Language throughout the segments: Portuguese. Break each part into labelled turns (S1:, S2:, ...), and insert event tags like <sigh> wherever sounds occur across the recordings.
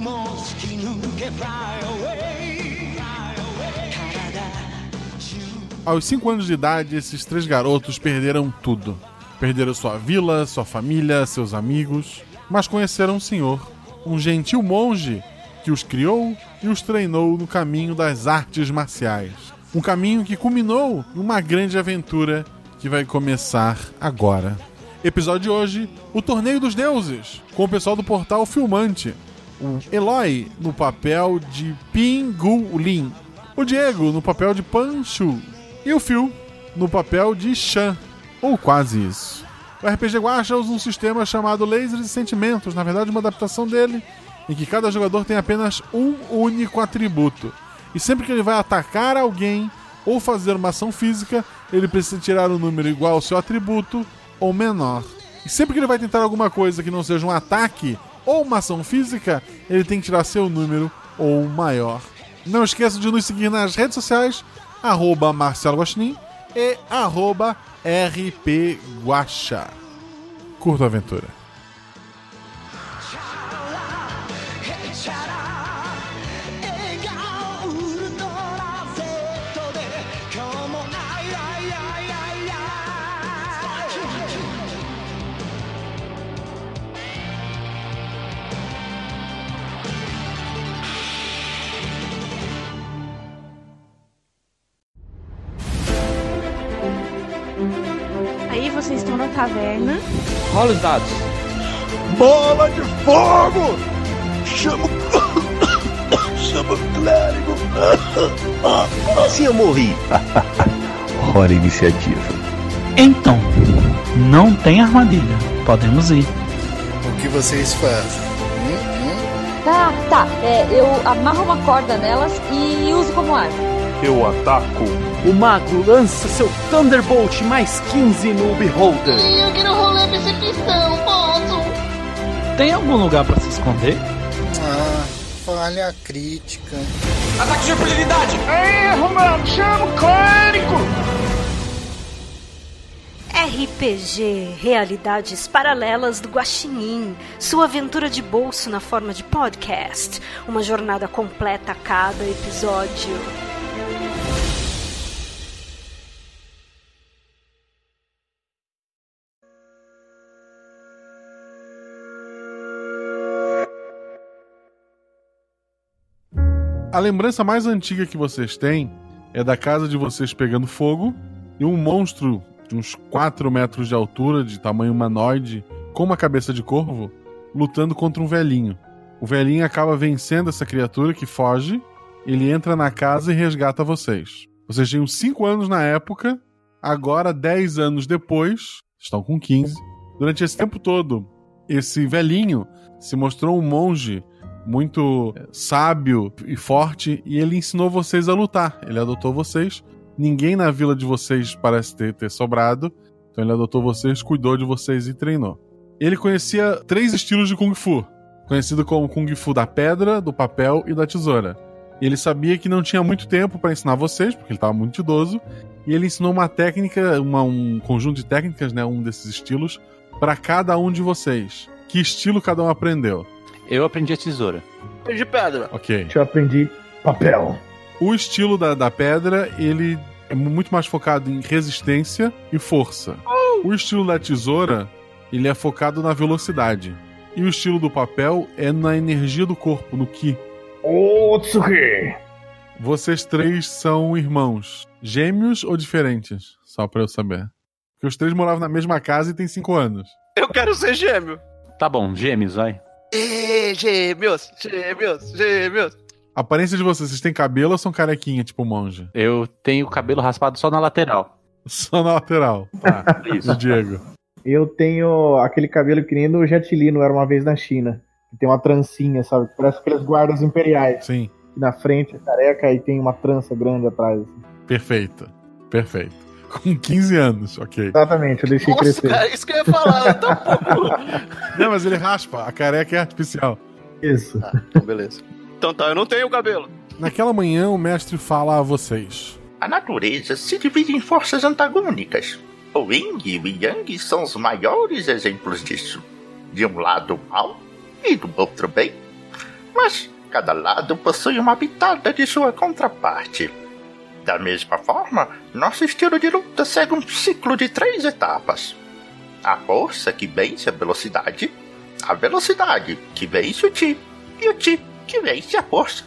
S1: も突き抜け fly away 体中
S2: Aos 5 anos de idade, esses três garotos perderam tudo. Perderam sua vila, sua família, seus amigos, mas conheceram um senhor, um gentil monge que os criou e os treinou no caminho das artes marciais. Um caminho que culminou em uma grande aventura que vai começar agora. Episódio de hoje: O Torneio dos Deuses, com o pessoal do portal Filmante. O Eloy no papel de Pingulin, o Diego no papel de Pancho e o Phil no papel de Chan, ou quase isso. O RPG Guacha usa um sistema chamado Lasers e Sentimentos, na verdade uma adaptação dele, em que cada jogador tem apenas um único atributo. E sempre que ele vai atacar alguém ou fazer uma ação física, ele precisa tirar um número igual ao seu atributo ou menor. E sempre que ele vai tentar alguma coisa que não seja um ataque ou uma ação física, ele tem que tirar seu número ou maior. Não esqueça de nos seguir nas redes sociais, arroba Marcelo Guaxinim e arroba rpguacha. Curta a aventura.
S1: 「へっちゃら」「笑顔ウルトラセットで今日もあいあいあいあいあい」
S3: Aí vocês estão na taverna.
S4: Rola os dados.
S5: Bola de fogo! Chama o- <coughs> Chama o clérigo! Assim eu morri! Hora iniciativa.
S6: Então, não tem armadilha. Podemos ir.
S7: O que
S5: é
S7: vocês fazem? Hum, hum.
S8: Tá, tá. É, eu amarro uma corda nelas e uso como arma.
S5: Eu ataco.
S4: O mago lança seu Thunderbolt mais 15 no Beholder.
S9: Eu quero rolar percepção, posso?
S6: Tem algum lugar pra se esconder?
S7: Ah, falha crítica.
S4: Ataque de impunidade.
S3: RPG Realidades Paralelas do Guaxinim. Sua aventura de bolso na forma de podcast. Uma jornada completa a cada episódio.
S2: A lembrança mais antiga que vocês têm é da casa de vocês pegando fogo e um monstro de uns 4 metros de altura, de tamanho humanoide, com uma cabeça de corvo, lutando contra um velhinho. O velhinho acaba vencendo essa criatura que foge, ele entra na casa e resgata vocês. Vocês tinham 5 anos na época, agora 10 anos depois, estão com 15. Durante esse tempo todo, esse velhinho se mostrou um monge muito eh, sábio e forte, e ele ensinou vocês a lutar. Ele adotou vocês. Ninguém na vila de vocês parece ter, ter sobrado, então ele adotou vocês, cuidou de vocês e treinou. Ele conhecia três estilos de Kung Fu, conhecido como Kung Fu da pedra, do papel e da tesoura. E Ele sabia que não tinha muito tempo para ensinar vocês, porque ele estava muito idoso, e ele ensinou uma técnica, uma- um conjunto de técnicas, né, um desses estilos, para cada um de vocês. Que estilo cada um aprendeu?
S4: Eu aprendi a tesoura.
S5: De pedra.
S2: Ok.
S10: Eu aprendi papel.
S2: O estilo da, da pedra, ele é mu- muito mais focado em resistência e força.
S5: Oh!
S2: O estilo da tesoura, ele é focado na velocidade. E o estilo do papel é na energia do corpo, no ki.
S10: Otsuki!
S2: Vocês três são irmãos. Gêmeos ou diferentes? Só pra eu saber. Porque os três moravam na mesma casa e têm cinco anos.
S5: Eu quero ser gêmeo.
S4: Tá bom, gêmeos, vai.
S5: Ê, gêmeos, gêmeos, gêmeos.
S2: A aparência de vocês, vocês têm cabelo ou são carequinha, tipo monge?
S4: Eu tenho o cabelo raspado só na lateral.
S2: Só na lateral. Tá.
S4: Isso.
S2: O Diego.
S10: Eu tenho aquele cabelo que nem do Jet Li, não era uma vez na China. Que tem uma trancinha, sabe? Parece aqueles guardas imperiais.
S2: Sim.
S10: Que na frente é careca e tem uma trança grande atrás. assim.
S2: Perfeito. Perfeito. Com 15 anos, ok.
S10: Exatamente, eu deixei
S5: Nossa,
S10: crescer.
S5: cara, isso que eu ia falar. Eu tô um pouco.
S2: Não, mas ele raspa, a careca é artificial.
S10: Isso.
S5: Então, beleza. Então tá, eu não tenho cabelo.
S2: Naquela manhã, o mestre fala a vocês.
S11: <laughs> A natureza se divide em forças antagônicas. O Yin e o Yang são os maiores exemplos disso. De um lado o mal e do outro o bem. mas cada lado possui uma pitada de sua contraparte. Da mesma forma, nosso estilo de luta segue um ciclo de três etapas: a força que vence a velocidade, a velocidade que vence o ti e o ti que vence a força.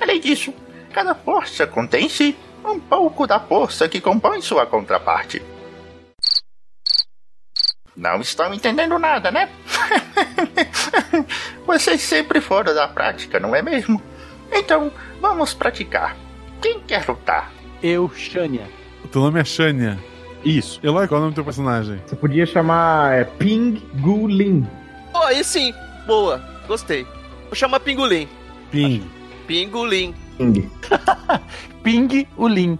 S11: Além disso, cada força contém em si um pouco da força que compõe sua contraparte. Não estão entendendo nada, né? <laughs> Vocês sempre foram da prática, não é mesmo? Então, vamos praticar. Quem quer lutar?
S4: Eu, Shania.
S2: O teu nome é Shania. Isso. Eloy, qual é o nome do teu personagem?
S10: Você podia chamar é, Ping Gulin.
S5: Pô, aí sim. Boa. Gostei. Vou chamar Pingulim.
S2: Ping.
S5: Pingulim. <laughs>
S10: Ping.
S4: Ping Ulin.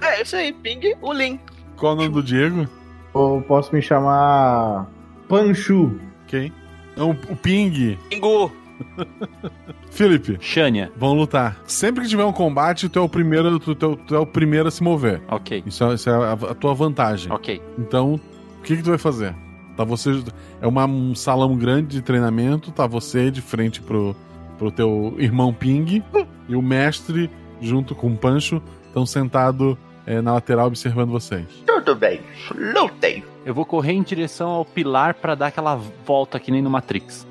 S5: É, isso aí. Pingulim.
S2: Qual é o nome do Diego?
S10: Ou posso me chamar Panchu.
S2: Quem? É um- o Ping.
S5: Pingu.
S2: <laughs> Felipe,
S6: Shania.
S2: vão lutar. Sempre que tiver um combate, tu é o primeiro, tu, tu é o- tu é o primeiro a se mover.
S6: Ok,
S2: Isso é, isso é a, a tua vantagem.
S6: ok.
S2: Então, o que, que tu vai fazer? Tá você. É uma- um salão grande de treinamento, tá você de frente pro, pro teu irmão Ping e o mestre, junto com o Pancho, estão sentado eh, na lateral observando vocês.
S11: Tudo bem, lutem.
S6: Eu vou correr em direção ao pilar pra dar aquela volta que nem no Matrix.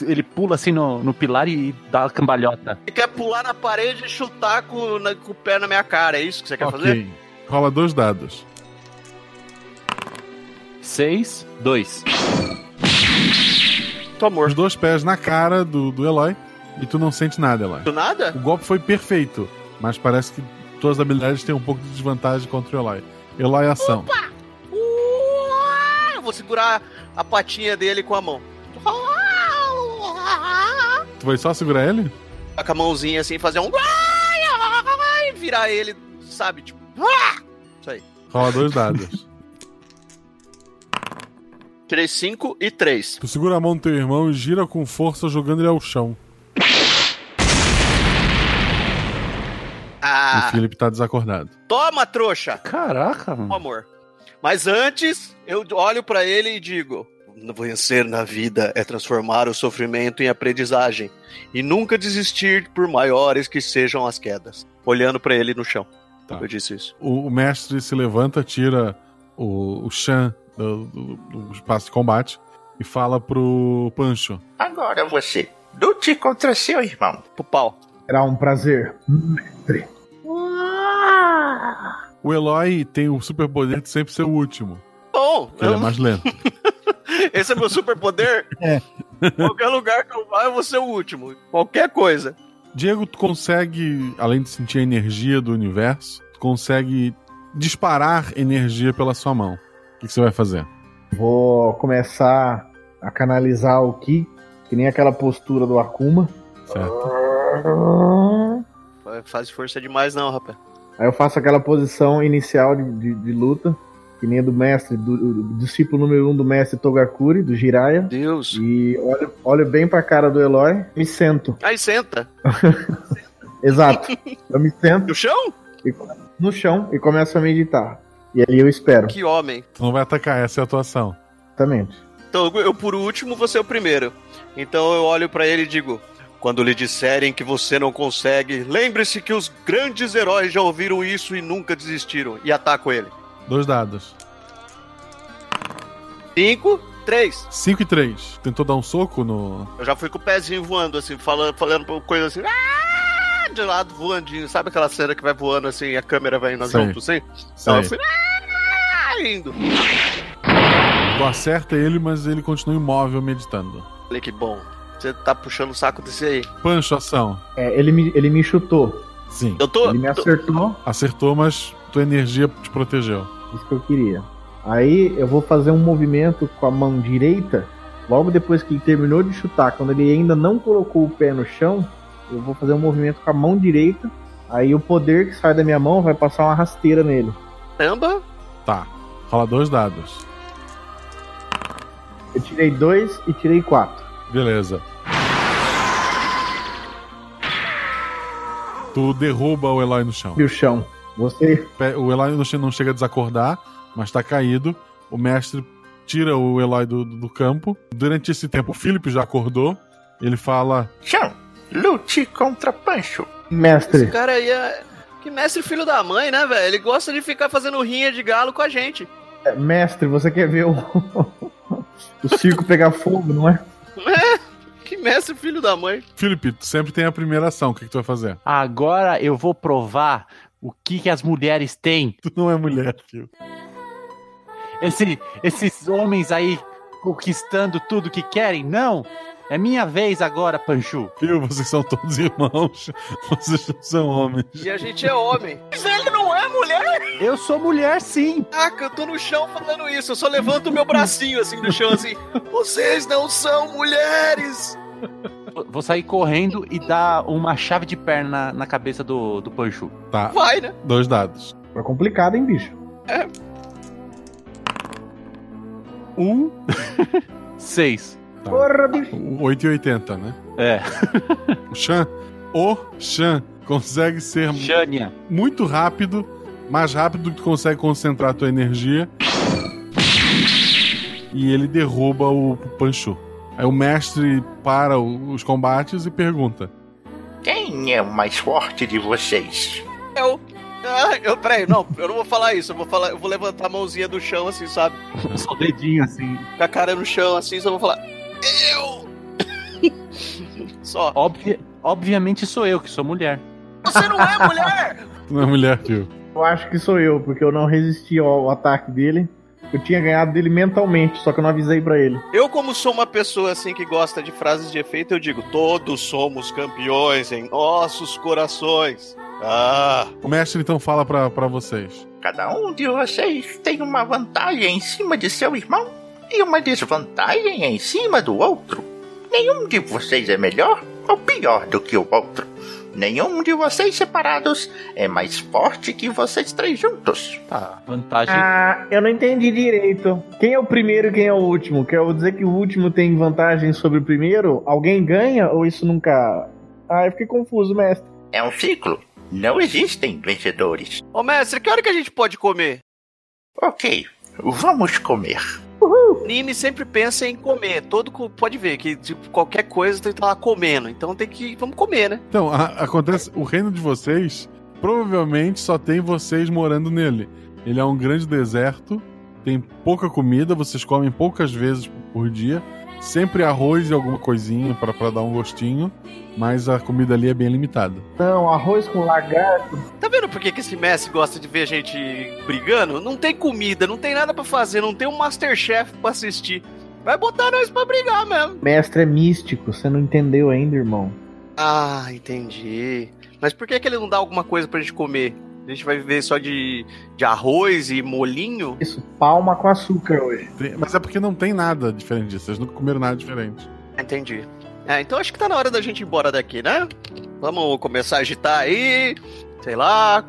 S6: Ele pula assim no, no pilar e dá a cambalhota.
S5: Você quer pular na parede e chutar com, na- com o pé na minha cara, é isso que você quer fazer?
S2: ok. Rola dois dados.
S6: Seis, dois.
S5: Tô
S2: Os
S5: morto.
S2: dois pés na cara do, do Eloy e tu não sente nada, Eloy.
S5: Do nada?
S2: O golpe foi perfeito, mas parece que tuas habilidades têm um pouco de desvantagem contra o Eloy. Eloy, ação.
S5: Uau! Ah, Vou segurar a patinha dele com a mão. Uau!
S2: Tu vai só segurar ele?
S5: Com a mãozinha assim, fazer um. E virar ele, sabe? Tipo. uau! Isso aí.
S2: Rola
S5: <laughs>
S2: dois dados.
S5: Tirei 5 e 3.
S2: Tu segura a mão do teu irmão e gira com força, jogando ele ao chão. O
S5: Ah!
S2: Felipe tá desacordado.
S5: Toma, trouxa!
S6: Caraca, mano.
S5: Toma, amor. Mas antes, eu olho pra ele e digo: Vencer na vida é transformar o sofrimento em aprendizagem e nunca desistir por maiores que sejam as quedas. Olhando pra ele no chão.
S2: Tá.
S5: Eu disse isso. <laughs>
S2: O, o mestre se levanta, tira o, o Shan do, do- do espaço de combate e fala pro Pancho.
S11: Agora você, lute contra seu irmão.
S5: Pro pau.
S10: Será um prazer.
S2: O Eloy tem o superpoder de sempre ser o último.
S5: Bom,
S2: Que ele é mais lento. <laughs>
S5: Esse é
S6: <laughs>
S5: meu superpoder?
S10: É.
S5: Qualquer lugar que eu vá, eu vou ser o último. Qualquer coisa.
S2: Diego, tu consegue, além de sentir a energia do universo, tu consegue disparar energia pela sua mão. O que, que você vai fazer?
S10: Vou começar a canalizar o Ki, que nem aquela postura do Akuma.
S2: Certo?
S5: Faz força demais, não, rapaz.
S10: Aí eu faço aquela posição inicial de, de- de luta, que nem a do mestre, do, do discípulo número um do mestre Togakuri, do Jiraiya.
S5: Deus.
S10: E olho, olho bem pra cara do Eloy, me sento.
S5: Aí senta.
S10: Exato. Eu me sento
S5: No chão?
S10: no chão e começo a meditar. E ali eu espero.
S5: Que homem.
S2: Tu não vai atacar, essa é a tua ação.
S10: Exatamente.
S5: Então, eu por último, você é o primeiro. Então eu olho pra ele e digo: Quando lhe disserem que você não consegue, lembre-se que os grandes heróis já ouviram isso e nunca desistiram. E ataco ele.
S2: Dois dados.
S5: Cinco, três.
S2: 5 e 3. Tentou dar um soco no.
S5: Eu já fui com o pezinho voando, assim, falando, falando coisa assim. "Ah!" De lado voandinho, sabe aquela cena que vai voando assim e a câmera vai indo
S2: Sei.
S5: junto, assim? Então
S2: Sai.
S5: eu fui. "Ah!" indo.
S2: Tu acerta ele, mas ele continua imóvel meditando.
S5: Falei que bom. Você tá puxando o saco desse aí.
S2: Pancho, ação.
S10: É, ele, me, ele me chutou.
S2: Sim.
S5: Eu tô.
S10: Ele me
S5: tô-
S10: acertou.
S2: Acertou, mas tua energia te protegeu.
S10: Isso que eu queria. Aí eu vou fazer um movimento com a mão direita. Logo depois que ele terminou de chutar, quando ele ainda não colocou o pé no chão, eu vou fazer um movimento com a mão direita. Aí o poder que sai da minha mão vai passar uma rasteira nele.
S5: Caramba!
S2: Tá. Rola dois dados.
S10: Eu tirei dois e tirei quatro.
S2: Beleza. Tu derruba o Eloy no chão.
S10: E o chão. Você
S2: Pe- O Eloy não che- não chega a desacordar, mas tá caído. O mestre tira o Eloy do, do campo. Durante esse tempo, o Felipe já acordou. Ele fala:
S11: Chão, lute contra Pancho.
S5: Esse
S10: Mestre,
S5: cara aí é. Que mestre filho da mãe, né, velho? Ele gosta de ficar fazendo rinha de galo com a gente.
S10: é, mestre, você quer ver o, <laughs> o circo pegar fogo, não é?
S5: Que mestre filho da mãe.
S2: Felipe, tu sempre tem a primeira ação, o que, que tu vai fazer?
S6: Agora eu vou provar o que, que as mulheres têm.
S2: Tu não é mulher, filho.
S6: Esse, esses homens aí conquistando tudo que querem, não. É minha vez agora, Panchu.
S2: Viu? Vocês são todos irmãos, <laughs> vocês não são homens.
S5: E a gente é homem. Mas ele não é mulher?
S6: Eu sou mulher, sim.
S5: Caraca, eu tô no chão falando isso. Eu só levanto o meu bracinho assim do chão assim. Vocês não são mulheres!
S6: Vou sair correndo e dar uma chave de perna na, na cabeça do, do Panchu.
S2: Tá,
S5: Vai, né?
S2: dois dados.
S10: Foi É complicado, hein, bicho?
S6: Um, seis.
S10: Porra, bicho.
S2: 8,80, Tá. né?
S6: É,
S2: O Chan, o Chan, consegue ser
S6: Xânia.
S2: muito rápido, mais rápido que tu consegue concentrar tua energia. E ele derruba o Pancho. Aí o mestre para o- os combates e pergunta:
S11: Quem é o mais forte de vocês?
S5: Eu. Ah, eu, peraí, não, eu não vou falar isso. Eu vou, falar, eu vou levantar a mãozinha do chão assim, sabe?
S6: Só o dedinho assim.
S5: Com a cara no chão assim, só vou falar. Eu! Só.
S6: Obvi- obviamente sou eu que sou mulher.
S5: Você não é mulher!
S2: Tu não é mulher, filho.
S10: Eu acho que sou eu, porque eu não resisti ao, ao ataque dele. Eu tinha ganhado dele mentalmente, só que eu não avisei pra ele.
S5: Eu, como sou uma pessoa assim que gosta de frases de efeito, eu digo: todos somos campeões em nossos corações. Ah!
S2: O mestre então fala pra, pra vocês:
S11: Cada um de vocês tem uma vantagem em cima de seu irmão e uma desvantagem em cima do outro. Nenhum de vocês é melhor ou pior do que o outro. Nenhum de vocês separados é mais forte que vocês três juntos.
S6: Tá, vantagem.
S10: Ah, eu não entendi direito. Quem é o primeiro e quem é o último? Quer dizer que o último tem vantagem sobre o primeiro? Alguém ganha ou isso nunca. Ah, eu fiquei confuso, mestre.
S11: É um ciclo. Não existem vencedores.
S5: Ô mestre, que hora que a gente pode comer?
S11: Ok, vamos comer.
S5: Nini sempre pensa em comer. Todo co- pode ver que tipo, qualquer coisa tem que estar lá comendo. Então tem que vamos comer, né?
S2: Então, a- acontece, o reino de vocês provavelmente só tem vocês morando nele. Ele é um grande deserto, tem pouca comida, vocês comem poucas vezes por dia, sempre arroz e alguma coisinha pra pra dar um gostinho, mas a comida ali é bem limitada.
S10: Não, arroz com lagarto.
S5: Tá vendo por que, que esse mestre gosta de ver gente brigando? Não tem comida, não tem nada pra fazer, não tem um Masterchef pra assistir. Vai botar nós pra brigar mesmo.
S10: Mestre é místico, você não entendeu ainda, irmão.
S5: Ah, entendi. Mas por que, que ele não dá alguma coisa pra gente comer? A gente vai viver só de, de arroz e molinho?
S10: Isso, palma com açúcar hoje.
S2: Tem- mas é porque não tem nada diferente disso, vocês nunca comeram nada diferente.
S5: Ah, Entendi. É, então acho que tá na hora da gente ir embora daqui, né? Vamos começar a agitar aí, sei lá,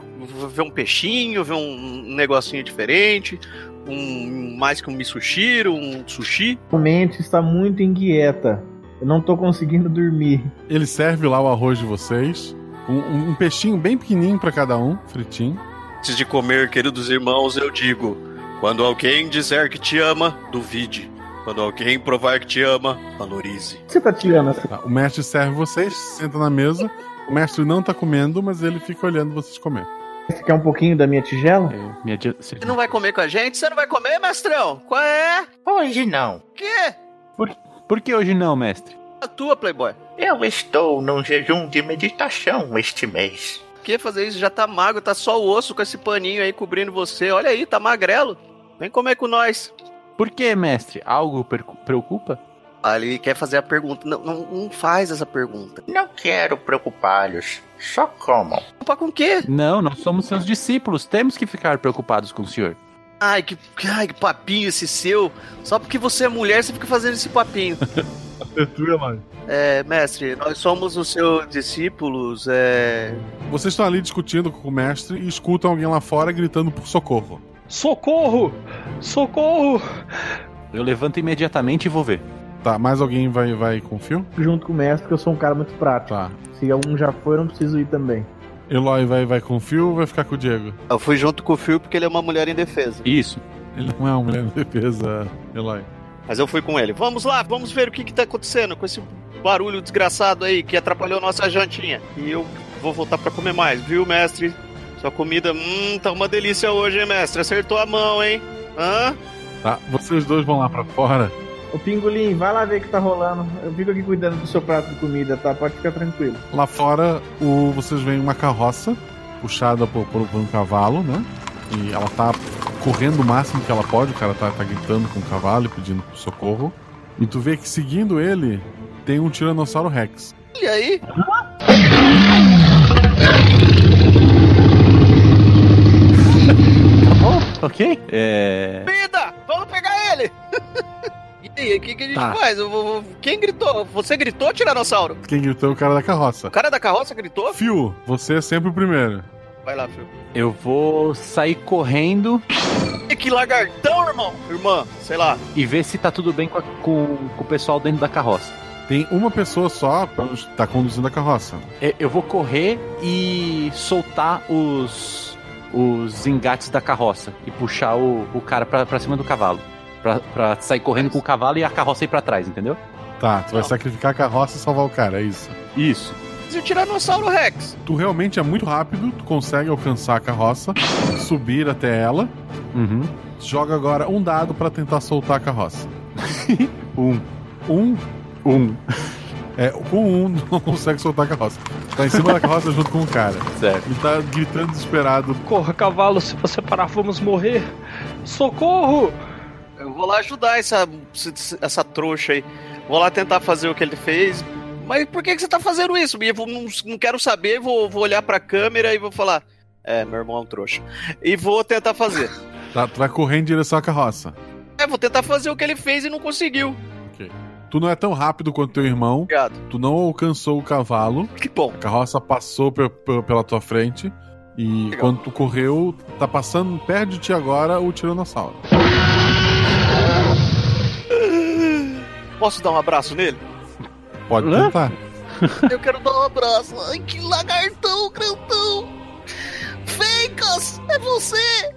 S5: ver um peixinho, ver um negocinho diferente, um mais que um misushiro, um sushi.
S10: Minha mente está muito inquieta. Eu não tô conseguindo dormir.
S2: Ele serve lá o arroz de vocês, um, um- um peixinho bem pequenininho pra cada um, fritinho.
S5: Antes de comer, queridos irmãos, eu digo: quando alguém disser que te ama, duvide. Quando alguém provar que te ama, valorize.
S10: O que você tá tirando assim?
S2: Tá, O mestre serve vocês, senta na mesa. O mestre não tá comendo, mas ele fica olhando vocês comer.
S10: Você quer um pouquinho da minha tigela?
S6: É, minha di-
S5: Você não vai comer com a gente? Você não vai comer, mestrão? Qual é?
S11: Hoje não.
S5: Quê?
S6: <laughs> Por que hoje não, mestre?
S5: A tua, Playboy.
S11: Eu estou num jejum de meditação este mês.
S5: Por que fazer isso? Já tá magro, tá só o osso com esse paninho aí cobrindo você. Olha aí, tá magrelo. Vem comer com nós.
S6: Por que, é mestre? Algo percu- preocupa?
S5: Ah, ele quer fazer a pergunta. Não, não, não faz essa pergunta.
S11: Não quero preocupá-los. Só comam.
S5: Preocupar com o quê?
S6: Não, nós somos seus discípulos. Temos que ficar preocupados com o senhor.
S5: Ai que, ai, que papinho esse seu. Só porque você é mulher, você fica fazendo
S6: <laughs>
S5: esse papinho. É, mestre, nós somos os seus discípulos. É...
S2: Vocês estão ali discutindo com o mestre e escutam alguém lá fora gritando por socorro.
S4: Socorro! Socorro!
S6: Eu levanto imediatamente e vou ver.
S2: Tá, mais alguém vai, vai com o fio?
S10: Junto com o mestre, que eu sou um cara muito prático.
S2: Tá.
S10: Se algum já foi, eu não preciso ir também.
S2: Eloy vai, vai com o fio ou vai ficar com o Diego?
S5: Eu fui junto com o Phil porque ele é um uma mulher indefesa.
S6: Isso.
S2: Ele não é uma mulher de defesa, Eloy.
S5: Mas eu fui com ele. Vamos lá, vamos ver o que, que tá acontecendo com esse barulho desgraçado aí que atrapalhou nossa jantinha. E eu vou voltar pra comer mais, viu, mestre? Sua comida, hum, tá uma delícia hoje, hein, mestre? Acertou a mão, hein? Hã?
S2: Tá, vocês dois vão lá pra fora.
S10: Ô Pingolim, vai lá ver o que tá rolando. Eu fico aqui cuidando do seu prato de comida, tá? Pode ficar tranquilo.
S2: Lá fora, o, vocês veem uma carroça puxada por, por- por um cavalo, né? E ela tá correndo o máximo que ela pode, o cara tá, tá gritando com o cavalo e pedindo socorro. E tu vê que seguindo ele tem um Tiranossauro Rex.
S5: E aí?
S6: Ok? É.
S5: Vida! Vamos pegar ele! <laughs> e aí, o que, que a gente
S2: Tá.
S5: faz? Eu vou- vou- Quem gritou? Você gritou, Tiranossauro?
S2: Quem gritou é o cara da carroça.
S5: O cara da carroça gritou?
S2: Fio, você é sempre o primeiro.
S5: Vai lá, filho.
S6: Eu vou sair correndo
S5: E que lagartão, irmão! Irmã, sei lá.
S6: e ver se tá tudo bem com, a- com- com o pessoal dentro da carroça.
S2: Tem uma pessoa só pra tá conduzindo a carroça.
S6: E- É, Eu vou correr e soltar os os engates da carroça e puxar o, o cara pra, pra cima do cavalo. Pra, pra sair correndo com o cavalo e a carroça ir pra trás, entendeu?
S2: Tá, tu vai sacrificar a carroça e salvar o cara, é isso.
S6: Isso.
S5: E o Tiranossauro Rex?
S2: Tu realmente é muito rápido, tu consegue alcançar a carroça, subir até ela.
S6: Uhum.
S2: Joga agora um dado pra tentar soltar a carroça.
S6: <laughs> um.
S2: Um?
S6: Um.
S2: É, com um <laughs> não consegue soltar a carroça. Tá em cima da carroça junto com o cara.
S6: Certo.
S2: Ele tá gritando desesperado.
S12: Corra, cavalo, se você parar, vamos morrer. Socorro!
S5: Eu vou lá ajudar essa, essa trouxa aí. Vou lá tentar fazer o que ele fez. Mas por que, que você tá fazendo isso? E Eu vou- não, não quero saber, vou, vou olhar pra câmera e vou falar. É, meu irmão é um trouxa. E vou tentar fazer.
S2: Tá, tu vai correr em direção à carroça.
S5: é, vou tentar fazer o que ele fez e não conseguiu.
S2: Tu não é tão rápido quanto teu irmão.
S5: Obrigado.
S2: Tu não alcançou o cavalo.
S5: Que bom.
S2: A carroça passou pe- pe- pela tua frente. E quando tu correu, tá passando perto de ti agora o Tiranossauro.
S5: Posso dar um abraço nele?
S2: Pode tentar.
S5: Eu quero dar um abraço. Ai, que lagartão, grandão! Fencas, é você!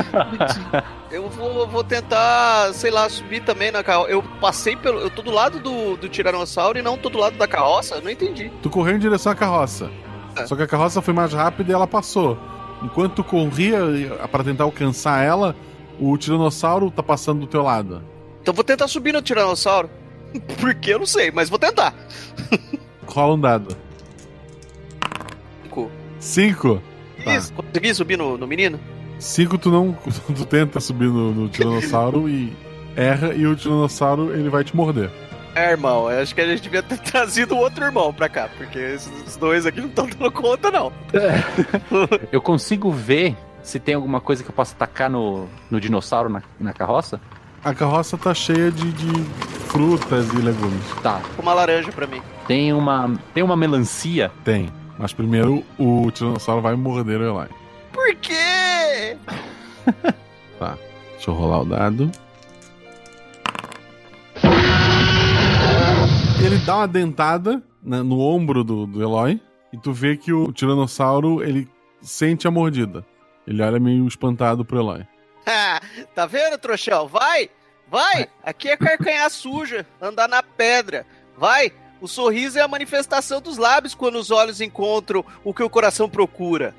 S5: <laughs> eu vou, vou tentar, sei lá, subir também na carroça. Eu passei pelo. Eu tô do lado do, do Tiranossauro e não tô do lado da carroça? Eu não entendi.
S2: Tu correu em direção à carroça.
S5: É.
S2: Só que a carroça foi mais rápida e ela passou. Enquanto tu corria eh, pra tentar alcançar ela, o Tiranossauro tá passando do teu lado.
S5: Então vou tentar subir no Tiranossauro. <laughs> Por que eu não sei, mas vou tentar.
S2: Rola um dado.
S5: Cinco.
S2: Cinco? Tá.
S5: Isso, consegui subir no, no menino?
S2: Cinco tu não. <laughs> Tu tenta subir no, no Tiranossauro e erra, e o Tiranossauro ele vai te morder.
S5: É, irmão, eu acho que a gente devia ter <laughs> trazido outro irmão pra cá, porque esses dois aqui não estão dando conta, não.
S6: É. Eu consigo ver se tem alguma coisa que eu possa tacar no, no dinossauro na, na carroça?
S2: A carroça tá cheia de, de frutas e legumes.
S6: Tá.
S5: Uma laranja pra mim.
S6: Tem uma. Tem um uma melancia?
S2: Tem. Mas primeiro o Tiranossauro vai morder o Eli.
S5: Por quê?
S2: Tá. Deixa eu rolar o dado. Ele dá uma dentada né, no ombro do, do Eloy e tu vê que o Tiranossauro ele sente a mordida. Ele olha meio espantado pro Eloy.
S5: Ah, tá vendo, trouxão? Vai! Vai! Aqui é carcanhar suja, andar na pedra. Vai! O sorriso é a manifestação dos lábios quando os olhos encontram o que o coração procura.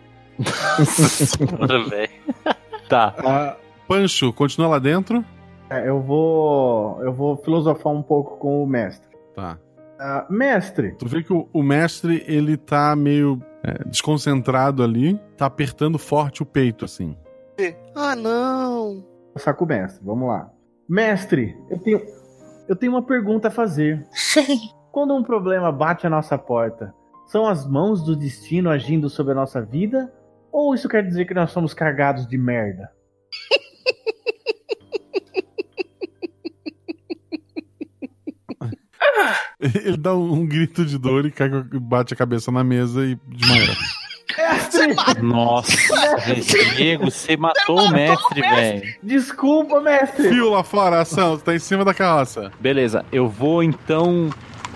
S6: tá.
S2: Ah, Pancho, continua lá dentro?
S10: É, eu vou. Eu vou filosofar um pouco com o mestre.
S2: Tá.
S10: Ah, mestre!
S2: Tu vê que o, o mestre, ele tá meio é, desconcentrado ali, tá apertando forte o peito, assim. <laughs>
S5: Ah, não!
S10: Começar com o mestre, vamos lá. Mestre, eu tenho, eu tenho uma pergunta a fazer. Sim. Quando um problema bate a nossa porta, são as mãos do destino agindo sobre a nossa vida? Ou isso quer dizer que nós somos cargados de merda?
S2: Ele dá um, um grito de dor e cai, com- bate a cabeça na mesa e desmaia.
S6: Nossa, velho, Diego, você matou o mestre, velho.
S10: Desculpa, mestre!
S2: Fio lá fora, ação, tu tá em cima da carroça.
S6: Beleza, eu vou então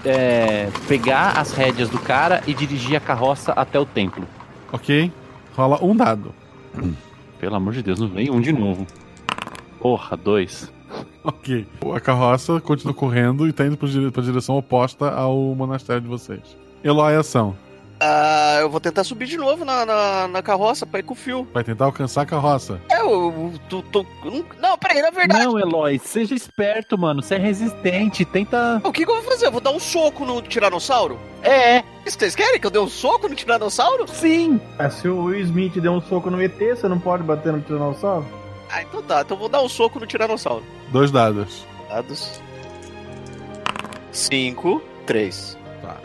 S6: é, pegar as rédeas do cara e dirigir a carroça até o templo.
S2: Ok? Rola um dado. <laughs>
S6: Pelo amor de Deus, não vem um de novo. Porra, dois.
S2: Ok. A carroça continua correndo e tá indo pro dire- pra direção oposta ao monastério de vocês. Eloy, ação.
S5: Ah, eu vou tentar subir de novo na, na, na carroça pra ir com o fio.
S2: Vai tentar alcançar a carroça.
S5: É, eu, tu, tu, não, peraí, na verdade.
S6: Não, Eloy, seja esperto, mano. Você é resistente. Tenta.
S5: O que, que eu vou fazer? Eu vou dar um soco no tiranossauro?
S6: É.
S5: Vocês querem que eu dê um soco no tiranossauro?
S6: Sim.
S10: É, se o Will Smith deu um soco no ET, você não pode bater no tiranossauro?
S5: Ah, então tá. Então eu vou dar um soco no tiranossauro.
S2: Dois dados.
S5: Dados. Cinco, três.
S2: Tá.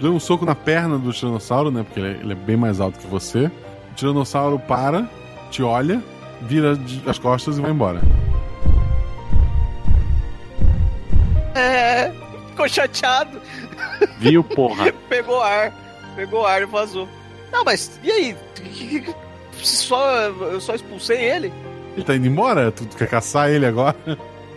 S2: Deu um soco na perna do tiranossauro, né? Porque ele é, ele é bem mais alto que você. O tiranossauro para, te olha, vira de- as costas e vai embora.
S5: É, ficou chateado.
S6: Viu, porra?
S5: <laughs> Pegou ar. Pegou ar e vazou. Não, mas e aí? Que- que- que- Só, eu só expulsei ele?
S2: <laughs> Ele tá indo embora? Tu, tu quer caçar ele agora?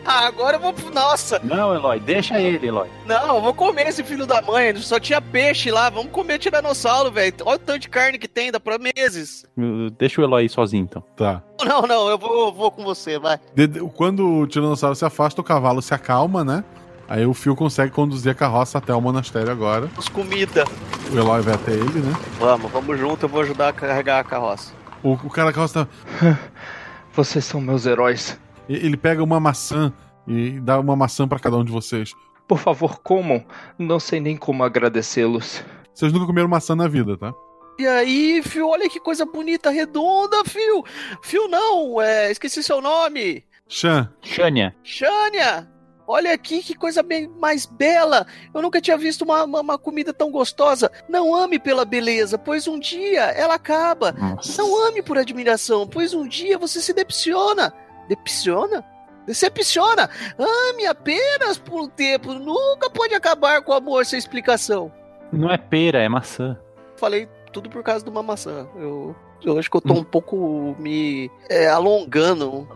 S5: Ah, agora eu vou. Nossa!
S6: Não, Eloy, deixa ele, Eloy.
S5: Não, eu vou comer esse filho da mãe. Só tinha peixe lá. Vamos comer tiranossauro, velho. Olha o tanto de carne que tem, dá pra meses.
S6: Deixa o Eloy sozinho, então.
S2: Tá.
S5: Não, não, eu vou, eu vou com você, vai.
S2: De- de- Quando o tiranossauro se afasta, o cavalo se acalma, né? Aí o Fio consegue conduzir a carroça até o monastério agora.
S5: Os comida.
S2: O Eloy vai até ele, né?
S5: Vamos, vamos junto, eu vou ajudar a carregar a carroça.
S2: O, o cara da carroça tá...
S12: <laughs> Vocês são meus heróis.
S2: E- Ele pega uma maçã e dá uma maçã pra cada um de vocês.
S12: Por favor, comam. Não sei nem como agradecê-los.
S2: Vocês nunca comeram maçã na vida, tá?
S5: E aí, Fio, olha que coisa bonita, redonda, Fio. Fio, não, é, esqueci seu nome.
S2: Chan.
S6: Xânia.
S5: Xânia, olha aqui que coisa bem mais bela. Eu nunca tinha visto uma, uma, uma comida tão gostosa. Não ame pela beleza, pois um dia ela acaba. Não ame por admiração, pois um dia você se decepciona. Decepciona? Decepciona. Ame apenas por um tempo. Nunca pode acabar com o amor sem explicação.
S6: Não é pera, é maçã.
S5: Falei tudo por causa de uma maçã. Eu, eu acho que eu tô um pouco me é, alongando.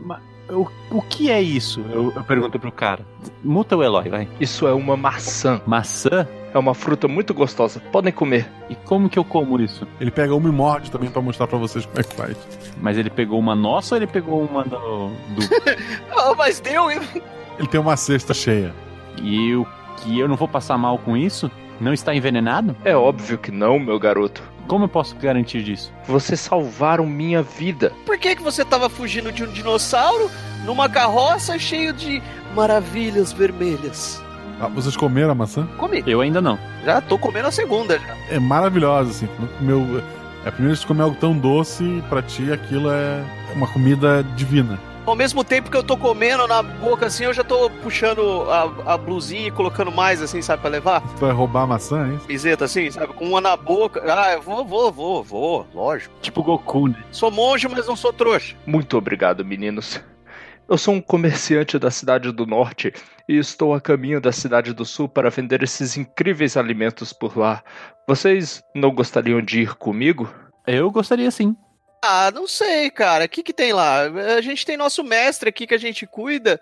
S6: O, o que é isso? Eu, eu pergunto pro cara. Muta o Eloy, vai.
S12: Isso é uma maçã.
S6: Maçã?
S12: É uma fruta muito gostosa. Podem comer.
S6: E como que eu como isso?
S2: Ele pega uma e morde também pra mostrar pra vocês como é que faz.
S6: Mas ele pegou uma nossa ou ele pegou uma do. do-
S5: Ah, mas deu, hein?
S2: <laughs> Ele tem uma cesta cheia.
S6: e eu que eu não vou passar mal com isso? Não está envenenado?
S12: É óbvio que não, meu garoto.
S6: Como eu posso garantir disso?
S12: Vocês salvaram minha vida.
S5: Por que, que você tava fugindo de um dinossauro numa carroça cheio de maravilhas vermelhas?
S2: Ah, vocês comeram a maçã?
S5: Comi.
S6: Eu ainda não.
S5: Já tô comendo a segunda já.
S2: É maravilhosa, assim. Meu, é a primeira vez que comer algo tão doce, pra ti aquilo é uma comida divina.
S5: Ao mesmo tempo que eu tô comendo na boca assim, eu já tô puxando a, a blusinha e colocando mais assim, sabe, pra levar?
S2: Tu vai roubar a maçã, é hein?
S5: Camiseta assim, sabe? Com uma na boca. Ah, eu vou, vou, vou, vou, lógico.
S6: Tipo Goku, né?
S5: Sou monge, mas não sou trouxa.
S12: Muito obrigado, meninos. Eu sou um comerciante da cidade do norte e estou a caminho da cidade do sul para vender esses incríveis alimentos por lá. Vocês não gostariam de ir comigo?
S6: Eu gostaria sim.
S5: Ah, não sei, cara. O que que tem lá? A gente tem nosso mestre aqui que a gente cuida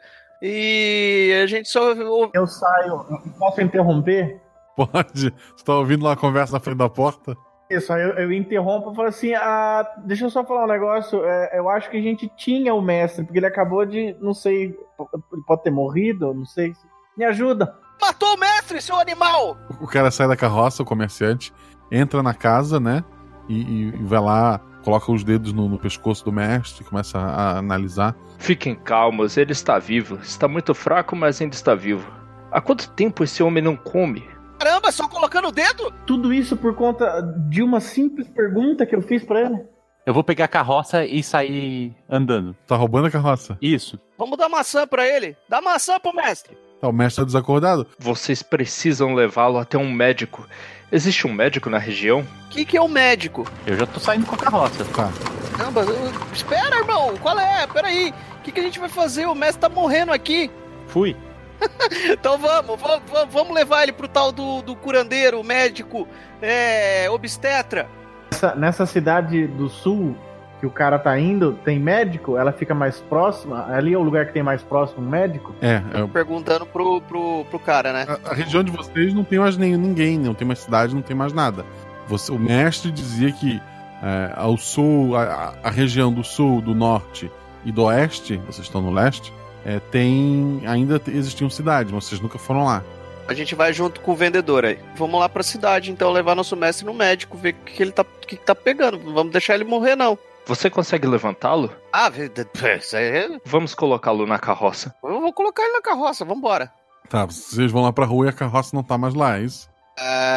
S5: e a gente só.
S10: Eu saio, posso interromper?
S2: Pode. Tu tá ouvindo lá a conversa na frente da porta?
S10: Isso, aí eu, eu interrompo e falo assim: ah, deixa eu só falar um negócio. é, eu acho que a gente tinha o mestre, porque ele acabou de, não sei, p- ele pode ter morrido, não sei. Me ajuda.
S5: Matou o mestre, seu animal!
S2: O cara sai da carroça, o comerciante, entra na casa, né? E, e- e vai lá, coloca os dedos no, no pescoço do mestre, começa a, a analisar.
S12: Fiquem calmos, ele está vivo. Está muito fraco, mas ainda está vivo. Há quanto tempo esse homem não come?
S5: Caramba, só colocando o dedo?
S10: Tudo isso por conta de uma simples pergunta que eu fiz pra ele.
S6: Eu vou pegar a carroça e sair andando.
S2: Tá roubando a carroça.
S6: Isso.
S5: Vamos dar maçã pra ele. Dá maçã pro mestre.
S2: Tá, o mestre tá desacordado.
S12: Vocês precisam levá-lo até um médico. Existe um médico na região?
S5: O que, que é o médico?
S6: Eu já tô saindo com a carroça.
S2: Tá.
S5: Caramba, eu- espera, irmão. Qual é? Pera aí. O que, que a gente vai fazer? O mestre tá morrendo aqui.
S6: Fui.
S5: <laughs> Então vamos, vamos, vamos- vamos levar ele pro tal do, do curandeiro, o médico, é, obstetra.
S10: Nessa, nessa cidade do sul que o cara tá indo, tem médico? Ela fica mais próxima? Ali é o lugar que tem mais próximo um médico?
S2: É, é-
S5: Perguntando pro, pro, pro cara, né?
S2: a, a região de vocês não tem mais nem, ninguém, não tem mais cidade, não tem mais nada. Você- o mestre dizia que é, ao sul, a, a região do sul, do norte e do oeste, vocês estão no leste, é, tem ainda te- existiam cidades, mas vocês nunca foram lá.
S5: A gente vai junto com o vendedor aí. Vamos lá pra cidade, então, levar nosso mestre no médico, ver o que, que ele tá, o que, que tá pegando. Não vamos deixar ele morrer, não.
S12: Você consegue levantá-lo?
S5: Ah, ve- de- pé, isso aí é-
S12: Vamos colocá-lo na carroça.
S5: eu vou colocar ele na carroça, vambora.
S2: Tá, vocês vão lá pra rua e a carroça não tá mais lá, é isso?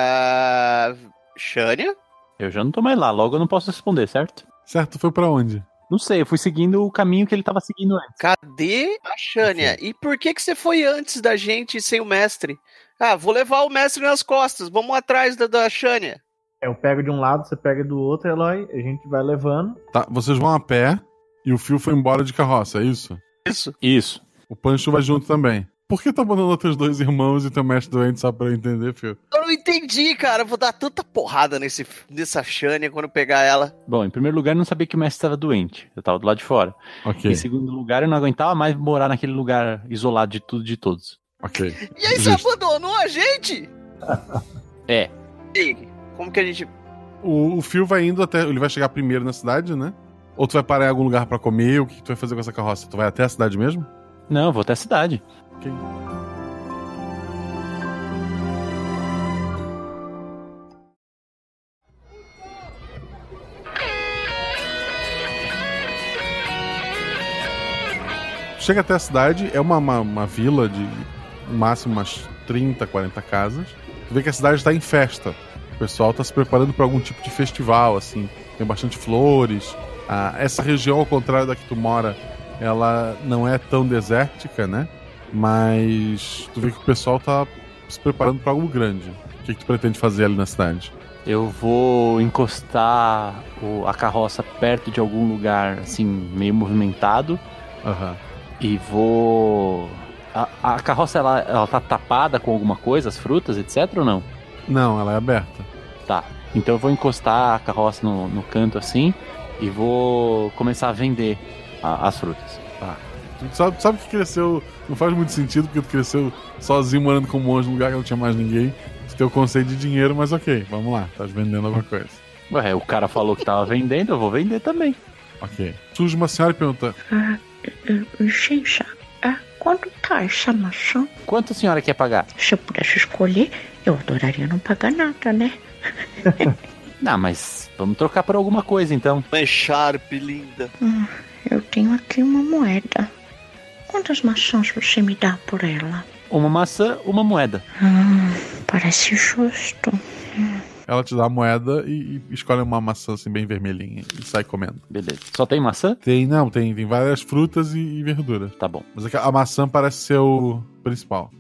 S5: Ah. Shania?
S6: Eu já não tô mais lá, logo eu não posso responder, certo?
S2: Certo, foi pra onde?
S6: Não sei, eu fui seguindo o caminho que ele tava seguindo antes.
S5: Cadê a Shania? E por que, que você foi antes da gente sem o mestre? Ah, vou levar o mestre nas costas, vamos atrás da, da Shania.
S10: Eu pego de um lado, você pega do outro, Eloy, a gente vai levando.
S2: Tá, vocês vão a pé e o Fio foi embora de carroça, é isso?
S5: Isso.
S6: Isso.
S2: O Pancho vai junto também. Por que tá mandando outros dois irmãos e teu mestre doente só pra eu entender, Fio?
S5: Eu não entendi, cara. Eu vou dar tanta porrada nesse, nessa Shania quando eu pegar ela.
S6: Bom, em primeiro lugar, eu não sabia que o mestre estava doente. Eu tava do lado de fora.
S2: Ok.
S6: Em segundo lugar, eu não aguentava mais morar naquele lugar isolado de tudo e de todos.
S2: Ok.
S5: E aí, você abandonou a gente?
S6: É.
S5: E aí, como que a gente.
S2: O, o Fio vai indo até. Ele vai chegar primeiro na cidade, né? Ou tu vai parar em algum lugar pra comer? O que que tu vai fazer com essa carroça? Tu vai até a cidade mesmo?
S6: Não, eu vou até a cidade.
S2: Ok. Chega até a cidade, é uma, uma, uma vila de no máximo umas 30, 40 casas. Tu vê que a cidade está em festa. O pessoal está se preparando para algum tipo de festival, assim. Tem bastante flores. Ah, essa região, ao contrário da que tu mora, ela não é tão desértica, né? Mas tu vê que o pessoal tá se preparando para algo grande. O que, que tu pretende fazer ali na cidade?
S6: Eu vou encostar o- a carroça perto de algum lugar, assim, meio movimentado. E vou. A, a carroça, ela, ela tá tapada com alguma coisa, as frutas, etc ou não?
S2: Não, ela é aberta.
S6: Tá. Então eu vou encostar a carroça no, no canto assim e vou começar a vender a- as frutas.
S2: Tá. Tu sabe, sabe que cresceu. Não faz muito sentido, porque tu cresceu sozinho morando com um monge num lugar que não tinha mais ninguém. Tu tem o conceito de dinheiro, mas ok, vamos lá, estás vendendo alguma coisa.
S6: Ué, o cara falou que tava vendendo, eu vou vender também.
S2: Ok. Surge uma senhora e pergunta:
S13: Licença, ah, quanto tá essa maçã?
S6: Quanto a senhora quer pagar?
S13: Se eu pudesse escolher, eu adoraria não pagar nada, né?
S6: <laughs> Não, mas vamos trocar por alguma coisa então.
S5: Mas Sharp, linda.
S13: Hum, eu tenho aqui uma moeda. Quantas maçãs você me dá por ela?
S6: Uma maçã, uma moeda.
S13: Hum, parece justo. Hum.
S2: Ela te dá a moeda e, e escolhe uma maçã assim bem vermelhinha e sai comendo.
S6: Beleza. Só tem maçã?
S2: Tem, não, tem, tem várias frutas e, e verduras.
S6: Tá bom.
S2: Mas é que a maçã parece ser o principal.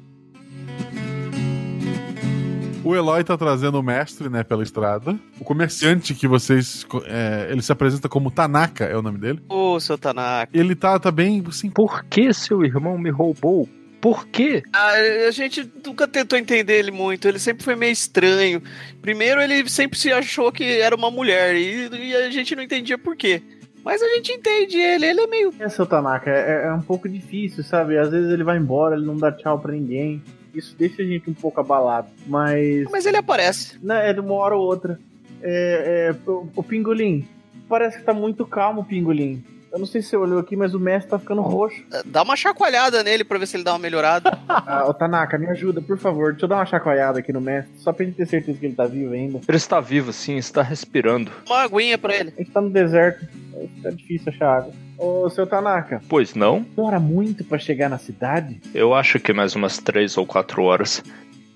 S2: O Eloy tá trazendo o mestre, né, pela estrada. O comerciante que vocês. co- é, ele se apresenta como Tanaka, é o nome dele.
S5: Ô, seu Tanaka.
S2: Ele tá, tá bem assim.
S12: Por que seu irmão me roubou? Por quê?
S5: Ah, a gente nunca tentou entender ele muito, ele sempre foi meio estranho. Primeiro, ele sempre se achou que era uma mulher e, e a gente não entendia por quê. Mas a gente entende ele, ele é meio.
S10: É, seu Tanaka, é, é um pouco difícil, sabe? Às vezes ele vai embora, ele não dá tchau pra ninguém. Isso deixa a gente um pouco abalado, mas.
S5: Mas ele aparece.
S10: Não, é de uma hora ou outra. É, é, o, o Pingolim, parece que tá muito calmo, Pingolim. Eu não sei se você olhou aqui, mas o mestre tá ficando roxo.
S5: Dá uma chacoalhada nele pra ver se ele dá uma melhorada.
S10: Ah, ô Tanaka, me ajuda, por favor. Deixa eu dar uma chacoalhada aqui no mestre, só pra gente ter certeza que ele tá vivo ainda.
S12: Ele está vivo, sim, está respirando.
S5: uma aguinha pra ele.
S10: A gente tá no deserto, tá difícil achar água. Ô, seu Tanaka,
S12: Pois não?
S10: demora muito pra chegar na cidade?
S12: Eu acho que mais umas três ou quatro horas.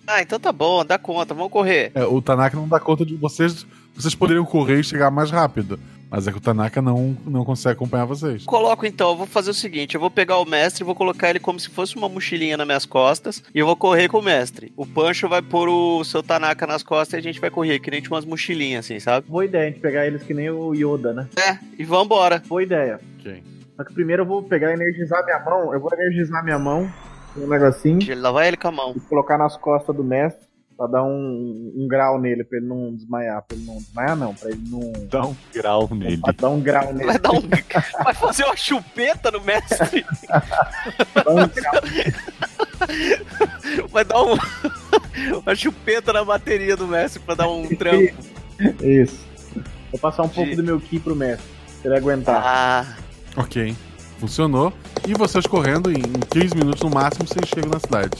S5: Ah, então tá bom, dá conta, vamos correr.
S2: É, o Tanaka não dá conta de vocês. Vocês poderiam correr e chegar mais rápido. Mas é que o Tanaka não, não consegue acompanhar vocês.
S5: Coloco então, eu vou fazer o seguinte: eu vou pegar o mestre, vou colocar ele como se fosse uma mochilinha nas minhas costas e eu vou correr com o mestre. O Pancho vai pôr o seu Tanaka nas costas e a gente vai correr, que nem tinha umas mochilinhas assim, sabe?
S10: Boa ideia a gente pegar eles que nem o Yoda, né?
S5: É, e vambora.
S10: Boa ideia.
S2: Ok.
S10: Só que primeiro eu vou pegar e energizar minha mão. Eu vou energizar minha mão com um negocinho.
S5: Lá vai ele com a mão.
S10: E colocar nas costas do mestre pra dar um, um grau nele, pra ele não desmaiar. Pra ele não desmaiar, não. Pra ele não.
S6: Dá um grau nele.
S10: Pra dar um grau nele.
S5: Vai dar um. Vai fazer uma chupeta no mestre? Vai dar um. <laughs> Uma chupeta na bateria do mestre pra dar um trampo.
S10: Isso. Vou passar um pouco do meu ki pro mestre. Se ele aguentar.
S5: Ah.
S2: Ok. Funcionou. E vocês correndo, em 15 minutos no máximo, vocês chegam na cidade.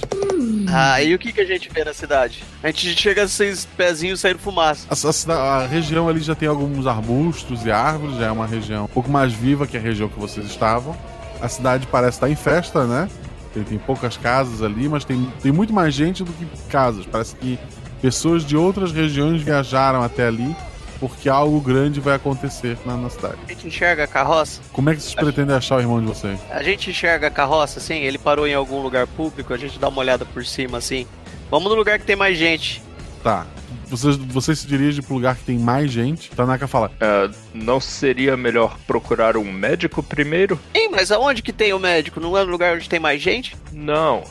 S5: Ah, e o que, que a gente vê na cidade? A gente chega a seis pezinhos saindo fumaça.
S2: A, a cida- a região ali já tem alguns arbustos e árvores, já é uma região um pouco mais viva que a região que vocês estavam. A cidade parece estar em festa, né? Tem, tem poucas casas ali, mas tem, tem muito mais gente do que casas. Parece que pessoas de outras regiões viajaram até ali porque algo grande vai acontecer na, na cidade.
S5: A gente enxerga a carroça?
S2: Como é que vocês pretendem achar o irmão de vocês?
S5: A gente enxerga a carroça, assim, ele parou em algum lugar público, a gente dá uma olhada por cima, assim. Vamos no lugar que tem mais gente.
S2: Tá. Vocês, vocês se dirigem pro lugar que tem mais gente. Tanaka fala.
S12: Ah, não seria melhor procurar um médico primeiro?
S5: Ih, mas aonde que tem o médico? Não é no lugar onde tem mais gente?
S12: Não.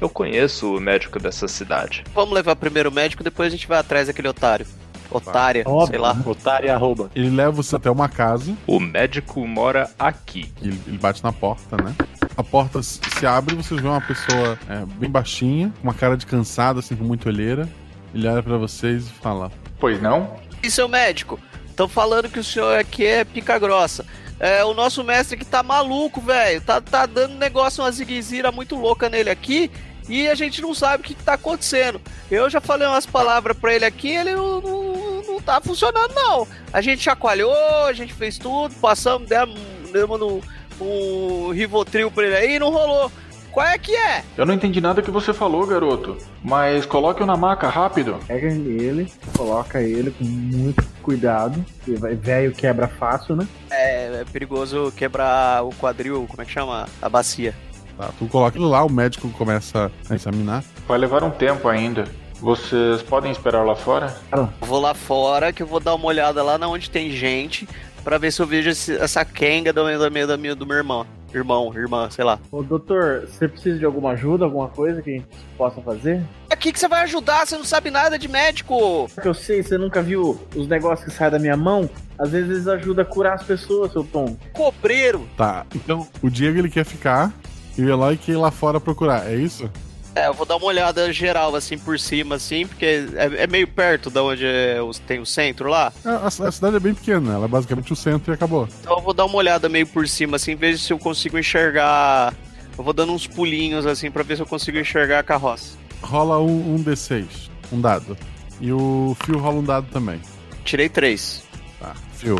S12: Eu conheço o médico dessa cidade.
S5: Vamos levar primeiro o médico, depois a gente vai atrás daquele otário. Otária, sei lá.
S2: né?
S12: Otária arroba.
S2: Ele leva você até uma casa.
S12: O médico mora aqui.
S2: Ele, ele bate na porta, né? A porta s- se abre e vocês veem uma pessoa é, bem baixinha, com uma cara de cansada, assim, com muita olheira. Ele olha pra vocês e fala:
S14: Pois não?
S5: E seu médico? Estão falando que o senhor aqui é pica grossa. É, o nosso mestre que tá maluco, velho. Tá, tá dando negócio, uma ziguezira muito louca nele aqui. E a gente não sabe o que, que tá acontecendo. Eu já falei umas palavras pra ele aqui, ele não, não, não tá funcionando, não. A gente chacoalhou, a gente fez tudo, passamos, demos, demos no, um Rivotril pra ele aí e não rolou. Qual é que é?
S14: Eu não entendi nada que você falou, garoto. Mas coloque-o na maca, rápido.
S10: Pega ele, coloca ele com muito cuidado. porque vai- Velho quebra fácil, né?
S5: É, é perigoso quebrar o quadril, como é que chama? A bacia.
S2: Tá, tu coloca ele lá, o médico começa a examinar.
S14: Vai levar um tempo ainda. Vocês podem esperar lá fora?
S5: Vou lá fora que eu vou dar uma olhada lá na onde tem gente pra ver se eu vejo esse- essa kenga do meu, do, meu, do, meu, do meu irmão. Irmão, irmã, sei lá.
S10: Ô, doutor, você precisa de alguma ajuda, alguma coisa que a gente possa fazer?
S5: É Aqui que você vai ajudar, você não sabe nada de médico.
S10: Porque eu sei, você nunca viu os negócios que saem da minha mão? Às vezes eles ajudam a curar as pessoas, seu Tom.
S5: Cobreiro.
S2: Tá, então o Diego ele quer ficar e o Eloy quer ir lá fora procurar, é isso?
S5: É, eu vou dar uma olhada geral, assim, por cima, assim, porque é, é meio perto da onde é os- tem o centro lá.
S2: A, a- a cidade é bem pequena, ela é basicamente o centro e acabou.
S5: Então eu vou dar uma olhada meio por cima, assim, ver se eu consigo enxergar. Eu vou dando uns pulinhos, assim, pra ver se eu consigo enxergar a carroça.
S2: Rola um, um D6, um dado. E o Fio rola um dado também.
S5: Tirei três.
S2: Tá. Fio.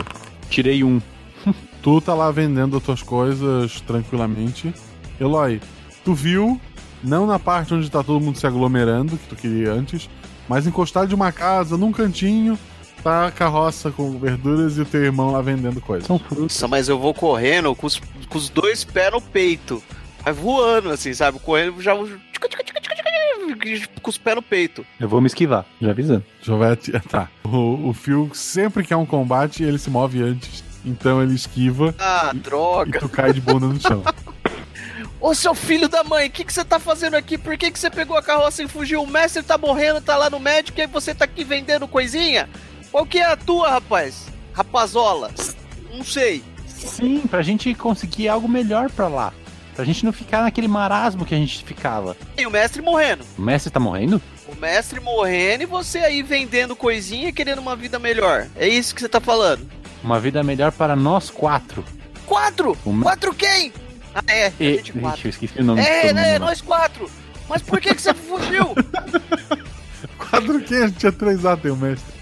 S2: Tirei um. <laughs> tu tá lá vendendo as tuas coisas tranquilamente. Eloy, tu viu, não na parte onde tá todo mundo se aglomerando, que tu queria antes, mas encostado de uma casa, num cantinho, tá a carroça com verduras e o teu irmão lá vendendo coisas. São frutas.
S5: Nossa, mas eu vou correndo com os, com os dois pés no peito. Mas voando, assim, sabe? Correndo já. tchuca, tchuca, tchuca, tchuca, tchuca, Com os pés no peito.
S2: Eu vou me esquivar, já avisando. Já vai ati- <laughs> tá. O, o Phil sempre que há um combate, ele se move antes. Então ele esquiva
S5: Ah,
S2: e
S5: droga.
S2: tu cai de bunda no
S5: <laughs>
S2: chão.
S5: Ô, seu filho da mãe, o que, que você tá fazendo aqui? Por que, que você pegou a carroça e fugiu? O mestre tá morrendo, tá lá no médico e aí você tá aqui vendendo coisinha? Qual que é a tua, rapaz? Rapazola? Não sei.
S6: Sim, pra gente conseguir algo melhor pra lá. Pra gente não ficar naquele marasmo que a gente ficava.
S5: E o mestre morrendo.
S6: O mestre tá morrendo?
S5: O mestre morrendo e você aí vendendo coisinha e querendo uma vida melhor. É isso que você tá falando.
S6: Uma vida melhor para nós quatro.
S5: Quatro?
S6: O me-
S5: Quatro quem? Ah, é. a
S6: E,
S5: gente
S6: Ixi,
S5: quatro.
S6: eu esqueci o nome de
S5: É,
S6: todo
S5: né?
S6: mundo lá.
S5: Nós quatro. Mas por que, que
S6: <laughs>
S5: você fugiu?
S2: Quadro que a gente tinha 3A, teu mestre.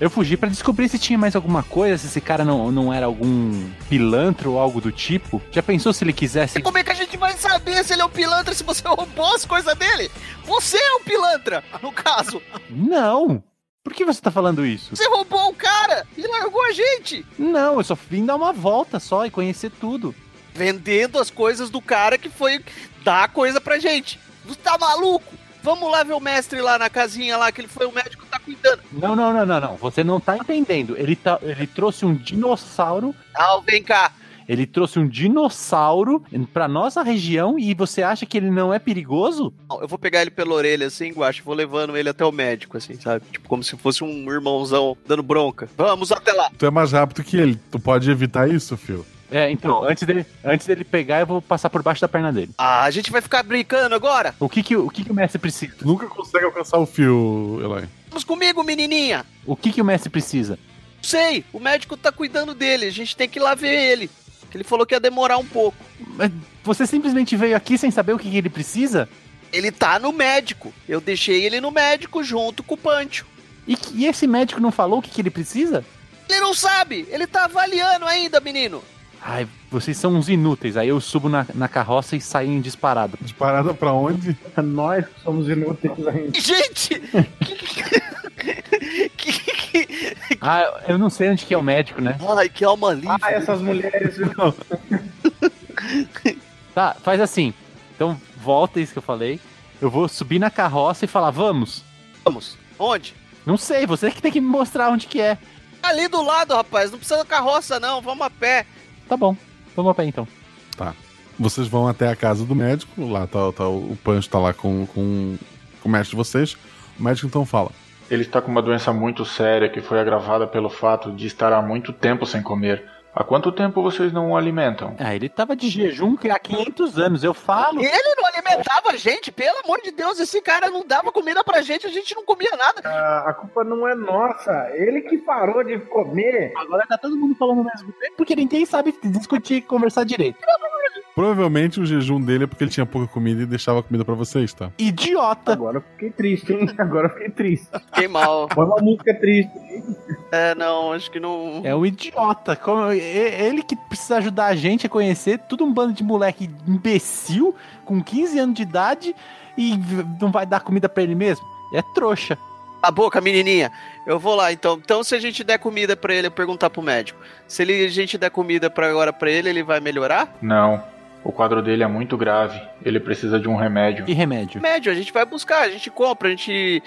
S6: Eu fugi pra descobrir se tinha mais alguma coisa, se esse cara não, não era algum pilantro ou algo do tipo. Já pensou se ele quisesse.
S5: Como é que a gente vai saber se ele é um pilantra se você roubou as coisas dele? Você é um pilantra, no caso.
S6: Não! Por que você tá falando isso?
S5: Você roubou o cara e largou a gente.
S6: Não, eu só vim dar uma volta só e conhecer tudo.
S5: Vendendo as coisas do cara que foi dar a coisa pra gente. Você tá maluco? Vamos lá ver o mestre lá na casinha lá, que ele foi o médico que tá cuidando.
S6: Não, não, não, não, não. Você não tá entendendo. Ele, tá, ele trouxe um dinossauro.
S5: Ah, vem cá.
S6: Ele trouxe um dinossauro pra nossa região e você acha que ele não é perigoso?
S5: Não, Eu vou pegar ele pela orelha assim, Guacha, vou levando ele até o médico, assim, sabe? Tipo, como se fosse um irmãozão dando bronca. Vamos até lá.
S2: Tu é mais rápido que ele. Tu pode evitar isso, Phil.
S6: É, então, antes dele, antes dele pegar, eu vou passar por baixo da perna dele.
S5: Ah, a gente vai ficar brincando agora?
S6: O que que o, o que que o mestre precisa?
S2: Tu nunca consegue alcançar o Phil, Eloy.
S5: Vamos comigo, menininha!
S6: O que, que o mestre precisa?
S5: Sei, o médico tá cuidando dele, a gente tem que ir lá ver ele. Ele falou que ia demorar um pouco.
S6: Mas você simplesmente veio aqui sem saber o que, que ele precisa?
S5: Ele tá no médico. Eu deixei ele no médico junto com o Pancho.
S6: E, que- e esse médico não falou o que, que ele precisa?
S5: Ele não sabe, ele tá avaliando ainda, menino.
S6: Ai, vocês são uns inúteis. Aí eu subo na, na carroça e saio em disparado.
S2: Disparada pra onde?
S10: <laughs> Nós que somos inúteis ainda.
S5: Gente! <laughs>
S6: Ah, eu não sei onde que é o médico, né?
S5: Ai, que alma linda.
S10: Ah, essas mulheres. <laughs>
S6: Tá, faz assim. Então volta isso que eu falei. Eu vou subir na carroça e falar, vamos.
S5: Vamos. Onde?
S6: Não sei, você é que tem que me mostrar onde que é.
S5: Ali do lado, rapaz, não precisa da carroça, não. Vamos a pé.
S6: Tá bom, vamos a pé então.
S2: Tá. Vocês vão até a casa do médico, lá tá, tá- o Pancho tá lá com, com, com o mestre de vocês. O médico então fala:
S14: Ele está com uma doença muito séria que foi agravada pelo fato de estar há muito tempo sem comer. Há quanto tempo vocês não o alimentam?
S6: Ah, ele tava de jejum há 500 anos, eu falo.
S5: Ele não alimentava a gente, pelo amor de Deus, esse cara não dava comida pra gente, a gente não comia nada.
S10: A, a culpa não é nossa. Ele que parou de comer.
S6: Agora tá todo mundo falando ao mesmo tempo porque ninguém sabe discutir e conversar direito.
S2: Provavelmente o jejum dele é porque ele tinha pouca comida e deixava a comida pra vocês, tá?
S6: Idiota!
S10: Agora eu fiquei triste, hein? <laughs> Agora eu fiquei triste.
S5: Fiquei mal.
S10: Foi uma música triste.
S5: É, não, acho que não.
S6: É um idiota. Como, e- ele que precisa ajudar a gente a conhecer tudo um bando de moleque imbecil com 15 anos de idade e v- não vai dar comida pra ele mesmo? É trouxa.
S5: A boca, menininha. Eu vou lá, então. Então, se a gente der comida pra ele, eu perguntar pro médico. Se ele, a gente der comida pra agora pra ele, ele vai melhorar?
S14: Não. O quadro dele é muito grave. Ele precisa de um remédio.
S6: Que remédio?
S5: Médio, a gente vai buscar, a gente compra, a gente.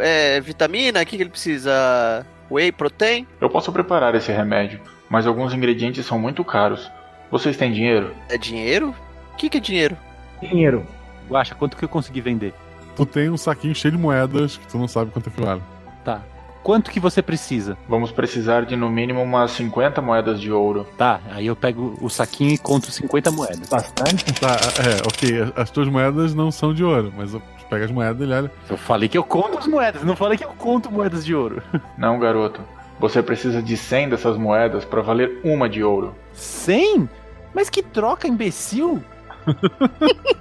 S5: É, vitamina, o que, que ele precisa? Whey protein?
S14: Eu posso preparar esse remédio, mas alguns ingredientes são muito caros. Vocês têm dinheiro?
S5: É dinheiro? O que, que é dinheiro?
S10: Dinheiro.
S6: Guaxa, quanto que eu consegui vender?
S2: Tu tem um saquinho cheio de moedas que tu não sabe quanto é que vale.
S6: Tá. Quanto que você precisa?
S14: Vamos precisar de no mínimo umas 50 moedas de ouro.
S6: Tá, aí eu pego o saquinho e conto 50 moedas.
S10: Bastante?
S2: Tá, é, ok. As tuas moedas não são de ouro, mas tu pega as moedas e olha.
S6: Eu falei que eu conto as moedas, não falei que eu conto moedas de ouro. <laughs>
S14: Não, garoto. Você precisa de 100 dessas moedas para valer uma de ouro.
S6: 100? Mas que troca, imbecil!
S5: <laughs>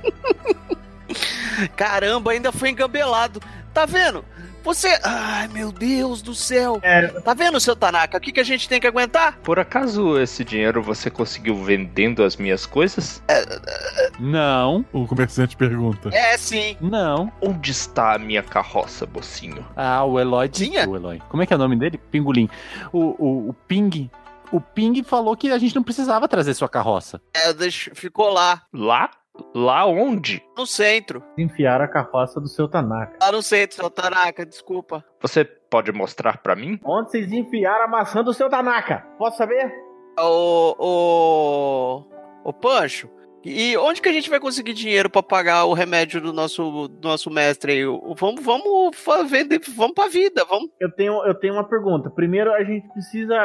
S5: Caramba, ainda foi engambelado. Tá vendo? Você. Ai, meu Deus do céu.
S12: É.
S5: Tá vendo, seu Tanaka? O que, que a gente tem que aguentar?
S12: Por acaso esse dinheiro você conseguiu vendendo as minhas coisas?
S6: Não.
S2: O comerciante pergunta.
S5: É sim.
S6: Não.
S12: Onde está a minha carroça, bocinho?
S6: Ah, o Eloy.
S5: Tinha?
S6: O Eloy. Como é que é o nome dele? Pingulim. O, o, o Ping. O Ping falou que a gente não precisava trazer sua carroça.
S5: É, deixa- ficou lá,
S12: Lá? Lá onde?
S5: no centro.
S10: Enfiaram a carroça do seu Tanaka.
S5: Lá Tá no centro, seu Tanaka, desculpa.
S12: Você pode mostrar pra mim?
S10: Onde vocês enfiaram a maçã do seu Tanaka? Posso saber?
S5: Ô, ô, ô Pancho, e onde que a gente vai conseguir dinheiro pra pagar o remédio do nosso, do nosso mestre aí? O- Vamos, vamos fa- vender, vamos pra vida, vamos.
S10: Eu tenho, eu tenho uma pergunta. Primeiro, a gente precisa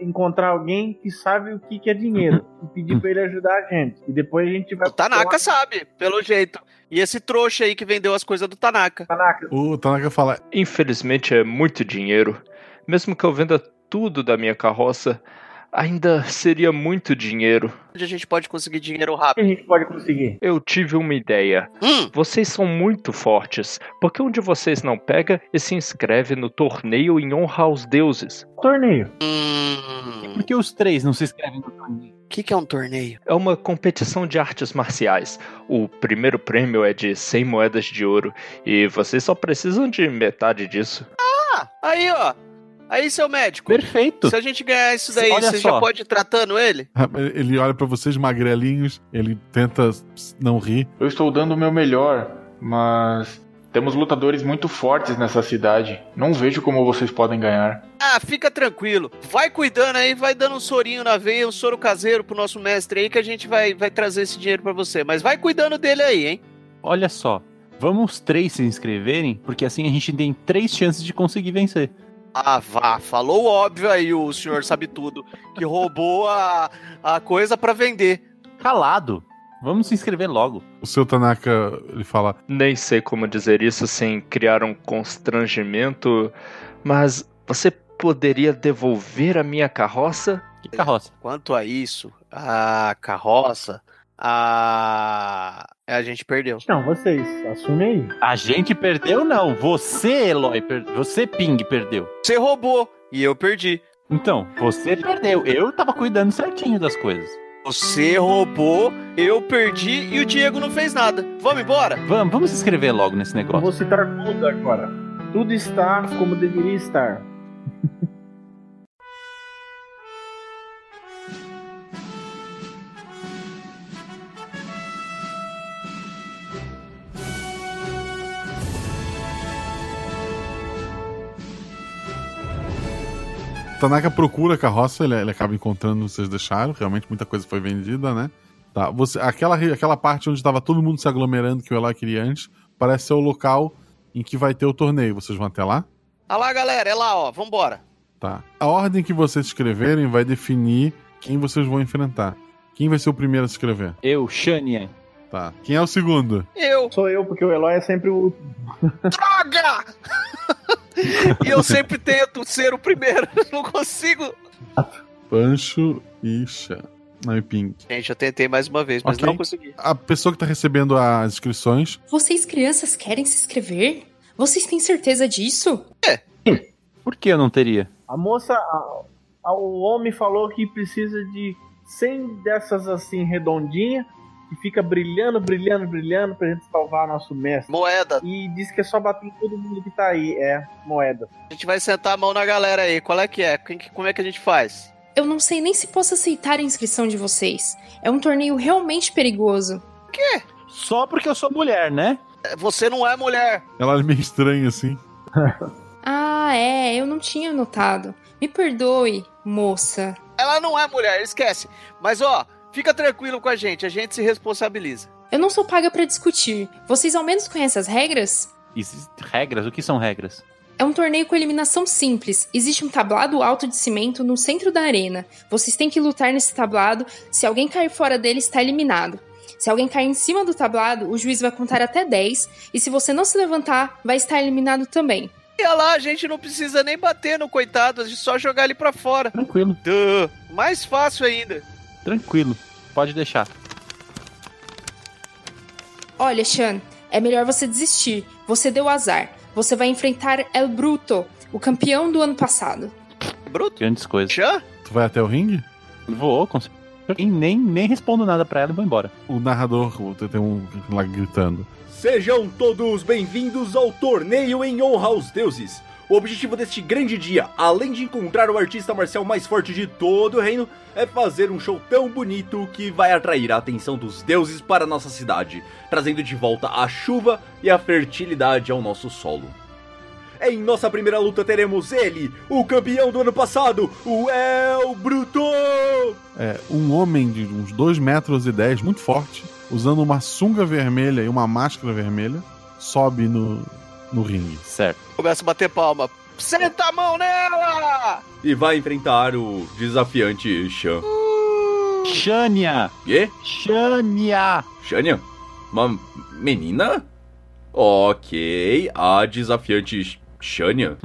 S10: encontrar alguém que sabe o que, que é dinheiro e pedir pra ele ajudar a gente. E depois a gente vai.
S5: O Tanaka sabe, pelo jeito. E esse trouxa aí que vendeu as coisas do Tanaka.
S10: Tanaka.
S2: O Tanaka fala:
S12: Infelizmente é muito dinheiro. Mesmo que eu venda tudo da minha carroça, ainda seria muito dinheiro.
S5: Onde a gente pode conseguir dinheiro
S10: O que a
S5: rápido?
S10: gente pode conseguir?
S12: Eu tive uma ideia.
S5: Hum,
S12: Vocês são muito fortes, porque onde vocês não pega e se inscreve no torneio em honra aos deuses.
S10: Torneio.
S5: hum.
S6: Por que os três não se inscrevem no torneio?
S5: O que, que é um torneio?
S12: É uma competição de artes marciais. O primeiro prêmio é de 100 moedas de ouro e vocês só precisam de metade disso.
S5: Ah, aí ó. Aí, seu médico.
S6: Perfeito.
S5: Se a gente ganhar isso daí,
S6: Olha
S5: você
S6: só.
S5: já pode ir tratando ele?
S2: Ele olha pra vocês magrelinhos, ele tenta não rir.
S14: Eu estou dando o meu melhor, mas temos lutadores muito fortes nessa cidade. Não vejo como vocês podem ganhar.
S5: Ah, fica tranquilo. Vai cuidando aí, vai dando um sorinho na veia, um soro caseiro pro nosso mestre aí, que a gente vai, vai trazer esse dinheiro pra você. Mas vai cuidando dele aí, hein?
S6: Olha só. Vamos os três se inscreverem, porque assim a gente tem três chances de conseguir vencer.
S5: Ah, vá, falou óbvio aí, o senhor sabe tudo. Que roubou a, a coisa pra vender.
S6: Calado. Vamos se inscrever logo.
S2: O seu Tanaka, ele fala:
S12: Nem sei como dizer isso sem criar um constrangimento, mas você poderia devolver a minha carroça?
S6: Que carroça?
S5: Quanto a isso, a carroça, a. é A gente perdeu.
S10: Não, vocês, assumem aí.
S6: A gente perdeu, não. Você, Eloy, per- você, Ping, perdeu.
S5: Você roubou e eu perdi.
S6: Então, você perdeu. Eu tava cuidando certinho das coisas.
S5: Você roubou, eu perdi e o Diego não fez nada. Vamos embora?
S6: Vamos, vamos se inscrever logo nesse
S10: Eu
S6: negócio.
S10: vou citar tudo agora. Tudo está como deveria estar.
S2: Tanaka procura a carroça, ele, ele acaba encontrando, vocês deixaram, realmente muita coisa foi vendida, né? Tá, você, aquela, re- aquela parte onde estava todo mundo se aglomerando que o Eloy queria antes, parece ser o local em que vai ter o torneio. Vocês vão até lá?
S5: Ah lá, galera, é lá, ó, vambora. <laughs>
S2: Tá. A ordem que vocês escreverem vai definir quem vocês vão enfrentar. Quem vai ser o primeiro a se escrever?
S6: Eu, Shania.
S2: Tá. Quem é o segundo?
S5: Eu.
S10: Sou eu, porque o Eloy é sempre o. <laughs>
S5: Droga! e eu sempre tento ser o primeiro, não consigo.
S2: Pancho e Chan. Não, e Ping.
S5: Gente, eu tentei mais uma vez, mas
S2: Ok.
S5: não consegui.
S2: A pessoa que tá recebendo as inscrições,
S15: Vocês crianças querem se inscrever? Vocês têm certeza disso?
S5: É.
S6: Por que eu não teria?
S10: A moça. a- a- o homem falou que precisa de 100 dessas assim redondinha que fica brilhando, brilhando, brilhando pra gente salvar nosso mestre.
S5: Moeda.
S10: E diz que é só bater em todo mundo que tá aí. É, moeda.
S5: A gente vai sentar a mão na galera aí. Qual é que é? Quem que- como é que a gente faz?
S15: Eu não sei nem se posso aceitar a inscrição de vocês. É um torneio realmente perigoso.
S5: Quê?
S6: Só porque eu sou mulher, né?
S5: É, Você não é mulher.
S2: ela é meio estranha assim.
S15: Ah, é, eu não tinha notado. Me perdoe, moça.
S5: Ela não é mulher, esquece. Mas ó, fica tranquilo com a gente, a gente se responsabiliza.
S15: Eu não sou paga pra discutir. Vocês ao menos conhecem as regras?
S6: Existem regras? O que são regras?
S15: É um torneio com eliminação simples. Existe um tablado alto de cimento no centro da arena. Vocês têm que lutar nesse tablado. Se alguém cair fora dele, está eliminado. Se alguém cair em cima do tablado, o juiz vai contar até 10. E se você não se levantar, vai estar eliminado também.
S5: E olha lá, a gente não precisa nem bater no coitado, a gente só jogar ele pra fora.
S6: Tranquilo.
S5: Duh, mais fácil ainda.
S6: Tranquilo. Pode deixar.
S15: Olha, Shan, é melhor você desistir. Você deu azar. Você vai enfrentar El Bruto, o campeão do ano passado.
S6: Grandes coisas.
S2: Tu vai até o ringue?
S6: Vou, com certeza. E nem, nem respondo nada pra ela e vou embora.
S2: O narrador tem um lá gritando.
S16: Sejam todos bem-vindos ao torneio em honra aos deuses. O objetivo deste grande dia, além de encontrar o artista marcial mais forte de todo o reino, é fazer um show tão bonito que vai atrair a atenção dos deuses para nossa cidade, trazendo de volta a chuva e a fertilidade ao nosso solo. Em nossa primeira luta teremos ele, o campeão do ano passado, o El Bruto!
S2: É, um homem de uns 2 metros e 10, muito forte, usando uma sunga vermelha e uma máscara vermelha, sobe no, no ringue.
S6: Certo.
S5: Começa a bater palma. Senta a mão nela!
S16: E vai enfrentar o desafiante Shan.
S6: Shania!
S16: Quê?
S6: Shania!
S16: Shania? Uma menina? Ok, a desafiante Sh- Shania.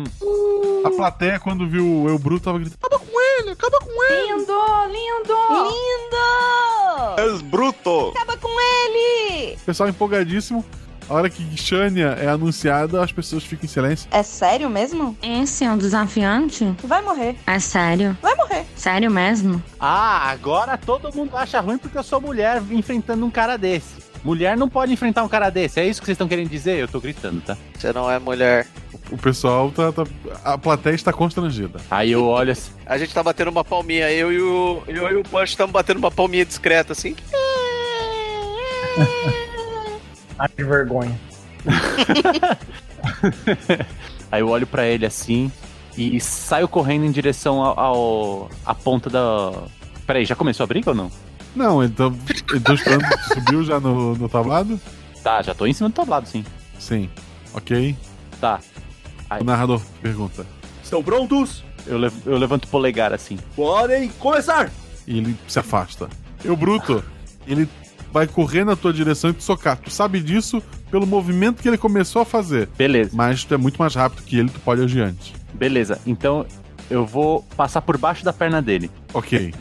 S2: A plateia, quando viu o Eu Bruto, tava gritando.
S1: Acaba com ele, acaba com ele. Lindo, lindo. Lindo.
S2: É Bruto!
S1: Acaba com ele.
S2: Pessoal empolgadíssimo. A hora que Xania é anunciada, as pessoas ficam em silêncio.
S17: É sério mesmo?
S13: Esse é o desafiante?
S17: Vai morrer.
S13: É sério?
S17: Vai morrer.
S13: Sério mesmo?
S6: Ah, agora todo mundo acha ruim porque eu sou mulher enfrentando um cara desse. Mulher não pode enfrentar um cara desse. É isso que vocês estão querendo dizer? Eu tô gritando, tá?
S5: Você não é mulher.
S2: O pessoal tá, tá- A plateia está constrangida.
S6: Aí eu olho assim.
S5: A gente tá batendo uma palminha, eu e o, eu e o Punch estamos batendo uma palminha discreta assim.
S10: Ai, que vergonha.
S6: Aí eu olho pra ele assim e saio correndo em direção ao, ao- à ponta da. Peraí, já começou a briga ou não?
S2: Não, então. Então esperando. <laughs> subiu já no, no tablado?
S6: Tá, já tô em cima do tablado, sim.
S2: Sim. Ok.
S6: Tá.
S2: O narrador pergunta.
S16: Estão prontos?
S6: Eu, lev- eu levanto o polegar assim.
S16: Podem começar!
S2: E ele se afasta. Eu Bruto, ele vai correr na tua direção e te socar. Tu sabe disso pelo movimento que ele começou a fazer.
S6: Beleza.
S2: Mas tu é muito mais rápido que ele, tu pode agir antes.
S6: Beleza, então eu vou passar por baixo da perna dele.
S2: Ok.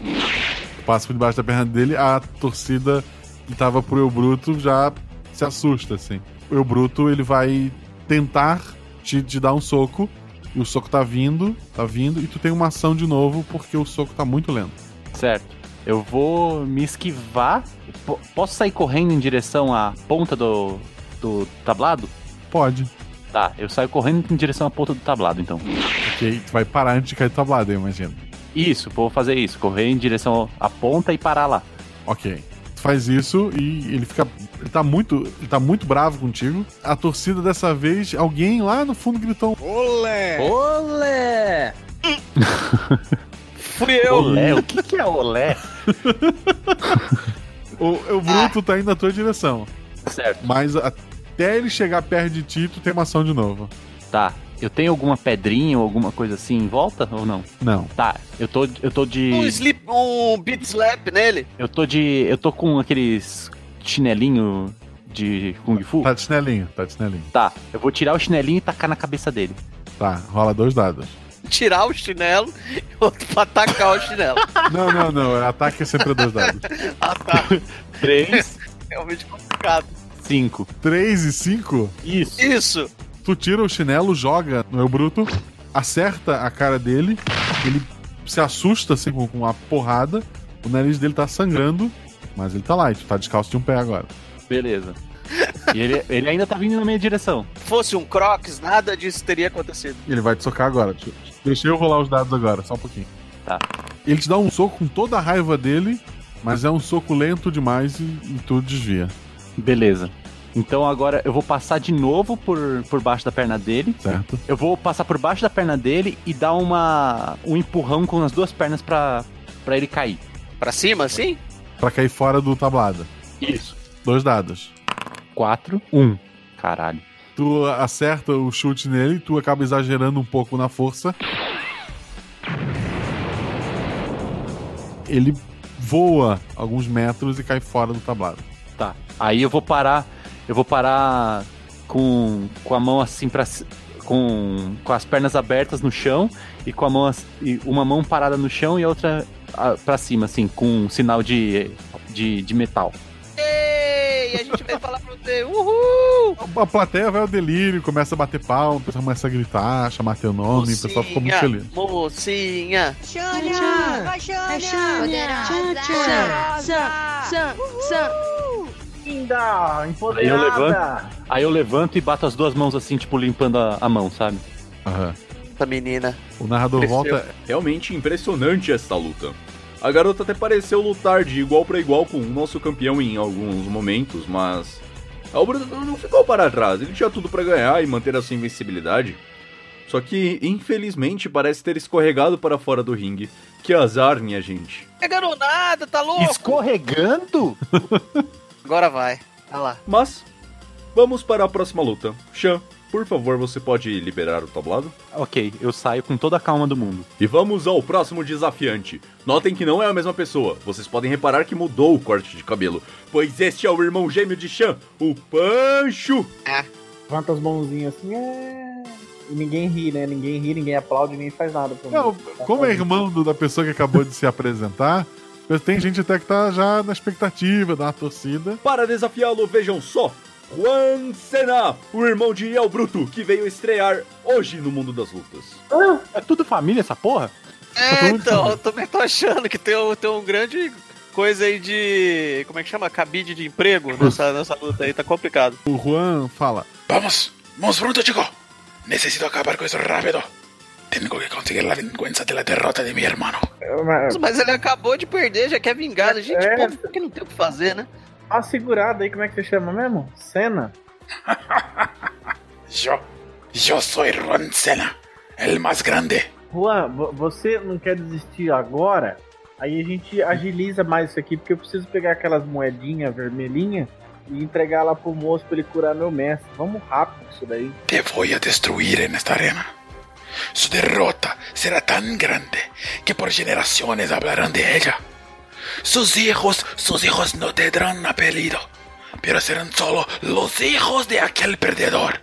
S2: Tu passa por debaixo da perna dele, a torcida que tava pro Eu Bruto já se assusta, assim. O Eu Bruto, ele vai tentar te, te dar um soco, e o soco tá vindo, tá vindo, e tu tem uma ação de novo, porque o soco tá muito lento.
S6: Certo. Eu vou me esquivar. Po- posso sair correndo em direção à ponta do, do tablado?
S2: Pode.
S6: Tá, eu saio correndo em direção à ponta do tablado, então.
S2: Ok, Ah, um tu vai parar antes de cair do tablado, eu imagino.
S6: Isso, vou fazer isso. Correr em direção à ponta e parar lá.
S2: Ok. Tu faz isso e ele fica. Ele tá muito. Ele tá muito bravo contigo. A torcida dessa vez, alguém lá no fundo gritou.
S1: Olé!
S6: Olé!
S5: Fui eu!
S6: Olé, o que, que é olé?
S2: <laughs> O, o Bruto tá indo na tua direção.
S6: Certo.
S2: Mas até ele chegar perto de ti, tu tem uma ação de novo.
S6: Tá. Eu tenho alguma pedrinha ou alguma coisa assim em volta ou não?
S2: Não.
S6: Tá, eu tô, eu tô de.
S5: Um, slip, um beat slap nele.
S6: Eu tô de. Eu tô com aqueles chinelinho de Kung Fu.
S2: Tá de chinelinho, tá de chinelinho.
S6: Tá, eu vou tirar o chinelinho e tacar na cabeça dele.
S2: Tá, rola dois dados.
S5: Tirar o chinelo <laughs> e outro pra atacar o chinelo.
S2: Não, não, não. Ataque é sempre
S6: <laughs>
S2: dois dados.
S5: ah, tá.
S6: Três,
S5: <laughs> Realmente complicado.
S6: cinco.
S2: Três e cinco?
S6: Isso.
S5: Isso.
S2: Tu tira o chinelo, joga no meu bruto, acerta a cara dele, ele se assusta assim com com uma porrada, o nariz dele tá sangrando, mas ele tá lá, e tu tá descalço de um pé agora.
S6: Beleza. E ele, ele ainda tá vindo na minha direção.
S5: Fosse um Crocs, nada disso teria acontecido.
S2: Ele vai te socar agora. Deixa- Deixa eu rolar os dados agora, só um pouquinho.
S6: Tá.
S2: Ele te dá um soco com toda a raiva dele, mas é um soco lento demais e, e tu desvia.
S6: Beleza. Então agora eu vou passar de novo por, por baixo da perna dele.
S2: Certo.
S6: Eu vou passar por baixo da perna dele e dar uma um empurrão com as duas pernas pra, pra ele cair.
S5: Pra cima, assim?
S2: Pra cair fora do tablado.
S6: Isso.
S2: Dois dados.
S6: Quatro, um. Caralho.
S2: Tu acerta o chute nele, tu acaba exagerando um pouco na força. Ele voa alguns metros e cai fora do tablado.
S6: Tá. Aí eu vou parar. Eu vou parar com, com a mão assim pra. ci- Com, com as pernas abertas no chão e com a mão as- e uma mão parada no chão e a outra ah, pra cima, assim, com um sinal de, de, de metal.
S5: Ei, a gente vai falar pra você, uhul!
S2: A- A plateia vai ao delírio, começa a bater palma, o pessoal começa a gritar, chamar teu nome, o pessoal fica muito
S5: Mocinha,
S2: feliz.
S5: Mocinha.
S1: Xana! Vai, Xana! Poderosa!
S4: Linda,
S6: Aí eu levanto,
S4: empoderada.
S6: aí eu levanto e bato as duas mãos assim, tipo, limpando a, a mão, sabe?
S5: Essa menina.
S2: O narrador volta.
S16: Realmente impressionante essa luta. A garota até pareceu lutar de igual para igual com o nosso campeão em alguns momentos, mas a Obra não ficou para trás. Ele tinha tudo para ganhar e manter a sua invencibilidade. Só que, infelizmente, parece ter escorregado para fora do ringue. Que azar, minha gente.
S5: É garonada, tá louco?
S6: Escorregando?
S5: <laughs> Agora vai. Olha lá.
S16: Mas vamos para a próxima luta. Chan, por favor, você pode liberar o tablado?
S6: Ok, eu saio com toda a calma do mundo.
S16: E vamos ao próximo desafiante. Notem que não é a mesma pessoa. Vocês podem reparar que mudou o corte de cabelo, pois este é o irmão gêmeo de Chan, o Pancho.
S5: É.
S10: Levanta as mãozinhas assim, é... E ninguém ri, né? Ninguém ri, ninguém aplaude, ninguém faz nada. tá? Pra
S2: Não,
S10: mim.
S2: como é irmão do- da pessoa que acabou de se apresentar, tem gente até que tá já na expectativa, da torcida.
S16: Para desafiá-lo, vejam só, Juan Sena, o irmão de El Bruto, que veio estrear hoje no mundo das lutas.
S6: É tudo família essa porra? Tá
S5: É, então, eu também tô achando que tem, um- tem um grande coisa aí de. Como é que chama? Cabide de emprego nessa, nessa luta aí, tá complicado.
S2: O Juan fala:
S17: Vamos, vamos pronto, chico. Necesito acabar con eso rápido. Tengo que conseguir la venganza de la derrota de mi hermano.
S5: Mas, mas ele acabou de perder, já quer vingar. Gente,
S10: É.
S5: povo que não tem o que fazer, né?
S10: Tá segurado aí, como é que você chama mesmo? Cena?
S17: Yo, yo soy Ron Sena, el más grande.
S10: Juan, vo- você não quer desistir agora? Aí a gente agiliza mais isso aqui, porque eu preciso pegar aquelas moedinhas vermelhinhas e entregar lá pro moço pra ele curar meu mestre. Vamos rápido com isso daí.
S17: Te voy a destruir en esta arena. Su derrota será tan grande que por generaciones hablarán de ella.
S18: Sus hijos, sus hijos no tendrán apellido, pero serán solo los hijos de aquel perdedor.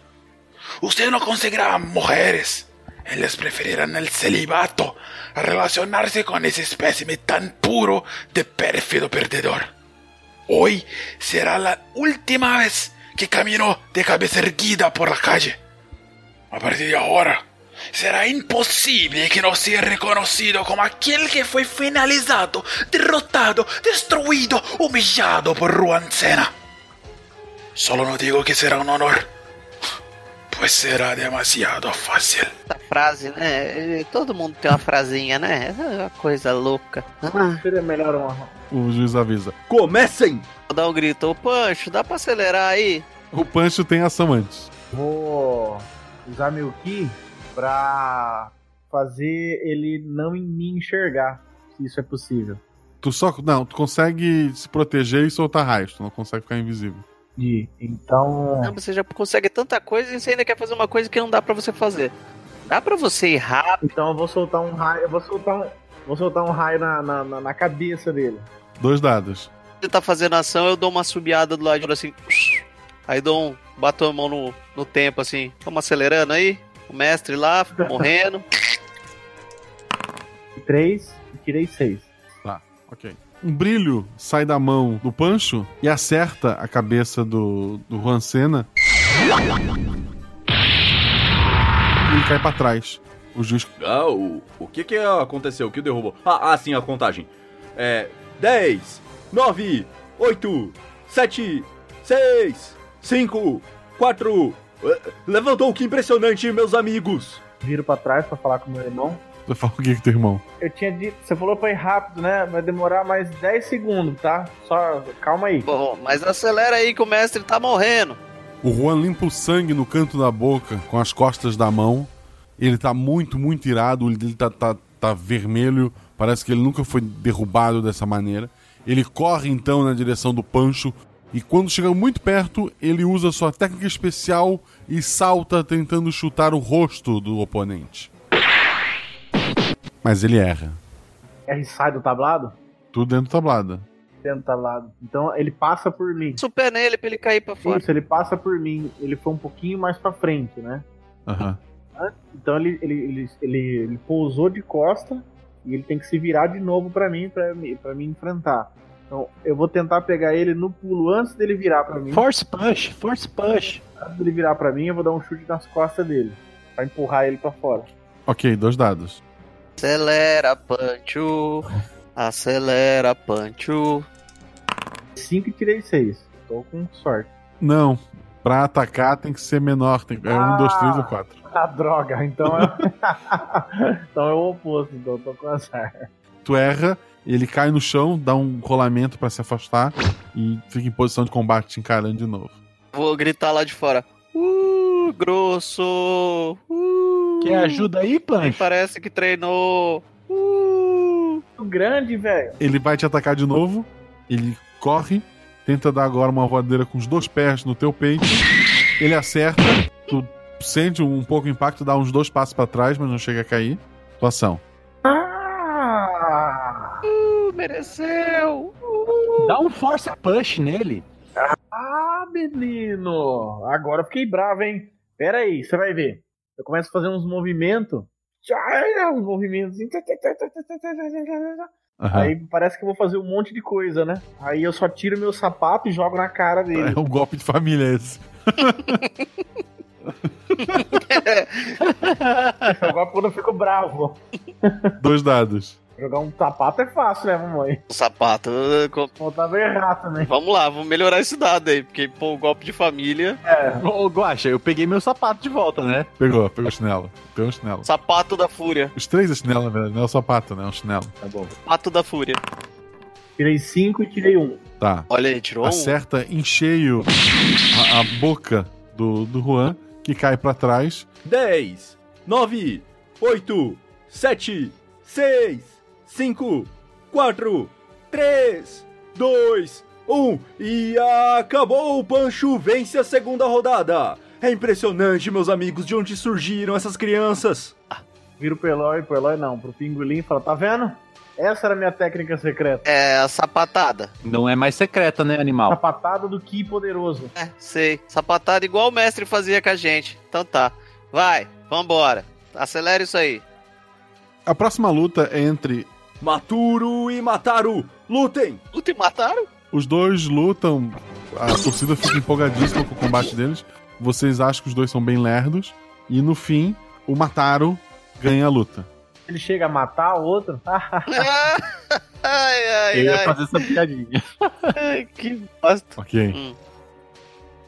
S18: Usted no conseguirá mujeres. Ellas preferirán el celibato a relacionarse con ese espécime tan puro de pérfido perdedor. Hoy será la última vez que camino de cabeza erguida por la calle. A partir de ahora, será imposible que no sea reconocido como aquel que fue finalizado, derrotado, destruido, humillado por Juan Sena. Solo no digo que será un honor, pues será demasiado fácil.
S5: Essa frase, né? Todo mundo tem uma frasinha, né? Essa é uma coisa louca. Ah.
S10: Seria melhor uma.
S2: O juiz avisa.
S16: Comecem!
S5: Vou dar um grito, ô Pancho, dá pra acelerar aí?
S2: O Pancho tem ação antes.
S10: Vou usar meu ki pra fazer ele não me enxergar, se isso é possível.
S2: Tu só. Não, tu consegue se proteger e soltar raios. Tu não consegue ficar invisível.
S10: E, então.
S5: Não, você já consegue tanta coisa e você ainda quer fazer uma coisa que não dá pra você fazer. Dá pra você ir rápido.
S10: Então eu vou soltar um raio. Eu vou soltar um, vou soltar um raio na, na, na- na cabeça dele.
S2: Dois dados.
S5: Você tá fazendo ação, eu dou uma subiada do lado assim. Aí dou um. Bato a mão no, no tempo assim. Vamos acelerando aí. O mestre lá,
S10: <laughs>
S5: morrendo.
S10: Três e tirei seis.
S2: Tá, ok. Um brilho sai da mão do Pancho e acerta a cabeça do, do Juan Cena. Ele cai pra trás. O juiz.
S16: Ah, o, o que que aconteceu? O que derrubou? Ah, ah, sim, a contagem. É. 10, 9, 8, 7, 6, 5, 4. Ah, Levantou, que impressionante, meus amigos!
S10: Viro pra trás pra falar com meu irmão.
S2: Tu fala o que que teu irmão?
S10: Eu tinha dito, você falou pra ir rápido, né? Vai demorar mais 10 segundos, tá? Só calma aí.
S5: Bom, mas acelera aí que o mestre tá morrendo.
S2: O Juan limpa o sangue no canto da boca com as costas da mão. Ele tá muito, muito irado. O olho dele tá, tá, tá vermelho. Parece que ele nunca foi derrubado dessa maneira. Ele corre então na direção do Pancho. E quando chega muito perto, ele usa sua técnica especial e salta tentando chutar o rosto do oponente. Mas ele erra.
S10: R É, sai do tablado?
S2: Tudo dentro da tablada.
S10: Dentro do tablado. Então ele passa por mim.
S5: Super nele pra ele cair pra fora.
S10: Isso, ele passa por mim. Ele foi um pouquinho mais pra frente, né?
S2: Aham.
S10: Então ele, ele, ele, ele, ele pousou de costa e ele tem que se virar de novo pra mim, pra, me- pra me enfrentar. Então eu vou tentar pegar ele no pulo antes dele virar pra mim.
S19: Force push, force push.
S10: Antes dele virar pra mim, eu vou dar um chute nas costas dele. Pra empurrar ele pra fora.
S2: Ok, dois dados.
S5: Acelera, Pancho. Acelera, Pancho.
S10: 5 e tirei 6. Tô com sorte.
S2: Não. Pra atacar tem que ser menor. Tem... É um, dois, três ou quatro.
S10: Ah, droga, então é. <laughs> então é o oposto, então eu tô com azar.
S2: Tu erra, ele cai no chão, dá um rolamento pra se afastar e fica em posição de combate te encarando de novo.
S5: Vou gritar lá de fora. Uh, grosso. Uh.
S19: Quer ajuda aí,
S5: Nem
S19: Pancho?
S5: parece que treinou. Uh.
S10: Muito grande, velho.
S2: Ele vai te atacar de novo, ele corre, tenta dar agora uma voadeira com os dois pés no teu peito. Ele acerta, tu sente um pouco o impacto, dá uns dois passos pra trás, mas não chega a cair. Tua ação.
S10: Ah!
S5: Uh, mereceu.
S19: Dá um force push nele.
S10: Ah, menino! Agora eu fiquei bravo, hein? Pera aí, você vai ver. Eu começo a fazer uns movimentos. Tchá, Uns movimentos. assim, tchá, tchá, tchá, tchá, tchá, tchá, tchá, tchá, tchá, tchá.
S2: Aham.
S10: Aí parece que eu vou fazer um monte de coisa, né? Aí eu só tiro meu sapato e jogo na cara dele.
S2: É um golpe de família esse.
S10: <laughs> Agora quando eu fico bravo.
S2: Dois dados.
S10: Jogar um sapato é fácil, né, mamãe?
S5: O sapato. uh, co-
S10: Faltava errar também.
S5: Vamos lá, vamos melhorar esse dado aí, porque pô, o golpe de família.
S10: É.
S19: Ô, Guaxa, É. eu peguei meu sapato de volta, né?
S2: Pegou, pegou a chinela. Pegou a chinela.
S5: Sapato da fúria.
S2: Os três é chinela, na verdade, não é o sapato, né? É um chinelo.
S10: Tá bom.
S5: Sapato da fúria.
S10: Tirei 5 e tirei 1. Um.
S2: Tá.
S5: Olha aí, tirou um.
S2: Acerta em cheio a, a boca do, do Juan, que cai pra trás.
S16: 10, 9, 8, 7, 6, 5, 4, 3, 2, 1 e acabou! O Pancho vence a segunda rodada! É impressionante, meus amigos, de onde surgiram essas crianças!
S10: é Viro pro Eloy, pro Eloy não, pro Pingulim e fala, tá vendo? Essa era a minha técnica secreta.
S5: É a sapatada.
S6: Não é mais secreta, né, animal?
S10: Sapatada do Ki poderoso.
S5: É, sei. Sapatada igual o mestre fazia com a gente. Então tá. Vai, vambora. Acelera isso aí.
S2: A próxima luta é entre
S16: Maturo e Mataru, lutem!
S5: Lutem e mataram?
S2: Os dois lutam, a torcida fica empolgadíssima com o combate deles. Vocês acham que os dois são bem lerdos. E no fim, o Mataro ganha a luta.
S10: Ele chega a matar o
S5: <laughs>
S10: outro. <laughs>
S5: Ai, ai,
S6: Eu ia
S5: ai.
S6: fazer essa piadinha.
S5: Ai, que bosta.
S2: Ok.
S5: Hum.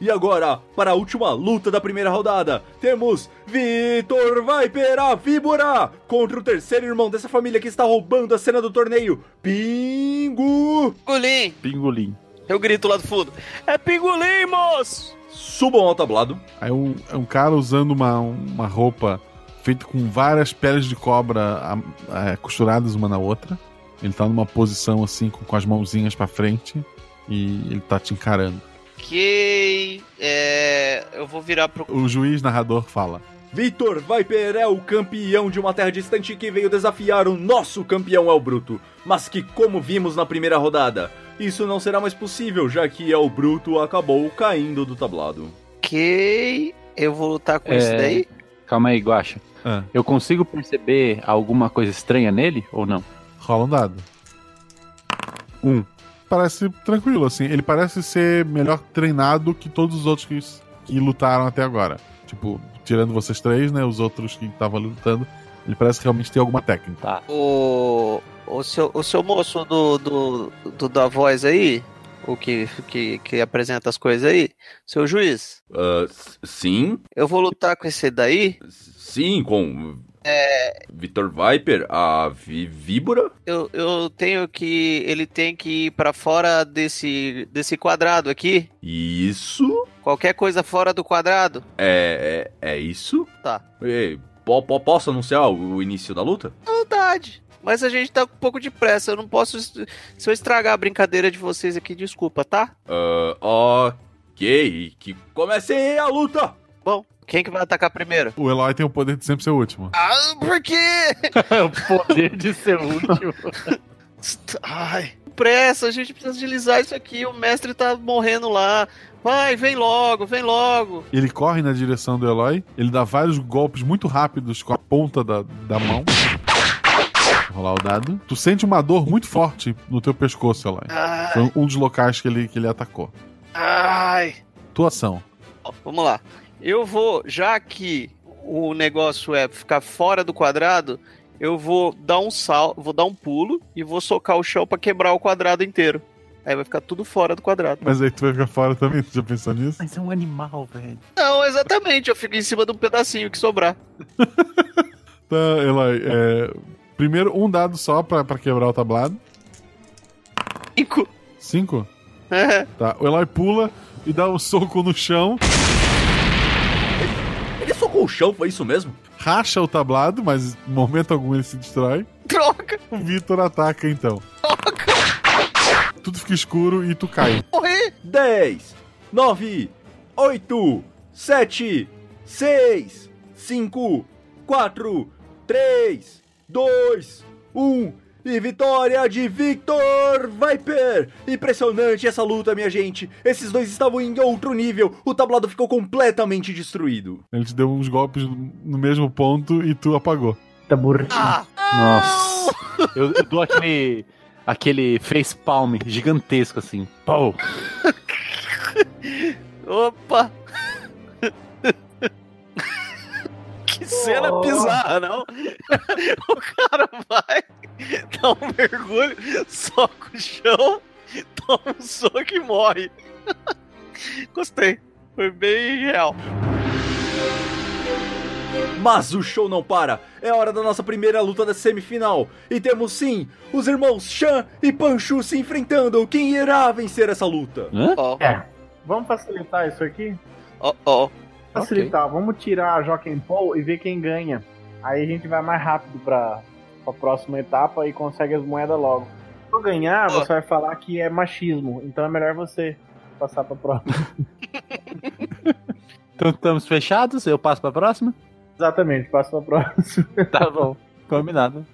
S16: E agora, para a última luta da primeira rodada, temos Vitor Viper a Víbora contra o terceiro irmão dessa família que está roubando a cena do torneio, Pingu!
S5: Pingolim!
S6: Pingolim.
S5: Eu grito lá do fundo. É pingolim, moço!
S16: Subam ao tablado.
S2: Aí um, é um cara usando uma, uma roupa feita com várias peles de cobra a- a- costuradas uma na outra. Ele tá numa posição assim, com, com as mãozinhas pra frente. E ele tá te encarando.
S5: Ok. É, eu vou virar pro.
S2: O juiz narrador fala.
S16: Vitor Viper é o campeão de uma terra distante que veio desafiar o nosso campeão El Bruto, mas que, como vimos na primeira rodada, isso não será mais possível, já que El Bruto acabou caindo do tablado.
S5: Ok. Eu vou lutar
S6: É.
S5: com esse daí?
S6: Calma aí, Guacha.
S2: Ah.
S6: Eu consigo perceber alguma coisa estranha nele ou não?
S2: Rola um dado.
S6: Um.
S2: Parece tranquilo, assim. Ele parece ser melhor treinado que todos os outros que, que lutaram até agora. Tipo, tirando vocês três, né? Os outros que estavam ali lutando. Ele parece realmente ter alguma técnica.
S6: Tá.
S5: O, o, seu, o seu moço do, do, do da voz aí, o que, que, que apresenta as coisas aí, seu juiz,
S20: Ah, s- sim,
S5: eu vou lutar com esse daí.
S20: sim, com
S5: É,
S20: Vitor Viper, a vi víbora.
S5: eu, eu tenho que. Ele tem que ir pra fora desse, desse quadrado aqui.
S20: Isso.
S5: Qualquer coisa fora do quadraado.
S20: É, é, é isso?
S5: Tá.
S20: Ei, po- po- posso anunciar o, o início da luta?
S5: À vontade. Mas a gente tá com um pouco de pressa. Eu não posso. est- Se eu estragar a brincadeira de vocês aqui, desculpa, tá?
S20: Ah, ok, que comece aí a luta!
S5: Bom, quem que vai atacar primeiro?
S2: O Eloy tem o poder de sempre ser o último.
S5: Ah, por quê?
S6: o poder <laughs> de ser o último.
S5: Ai. Pressa, a gente precisa agilizar isso aqui. O mestre tá morrendo lá. Vai, vem logo, vem logo.
S2: Ele corre na direção do Eloy, ele dá vários golpes muito rápidos com a ponta da, da mão. Vou Rolar o dado. Tu sente uma dor muito forte no teu pescoço, Eloy.
S5: Ai.
S2: Foi um dos locais que ele, que ele atacou.
S5: Ai.
S2: Tua ação.
S5: Ó, Vamos lá. Eu vou, já que o negócio é ficar fora do quadrado, eu vou dar um sal, vou dar um pulo e vou socar o chão pra quebrar o quadrado inteiro. Aí vai ficar tudo fora do quadrado.
S2: Mas aí tu vai ficar fora também, tu já pensou nisso?
S6: Mas é um animal, velho.
S5: Não, exatamente, eu fico em cima de um pedacinho que sobrar.
S2: Tá, Eloy, é, primeiro um dado só pra, pra quebrar o tablado.
S5: Cinco.
S2: Cinco? Tá, o Eloy pula e dá um soco no chão,
S16: Ele socou o chão, foi isso mesmo?
S2: racha o tablado, mas em momento algum ele se destrói.
S5: Troca!
S2: O Vitor ataca então. Troca! Tudo fica escuro e tu cai.
S5: Morri!
S16: 10, 9, 8, 7, 6, 5, 4, 3, 2, 1. E vitória de Victor Viper! Impressionante essa luta, minha gente! Esses dois estavam em outro nível, o tablado ficou completamente destruído.
S2: Ele te deu uns golpes no mesmo ponto e tu apagou.
S10: Tá burro.
S6: Nossa. Eu, eu dou aquele. aquele face palm gigantesco assim.
S10: <laughs>
S6: Pau!
S5: Opa! <laughs> que cena bizarra, não? <laughs> o cara vai, <laughs> dá um mergulho, soca o chão, <laughs> toma um soco e morre. <laughs> Gostei. Foi bem real.
S16: Mas o show não para. É hora da nossa primeira luta da semifinal. E temos sim os irmãos Shan e Panchu se enfrentando. Quem irá vencer essa luta?
S5: Ó,
S10: É. Vamos facilitar Ah, isso aqui?
S5: ó, ó.
S10: Facilitar. Vamos tirar a Joaquim Paul e ver quem ganha. Aí a gente vai mais rápido pra, pra próxima etapa e consegue as moedas logo. Se eu ganhar, você vai falar que é machismo. Então é melhor você passar pra próxima. <laughs>
S6: Então estamos fechados, eu passo pra próxima? <laughs>
S10: Exatamente, passa pra próxima.
S6: Tá bom, combinado.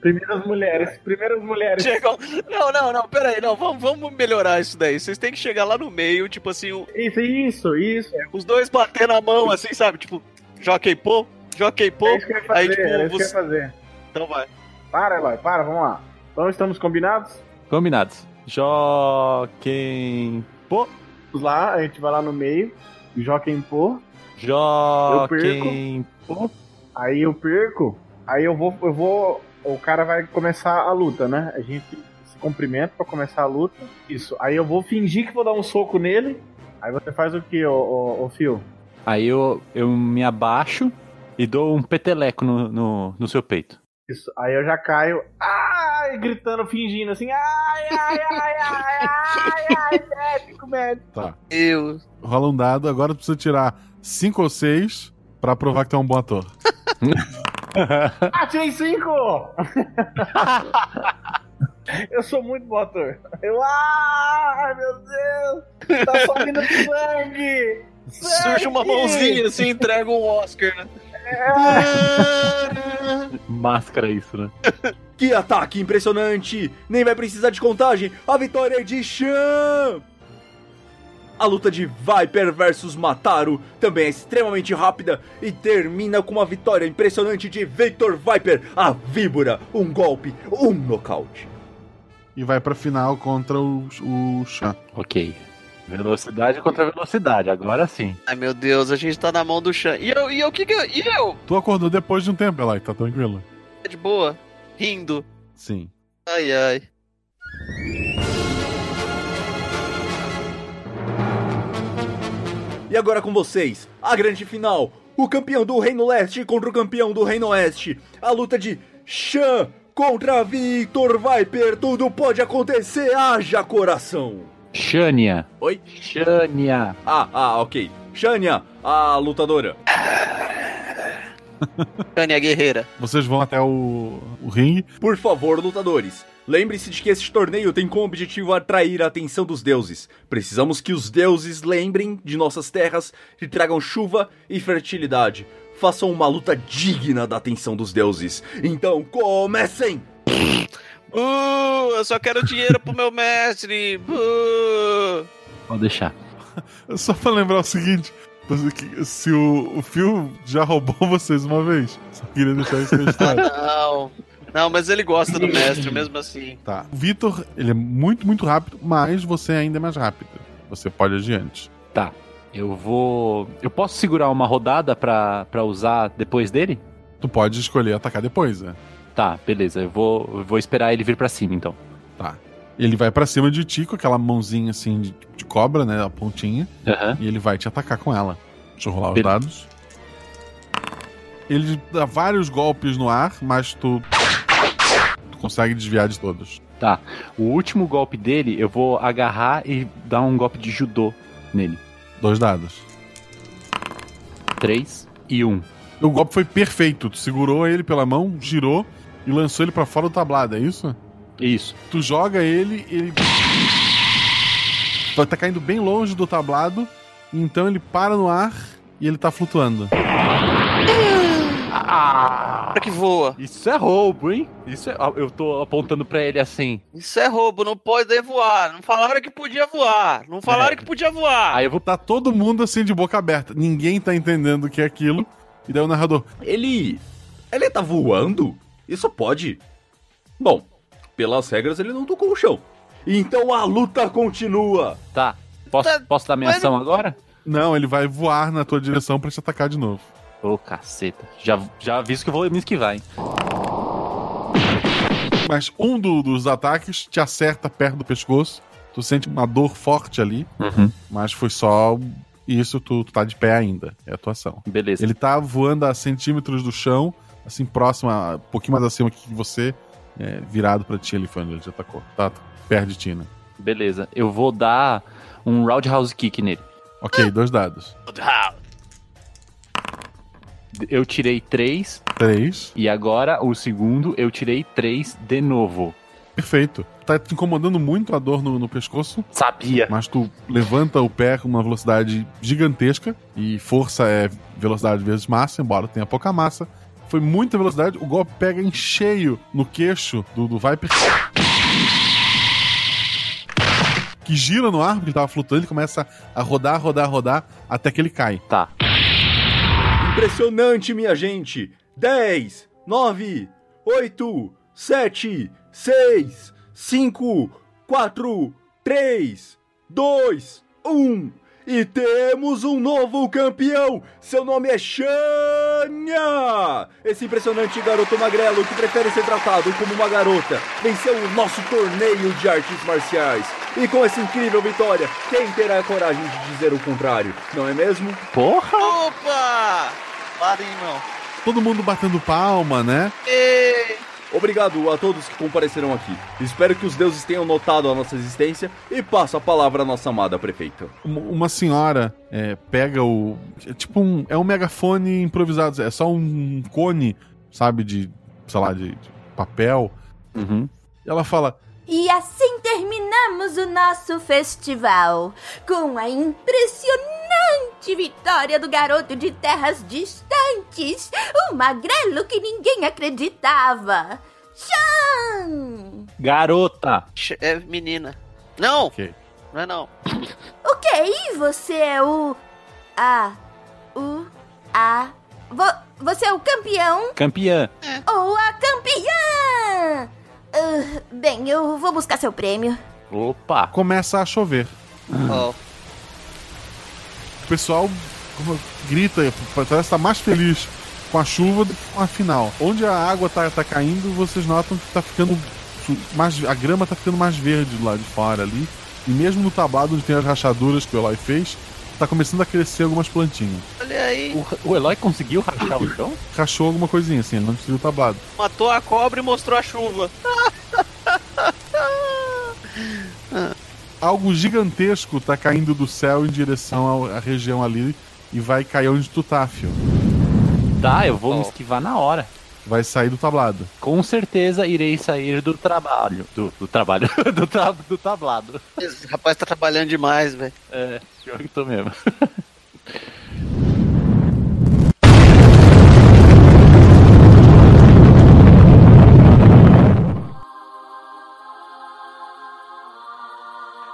S10: Primeiras mulheres, primeiras mulheres.
S18: Chegam. Não, não, não, peraí, não, vamos, vamos melhorar isso daí. Vocês têm que chegar lá no meio, tipo assim. o-
S10: Isso, isso, isso.
S18: Os dois batendo a mão, assim, sabe? Tipo, jockey pô, jockey pô.
S10: É isso que eu ia fazer,
S18: aí, tipo,
S10: era isso que eu ia
S18: você-
S10: fazer.
S18: Então vai.
S10: Para, Eloy, para, vamos lá. Então estamos combinados?
S6: Combinados. Joquem Pô.
S10: Lá, a gente vai lá no meio, Joquem Pô. Eu
S6: Joquem
S10: perco. Aí eu perco, aí eu vou, eu vou. O cara vai começar a luta, né? A gente se cumprimenta pra começar a luta. Isso. Aí eu vou fingir que vou dar um soco nele. Aí você faz o que, ô, ô, ô Fio?
S6: Aí eu, eu me abaixo e dou um peteleco no, no, no seu peito.
S10: Isso. Aí eu já caio, ai, gritando, fingindo
S18: <laughs>
S10: assim, ai, ai, ai, ai, ai, ai, médico, médico.
S2: Tá.
S18: Eu.
S2: Rola um dado, agora tu precisa tirar 5 ou 6 pra provar que tu é um bom ator.
S10: Ah, tirei
S18: <laughs>
S10: cinco! eu sou muito bom ator. Eu, ai, meu Deus, tá subindo sangue!
S18: Surge uma mãozinha assim entrega um Oscar, né?
S10: É.
S6: Máscara isso, né?
S16: <laughs> Que ataque impressionante! Nem vai precisar de contagem. A vitória é de Chan! A luta de Viper versus Mataru também é extremamente rápida e termina com uma vitória impressionante de Victor Viper, a víbora, um golpe, <laughs> um nocaute.
S2: E vai pra final contra o, o Chan.
S6: Ok. Velocidade contra velocidade, agora sim.
S5: Ai meu Deus, a gente tá na mão do Chan. E eu, e eu, que que eu, e eu?
S2: Tu acordou depois de um tempo, Eloy, tá tranquilo?
S5: Tá De boa, rindo.
S2: Sim.
S5: Ai ai.
S16: E agora com vocês, a grande final. O campeão do Reino Leste contra o campeão do Reino Oeste. A luta de Chan contra Victor Viper. Tudo pode acontecer, haja coração.
S6: Xania.
S16: Oi?
S6: Xania.
S16: Ah, ah, ok. Shania, a lutadora.
S5: Shania guerreira.
S2: Vocês vão até o, o ringue.
S16: Por favor, lutadores, lembre-se de que esse torneio tem como objetivo atrair a atenção dos deuses. Precisamos que os deuses lembrem de nossas terras e tragam chuva e fertilidade. Façam uma luta digna da atenção dos deuses. Então comecem!
S18: Uh, eu só quero dinheiro pro meu mestre. Uh.
S6: Pode deixar.
S2: Só pra lembrar o seguinte: se o, o Phil já roubou <laughs> vocês uma vez, só queria deixar isso registrado.
S5: <laughs> Não. Não, mas ele gosta do mestre mesmo assim.
S2: Tá. O Vitor, ele é muito, muito rápido, mas você ainda é mais rápido. Você pode adiante.
S6: Tá. Eu vou. Eu posso segurar uma rodada pra, pra usar depois dele?
S2: Tu pode escolher atacar depois, né?
S6: Tá, beleza. Eu vou, eu vou esperar ele vir pra cima, então.
S2: Tá. Ele vai pra cima de ti com aquela mãozinha assim de, de cobra, né? A pontinha.
S6: Aham.
S2: E ele vai te atacar com ela. Deixa eu rolar os
S6: Beleza.
S2: dados. Ele dá vários golpes no ar, mas tu. Tu consegue desviar de todos.
S6: Tá. O último golpe dele, eu vou agarrar e dar um golpe de judô nele.
S2: Dois dados.
S6: Três e um.
S2: O golpe foi perfeito. Tu segurou ele pela mão, girou e lançou ele pra fora do tablado, é isso?
S6: Isso.
S2: Tu joga ele, ele. Vai tá caindo bem longe do tablado, então ele para no ar e ele tá flutuando.
S6: Ah!
S5: que voa.
S6: Isso é roubo, hein? Isso é. ah, Eu tô apontando pra ele assim.
S5: Isso é roubo, não pode voar. Não falaram que podia voar. Não falaram
S17: É.
S5: que podia voar.
S6: Aí eu vou.
S2: Tá todo mundo assim de boca aberta. Ninguém tá entendendo o que é aquilo. E daí o narrador.
S16: Ele. Ele tá voando? Isso pode? Bom, pelas regras ele não tocou o chão. Então a luta continua.
S6: Tá. Posso, posso dar minha
S16: mas-
S6: ação agora?
S2: Não, ele vai voar na tua direção pra te atacar de novo.
S6: Ô, caceta. Já, já aviso que eu vou me esquivar, hein?
S2: Mas um do- dos ataques te acerta perto do pescoço. Tu sente uma dor forte ali.
S6: Uhum.
S2: Mas foi só isso, tu, tu tá de pé ainda. É a tua ação.
S6: Beleza.
S2: Ele tá voando a centímetros do chão, assim, próximo, a, um pouquinho mais acima que você, é, virado pra ti, ele foi onde ele te atacou. Tá perto de ti, né?
S6: Beleza. Eu vou dar um roundhouse kick nele.
S2: Ok, dois dados.
S6: Eu tirei três.
S2: Três.
S6: E agora o segundo eu tirei três de novo.
S2: Perfeito. Tá te incomodando muito a dor no, no pescoço.
S6: Sabia.
S2: Mas tu levanta o pé com uma velocidade gigantesca. E força é velocidade vezes massa, embora tenha pouca massa. Foi muita velocidade, o golpe pega em cheio no queixo do, do Viper. Que gira no ar, porque ele tava flutuando, ele começa a rodar, rodar, rodar, até que ele cai.
S6: Tá.
S16: Impressionante, minha gente! 10, 9, 8, 7, 6, 5, 4, 3, 2, 1. E temos um novo campeão! Seu nome é Xania! Esse impressionante garoto magrelo que prefere ser tratado como uma garota venceu o nosso torneio de artes marciais. E com essa incrível vitória, quem terá a coragem de dizer o contrário? Não é mesmo?
S6: Porra!
S5: Opa! Parem, não.
S2: Todo mundo batendo palma, né?
S16: Obrigado a todos que compareceram aqui. Espero que os deuses tenham notado a nossa existência e passo a palavra à nossa amada prefeita.
S2: Uma, uma senhora é, pega o. É tipo um. É um megafone improvisado. É só um cone, sabe, de. sei lá, de, de papel. E ela fala:
S21: E assim terminamos o nosso festival com a impressionante vitória do garoto de terras distantes, o magrelo que ninguém acreditava. Chan!
S6: Garota!
S5: É menina. Não! Não é não.
S21: O que? E você é o a o a vo, você é o campeão
S6: Campeã.
S21: ou a campeã? Ah, bem, eu vou buscar seu prêmio.
S6: Opa!
S2: Começa a chover. O pessoal como, grita, parece estar mais feliz com a chuva do que com a final. Onde a água tá, tá caindo, vocês notam que tá ficando su- mais, a grama tá ficando mais verde do lado de fora ali. E mesmo no tablado onde tem as rachaduras que o Eloy fez, tá começando a crescer algumas plantinhas.
S5: Olha aí.
S6: O, o Eloy conseguiu rachar o chão?
S2: Rachou alguma coisinha assim, ele não destruiu o tablado.
S5: Matou a cobra e mostrou a chuva.
S2: É. Algo gigantesco tá caindo do céu em direção ao- à região ali e vai cair onde tu tá, fio.
S6: Tá, eu vou me esquivar na hora.
S2: Vai sair do tablado.
S6: Com certeza irei sair do trabalho. Do, do trabalho. <laughs> do, tra- do tablado.
S5: Esse rapaz tá trabalhando demais, velho.
S6: É, pior que tô mesmo.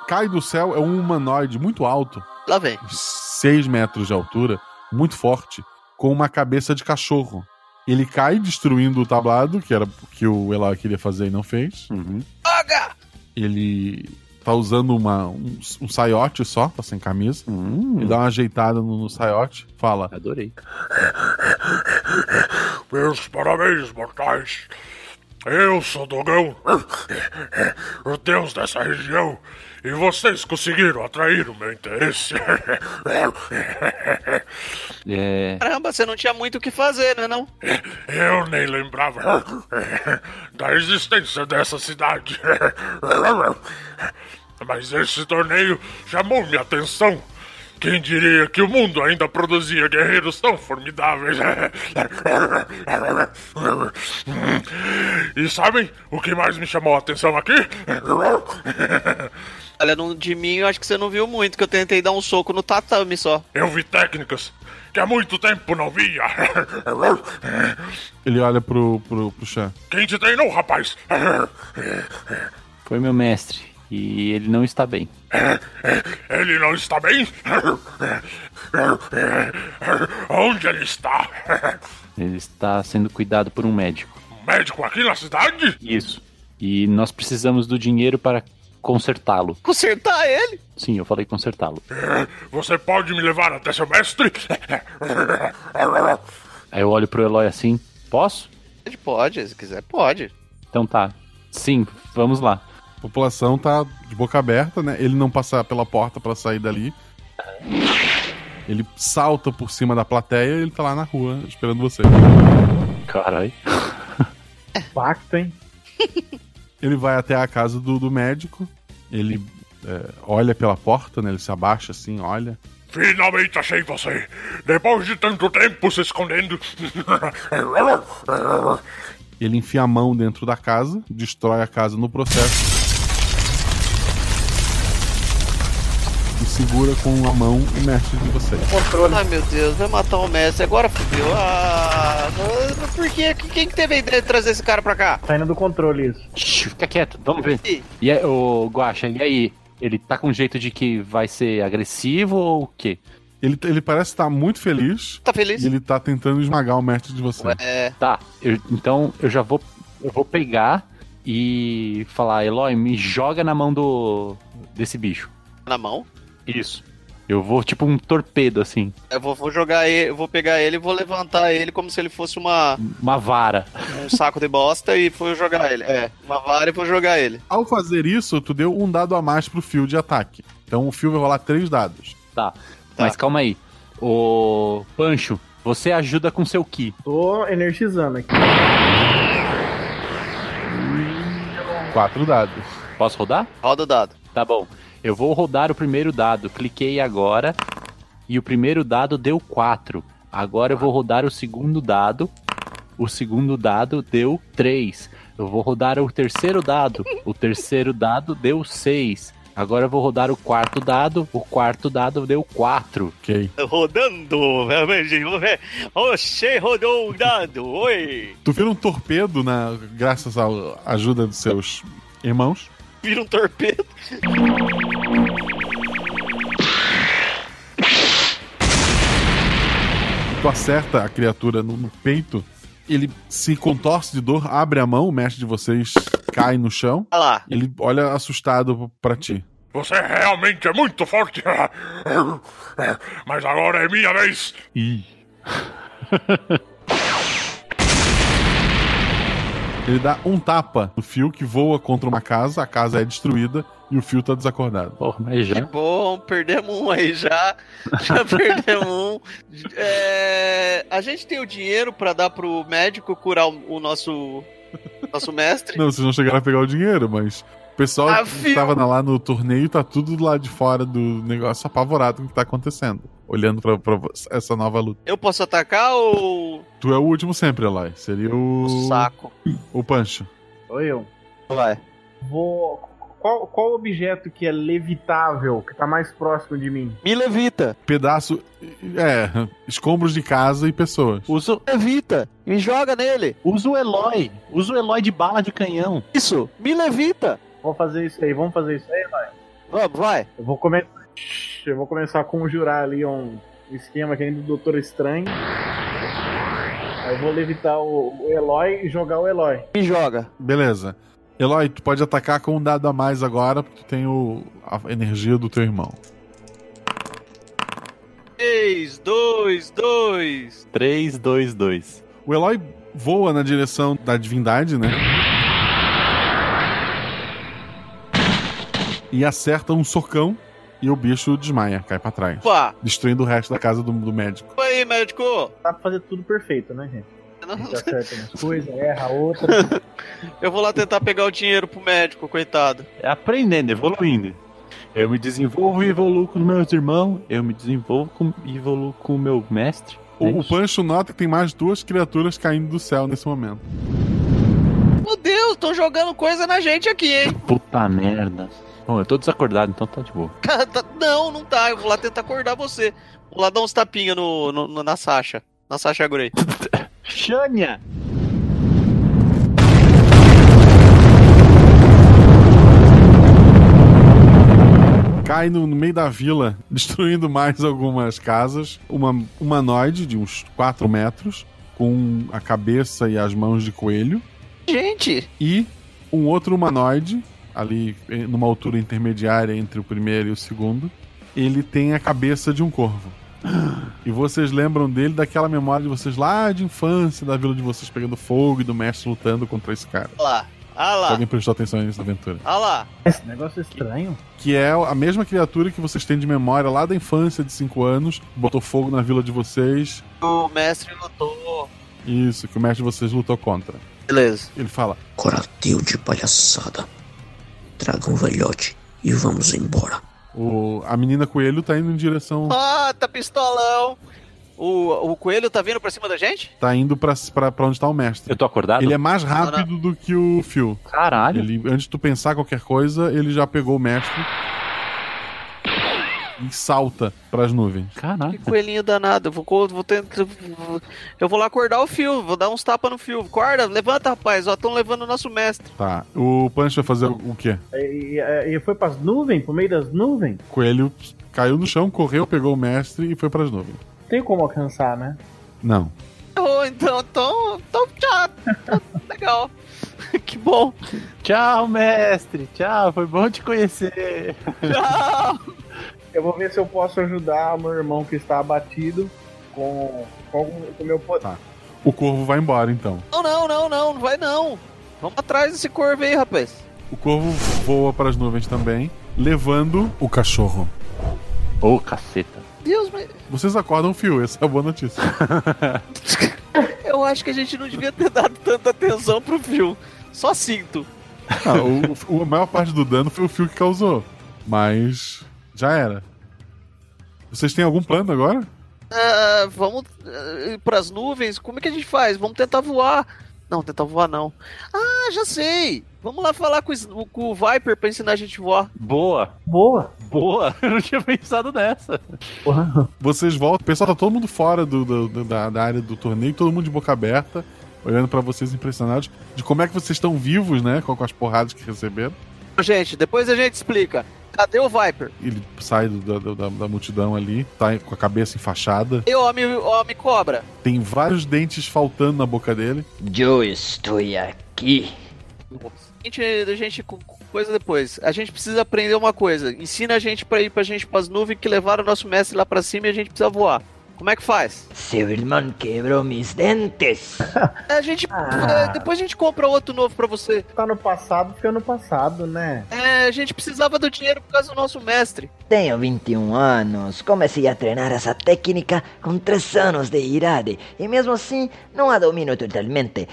S2: Cai do céu é um humanoide muito alto.
S5: Lá vem.
S2: 6 metros de altura, muito forte, com uma cabeça de cachorro. Ele cai destruindo o tablado, que era o que o Eloy queria fazer e não fez. Ele tá usando uma, um, um saiote só, tá sem camisa. Ele dá uma ajeitada no, no saiote, fala.
S6: Adorei.
S17: Meus parabéns, mortais. Eu sou Dogão, o deus dessa região, e vocês conseguiram atrair o meu interesse.
S6: É.
S5: Caramba, você não tinha muito o que fazer, né não?
S17: Eu nem lembrava <laughs> da existência dessa cidade. <laughs> Mas esse torneio chamou minha atenção. Quem diria que o mundo ainda produzia guerreiros tão formidáveis? <laughs> E sabem o que mais me chamou a atenção aqui?
S5: Olha, no, de mim eu acho que você não viu muito, que eu tentei dar um soco no tatame só.
S17: Eu vi técnicas que há muito tempo não via. <laughs>
S2: Ele olha pro, pro, pro Chan.
S6: É,
S17: Quem te treinou, rapaz? <laughs>
S6: Foi meu mestre. E ele não está
S5: <laughs>
S6: bem.
S17: Ele não está bem? Onde ele está?
S6: Ele está sendo cuidado por um médico.
S17: Um médico aqui na cidade?
S6: Isso. E nós precisamos do dinheiro para consertá-lo.
S5: Consertar ele?
S6: Sim, eu falei consertá-lo.
S17: Você pode me levar até seu mestre?
S6: Aí eu olho pro Eloy assim: Posso?
S5: Ele pode, se quiser, pode.
S6: Então tá. Sim, vamos lá.
S2: A população tá de boca aberta, né? Ele não passa pela porta pra sair dali. Ele salta por cima da plateia e ele tá lá na rua esperando você.
S6: Caralho.
S10: Impacto, hein?
S2: <laughs> Ele vai até a casa do, do médico. Ele é, olha pela porta, né? Ele se abaixa assim, olha.
S17: Finalmente achei você! Depois de tanto tempo se escondendo.
S2: Ele enfia a mão dentro da casa, destrói a casa no processo. O segura com a mão o mestre de vocês.
S5: Ai meu Deus, vai matar o Messi, agora fudeu. Ah, não- por quê? Quem que teve a ideia de trazer esse cara pra cá?
S10: Tá indo do controle isso.
S6: Fica quieto, vamos ver. E aí, o Guaxa, e aí? Ele tá com jeito de que vai ser agressivo ou o quê?
S2: Ele, ele parece estar muito feliz.
S5: Tá feliz?
S2: E ele tá tentando esmagar o mestre de vocês.
S5: É.
S6: Tá, eu- então eu já vou. Eu vou pegar e falar, Eloy, me joga na mão do. desse bicho.
S5: Na mão?
S6: Isso. Eu vou tipo um torpedo, assim.
S5: Eu vou, vou jogar ele, eu vou pegar ele e vou levantar ele como se ele fosse uma,
S6: Uma vara.
S5: um saco de bosta e vou jogar ele. É, uma vara e vou jogar ele.
S2: Ao fazer isso, tu deu um dado a mais pro fio de ataque. Então o fio vai rolar três dados.
S6: Tá. Mas calma aí. Ô. Pancho, você ajuda com seu ki.
S10: Tô energizando aqui.
S2: Quatro dados.
S6: Posso rodar?
S5: Roda o dado.
S6: Tá bom. Eu vou rodar o primeiro dado. Cliquei agora. E o primeiro dado deu 4. Agora eu vou rodar o segundo dado. O segundo dado deu 3. Eu vou rodar o terceiro dado. O terceiro dado deu 6. Agora eu vou rodar o quarto dado. O quarto dado deu 4.
S2: Ok.
S18: Rodando, realmente. Você rodou um dado, oi.
S2: Tu vira um torpedo, na, graças à ajuda dos seus irmãos.
S18: Vira um torpedo.
S2: Tu acerta a criatura no, no peito. Ele se contorce de dor, abre a mão, o mestre de vocês cai no chão.
S5: Ah lá.
S2: Ele olha assustado pra ti.
S17: Você realmente é muito forte. Mas agora é minha vez.
S2: Ih. <laughs> Ele dá um tapa no fio que voa contra uma casa, a casa é destruída e o fio tá desacordado.
S6: Porra, mas
S5: Que bom, perdemos um aí já. <laughs> Já perdemos um. É, a gente tem o dinheiro pra dar pro médico curar o, o nosso nosso mestre.
S2: Não, vocês não chegaram a pegar o dinheiro, mas o pessoal
S5: Ah,
S2: que
S5: fio.
S2: tava na- lá no torneio tá tudo lá de fora do negócio apavorado com o que tá acontecendo. Olhando pra, pra essa nova luta.
S5: Eu posso atacar ou
S2: Tu é o último sempre, Eloy. Seria o. O
S5: saco.
S2: O Pancho.
S10: Sou eu.
S5: Vai.
S10: Vou. Qual, qual objeto que é levitável, que tá mais próximo de mim?
S5: Me levita.
S2: Pedaço. É, escombros de casa e pessoas.
S5: Usa o levita. Me joga nele.
S6: Usa o Eloy. Usa o Eloy de bala de canhão.
S5: Isso. Me levita.
S10: Vamos fazer isso aí, vamos fazer isso aí, vai.
S5: Vamos, vai.
S10: Eu vou começar. Eu vou começar a conjurar ali um esquema que nem do Doutor Estranho. Aí eu vou levitar o, o Eloy e jogar o Eloy.
S5: Me joga.
S2: Beleza. Eloy, tu pode atacar com um dado a mais agora, porque tu tem o, a energia do teu irmão.
S5: 3, 2, 2.
S6: 3, 2, 2.
S2: O Eloy voa na direção da divindade, né? E acerta um socão e o bicho desmaia, cai pra trás.
S5: Opa!
S2: Destruindo o resto da casa do, do médico.
S5: Aí, médico.
S10: Dá pra fazer tudo perfeito, né, gente?
S5: A
S10: gente acerta né? umas coisas, erra outra.
S5: <laughs> Eu vou lá tentar pegar o dinheiro pro médico, coitado.
S6: É aprendendo, evoluindo. Eu me desenvolvo e evoluo com meus irmãos, eu me desenvolvo com- e evoluo com o meu mestre.
S2: O, o Pancho nota que tem mais duas criaturas caindo do céu nesse momento.
S5: Meu Deus, estão jogando coisa na gente aqui, hein?
S6: Puta merda. Bom, eu tô desacordado, então tá de boa.
S5: Cara, tá- Não, não tá. Eu vou lá tentar acordar você. Vou lá dar uns tapinha no, no- no- na Sasha. Na Sasha Grey.
S6: Xânia!
S2: Cai no, no meio da vila, <laughs> destruindo mais algumas casas. Uma humanoide de uns 4 metros, com a cabeça e as mãos de coelho.
S5: Gente!
S2: E um outro humanoide, ali eh, numa altura intermediária entre o primeiro e o segundo. Ele tem a cabeça de um corvo. E vocês lembram dele daquela memória de vocês lá de infância, da vila de vocês pegando fogo e do mestre lutando contra esse cara.
S5: Olha lá. Olha
S2: Se
S5: lá.
S2: alguém prestou atenção nessa aventura.
S5: <laughs> Olha lá.
S10: Esse negócio é estranho.
S2: Que é a mesma criatura que vocês têm de memória lá da infância de 5 anos, que botou fogo na vila de vocês.
S5: O mestre lutou.
S2: Isso, que o mestre de vocês lutou contra.
S5: Beleza.
S2: Ele fala:
S22: Coratil de palhaçada. Traga um velhote e vamos embora.
S2: o, a menina coelho tá indo em direção.
S5: Ah, tá pistolão. O, o coelho tá vindo pra cima da gente?
S2: Tá indo pra, pra, pra onde tá o mestre.
S6: Eu tô acordado?
S2: Ele é mais rápido do que o fio.
S6: Caralho.
S2: Ele, antes de tu pensar qualquer coisa, ele já pegou o mestre. e salta pras nuvens.
S6: Caraca.
S5: Coelhinho danado. Eu vou, co- vou tentar- eu vou lá acordar o fio, vou dar uns tapas no fio. Acorda, levanta, rapaz. Ó, estão levando o nosso mestre.
S2: Tá. O Punch vai fazer o quê?
S10: E, e- e foi pras nuvens, pro meio das nuvens?
S2: Coelho caiu no chão, correu, pegou o mestre e foi pras nuvens.
S10: Tem como alcançar, né?
S2: Não.
S5: Oh, então, tô, tô, tchau. Tô <laughs> legal. que bom.
S6: Tchau, mestre. Tchau, foi bom te conhecer.
S10: Eu vou ver se eu posso ajudar meu irmão que está abatido com com algum- com o meu poder.
S6: Tá.
S2: O corvo vai embora então.
S5: Não, não, não, não, não vai não. Vamos atrás desse corvo aí, rapaz.
S2: O corvo voa pras nuvens também, levando o cachorro.
S6: Ô, caceta.
S5: Deus, mas
S2: Vocês acordam fio, essa é a
S6: <laughs>
S2: boa notícia.
S5: eu acho que a gente não devia ter dado tanta atenção pro fio. Só sinto.
S2: Ah, o, o- a maior parte do dano foi o fio que causou. Mas já era. Vocês têm algum plano agora?
S5: Ah, vamos ah, ir pras nuvens? Como é que a gente faz? Vamos tentar voar. Não, tentar voar não. Ah, já sei. Vamos lá falar com, o Sn- com o Viper pra ensinar a gente a voar.
S6: Boa.
S10: Boa.
S6: Boa. <laughs> Eu não tinha pensado nessa.
S2: Vocês voltam, o pessoal tá todo mundo fora do- do- do- da, da área do torneio, todo mundo de boca aberta, olhando pra vocês impressionados de como é que vocês estão vivos, né? Com, com as porradas que receberam.
S5: Gente, depois a gente explica. Cadê o Viper?
S2: Ele sai do- da, da- da- da multidão ali, tá com a cabeça enfaixada.
S5: E o homem, o homem cobra.
S2: Tem vários dentes faltando na boca dele.
S8: Eu estou aqui.
S5: A gente, a gente co- coisa depois. A gente precisa aprender uma coisa. Ensina a gente pra ir pra gente pras nuvens que levaram o nosso mestre lá pra cima e a gente precisa voar. Como é que faz?
S8: Seu irmão quebrou meus dentes.
S5: <laughs> A gente. é, depois a gente compra outro novo pra você.
S10: Ah. Tá no passado, fica no passado, né?
S5: É, a gente precisava do dinheiro por causa do nosso mestre.
S8: Tenho 21 anos. Comecei a treinar essa técnica com 3 anos de idade e mesmo assim não a domino totalmente.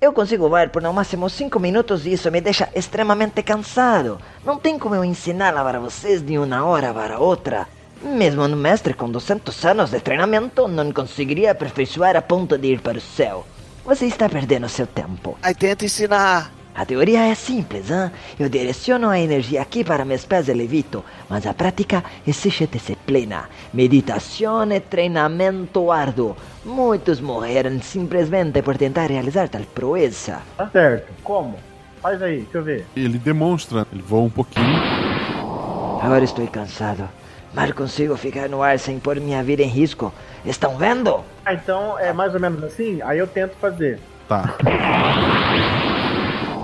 S8: Eu consigo voar por no máximo 5 minutos e isso me deixa extremamente cansado. Não tem como eu ensiná-la para vocês de uma hora para outra. Mesmo um mestre com 200 anos de treinamento não conseguiria aperfeiçoar a ponto de ir para o céu. Você está perdendo seu tempo.
S5: Aí tenta ensinar.
S8: A teoria é simples, hein? Eu direciono a energia aqui para meus pés e levito, mas a prática exige disciplina, meditação e treinamento árduo. Muitos morreram simplesmente por tentar realizar tal proeza.
S10: Tá certo. Como? Faz aí, deixa eu ver.
S2: Ele demonstra, ele voa um pouquinho.
S8: Agora estou cansado. Mal consigo ficar no ar sem pôr minha vida em risco. Estão vendo?
S10: Ah, então é mais ou menos assim? Aí eu tento fazer.
S2: Tá.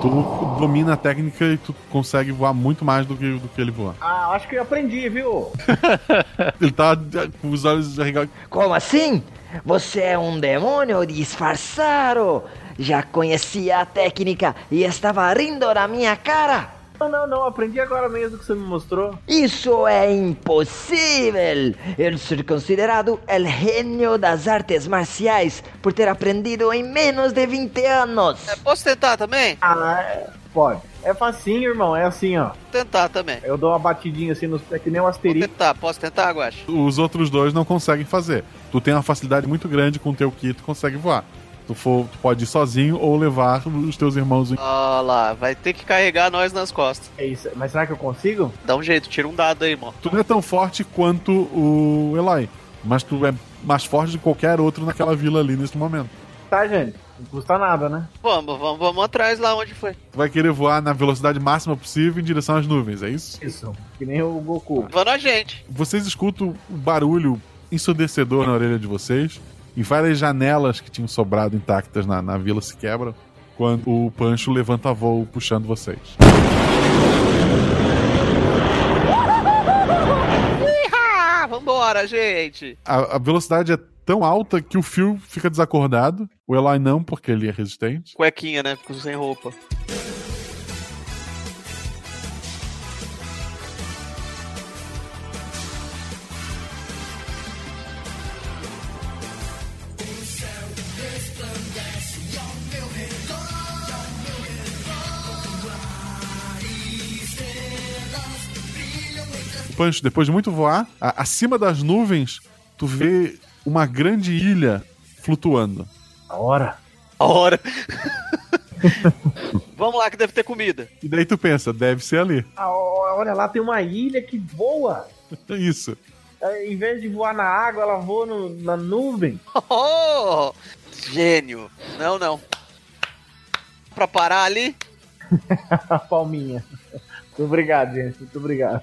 S2: Tu domina a técnica e tu consegue voar muito mais do que, do que ele voa.
S10: Ah, acho que eu aprendi, viu?
S2: Ele tá de- com os olhos arregados.
S8: Como assim? Você é um demônio disfarçado! Já conhecia a técnica e estava rindo da minha cara!
S10: Não, não, não, aprendi agora mesmo que você me mostrou.
S8: Isso é impossível! Eu sou considerado o gênio das artes marciais por ter aprendido em menos de 20 anos!
S5: Posso tentar também?
S10: Ah, é, pode. É facinho, irmão, é assim, ó.
S5: Tentar também.
S10: Eu dou uma batidinha assim, no, é que nem um asterisco.
S5: Tá, posso tentar, Guax?
S2: Os outros dois não conseguem fazer. Tu tem uma facilidade muito grande com o teu kit, tu consegue voar. Tu, for, tu pode ir sozinho ou levar os teus irmãos. em-
S5: Ó lá, vai ter que carregar nós nas costas.
S10: É isso, mas será que eu consigo?
S5: Dá um jeito, tira um dado aí, mano.
S2: Tu não é tão forte quanto o Eloy, mas tu é mais forte do que qualquer outro naquela vila ali nesse momento.
S10: Tá, gente? Não custa nada, né?
S5: Vamos, vamos, vamos atrás lá onde foi.
S2: Tu vai querer voar na velocidade máxima possível em direção às nuvens, é isso?
S10: Isso. Que nem o Goku.
S5: Vamos a gente.
S2: Vocês escutam um barulho ensurdecedor na orelha de vocês e várias janelas que tinham sobrado intactas na, na vila se quebram quando o Pancho levanta voo puxando vocês.
S5: Ihá, ah, vambora, gente.
S2: A, a velocidade é tão alta que o fio fica desacordado. O Eloy não, porque ele é resistente.
S5: Cuequinha, né? Ficou sem roupa.
S2: O Pancho, depois de muito voar, a- acima das nuvens, tu vê uma grande ilha flutuando.
S10: A hora.
S5: A hora. Vamos lá que deve ter comida.
S2: E daí tu pensa, deve ser ali.
S10: Ah, ó, olha lá, tem uma ilha que voa.
S2: <laughs> Isso.
S10: É, Em vez de voar na água, ela voa no- na nuvem.
S5: <laughs>
S10: <laughs>
S5: Oh, gênio. Não, não. Pra parar ali,
S10: A palminha. Muito obrigado, gente. Muito obrigado.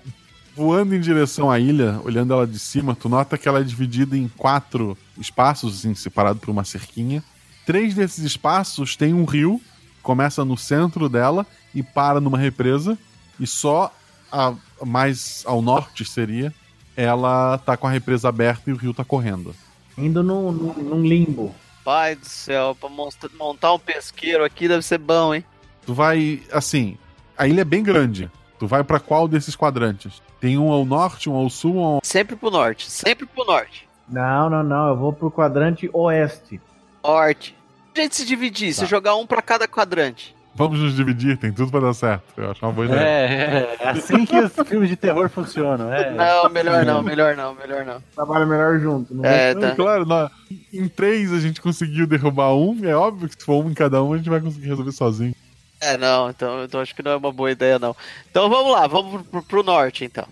S2: Voando em direção à ilha, olhando ela de cima, tu nota que ela é dividida em quatro espaços, assim, separado por uma cerquinha. Três desses espaços tem um rio, começa no centro dela e para numa represa, e só a, mais ao norte seria, ela tá com a represa aberta e o rio tá correndo.
S10: Indo num, num limbo.
S5: pai do céu, pra mostra- montar um pesqueiro aqui deve ser bom, hein?
S2: Tu vai, assim, a ilha é bem grande. Tu vai pra qual desses quadrantes? Tem um ao norte, um ao sul, um ao...
S5: Sempre pro norte, sempre pro norte.
S10: Não, não, não. Eu vou pro quadrante oeste.
S5: Norte. A gente se dividir,
S6: Tá.
S5: se jogar um pra cada quadrante.
S2: Vamos nos dividir, tem tudo pra dar certo. Eu acho uma boa ideia.
S6: É, é assim que os filmes de terror funcionam. É.
S5: Não, melhor não, melhor não, melhor não.
S10: Trabalha melhor junto. Não
S5: É,
S2: Não,
S5: tá.
S2: Claro, nó- em três a gente conseguiu derrubar um. É óbvio que se for um em cada um, a gente vai conseguir resolver sozinho.
S5: <laughs> É, não, então, então acho que não é uma boa ideia, não. Então vamos lá, vamos pro, pro norte, então.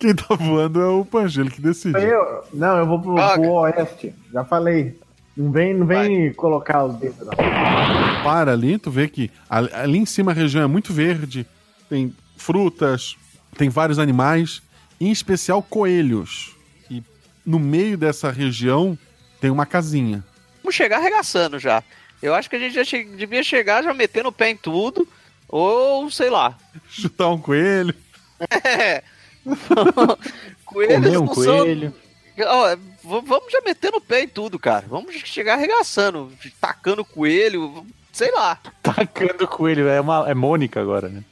S2: Quem tá voando é o Pancho, ele que decide.
S10: Eu, não, eu vou pro, pro oeste. Já falei. Não vem, não vem colocar os dedos. não.
S2: Para ali, tu vê que a- ali em cima a região é muito verde, tem frutas, tem vários animais, em especial coelhos. E no meio dessa região tem uma casinha. <laughs>
S5: Vamos chegar arregaçando já. Eu acho que a gente já che- devia chegar já metendo o pé em tudo, ou sei lá.
S2: <laughs> Chutar um coelho.
S5: É. Coelhos
S2: Comer um
S5: não são-
S2: coelho.
S5: Ó, v- vamos já metendo o pé em tudo, cara. Vamos chegar arregaçando, tacando coelho, sei lá.
S6: Tacando o coelho, é, uma, é Mônica agora, né?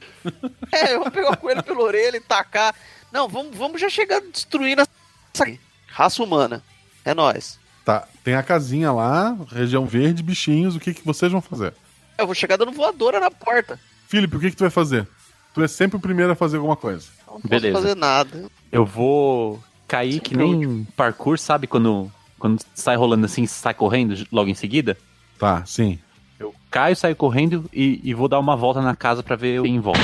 S5: É, vamos pegar o coelho pela orelha e tacar. Não, vamos, vamos já chegar destruindo essa raça humana. É nóis.
S2: Tá, tem a casinha lá, região verde, bichinhos, o que, que vocês vão fazer?
S5: Eu vou chegar dando voadora na porta.
S2: Felipe, o que, que tu vai fazer? Tu é sempre o primeiro a fazer alguma coisa.
S5: Não posso fazer nada.
S6: Eu vou cair que nem parkour, sabe? Quando, quando sai rolando assim, sai correndo logo em seguida.
S2: Tá, sim.
S6: Eu caio, saio correndo e, e vou dar uma volta na casa pra ver o que tem em volta.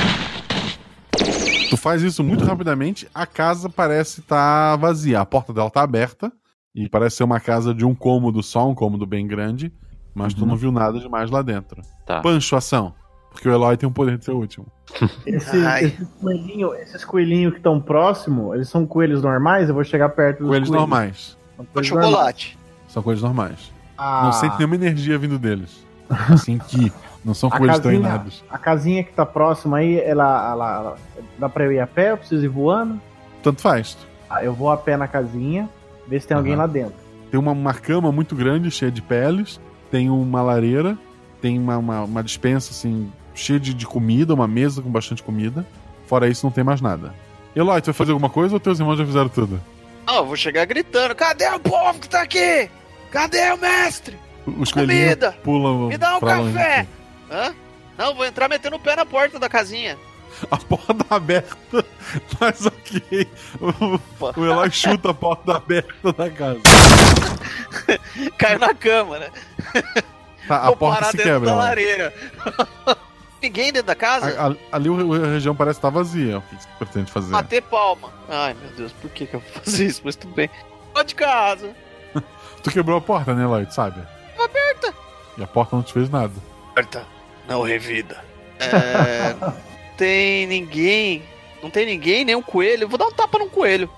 S2: Tu faz isso muito rapidamente, a casa parece estar vazia. A porta dela tá aberta e parece ser uma casa de um cômodo só, um cômodo bem grande, mas tu não viu nada demais lá dentro.
S6: Tá.
S2: Pancho ação, porque o Eloy tem o poder de ser o último.
S10: <laughs> Esse- é esses, coelhinho- esses coelhinhos que estão próximo, eles são coelhos normais? Eu vou chegar perto dos
S2: Coelhos normais.
S10: São
S5: Com
S10: coelhos
S5: chocolate.
S2: São coisas normais.
S10: Ah.
S2: Não sente nenhuma energia
S10: <laughs>
S2: vindo deles. Assim que não são
S10: A
S2: coelhos
S10: casinha-
S2: treinados.
S10: A casinha que tá próxima aí, ela, ela- ela- dá pra eu ir a pé? Eu preciso ir voando?
S2: Tanto faz.
S10: Ah, eu vou a pé na casinha, ver se tem alguém lá dentro.
S2: Tem uma, uma cama muito grande, cheia de peles. Tem uma lareira. Tem uma, uma, uma dispensa, assim, cheia de, de comida, uma mesa com bastante comida. Fora isso, não tem mais nada. Eloy, tu vai fazer alguma coisa ou teus irmãos já fizeram tudo?
S5: Ah, eu vou chegar gritando: cadê o povo que tá aqui? Cadê o mestre?
S2: Os coelhinhos
S5: Comida!
S2: pulam
S5: Me dá um
S2: pra longe.
S5: café! Hã? Não, vou entrar metendo o pé na porta da casinha. <laughs>
S2: A porta aberta, <laughs> mas ok. O, o
S5: <laughs>
S2: Eloy chuta a porta aberta da casa.
S5: Caiu na cama, né?
S2: Tá, a
S5: Vou
S2: porta
S5: parar
S2: se
S5: dentro
S2: quebra.
S5: da
S2: Eloy.
S5: lareira. <laughs> Ninguém dentro da casa?
S2: A- a- ali o- a região parece estar vazia. O que você pretende fazer?
S5: Bater palma. Ai, meu Deus, por que, que eu faço isso? Mas tudo bem. Tô de casa.
S2: Tu quebrou a porta, né, Eloy? Tu sabe?
S5: Aberta.
S2: E a porta não te fez nada.
S5: Aberta. Não revida. É... tem ninguém. Não tem ninguém, nem um coelho. Eu vou dar um tapa num coelho.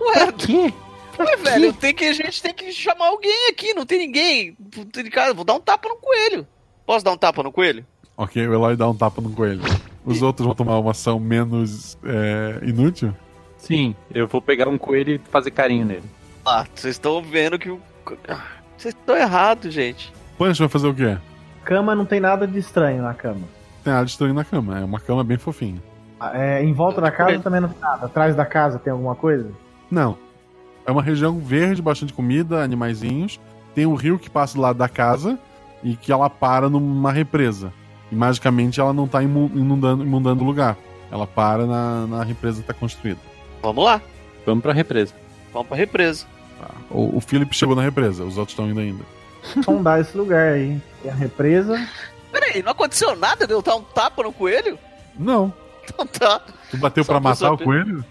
S5: Ué,
S6: que?
S5: Ué, velho, tem que, a gente tem que chamar alguém aqui. Não tem ninguém. Puta de Cara, vou dar um tapa num coelho. Posso dar um tapa no coelho?
S2: Ok, o Eloy dá um tapa no coelho. Os outros vão tomar uma ação menos é, inútil?
S6: Sim, eu vou pegar um coelho e fazer carinho nele.
S5: Ah, vocês estão vendo que. o- Ah, Vocês estão errados, gente.
S2: Punch vai fazer o quê?
S10: Cama não tem nada de estranho na cama.
S2: Tem nada estranho na cama. É uma cama bem fofinha.
S10: Ah, é, em volta da casa também não tem nada. Atrás da casa tem alguma coisa?
S2: Não. É uma região verde, bastante comida, animaizinhos. Tem um rio que passa do lado da casa e que ela para numa represa. E magicamente ela não tá imu- inundando, inundando o lugar. Ela para na, na represa que tá construída.
S5: Vamos lá.
S6: Vamos pra represa.
S5: Vamos pra represa.
S2: O, o Philip chegou na represa, os outros estão indo ainda.
S10: Sondar esse lugar aí. Tem a represa.
S5: Peraí, não aconteceu nada de eu dar um tapa no coelho?
S2: Não.
S5: Então tá.
S2: Tu bateu
S5: Só
S2: pra
S5: pra
S2: matar o
S5: saber.
S2: coelho?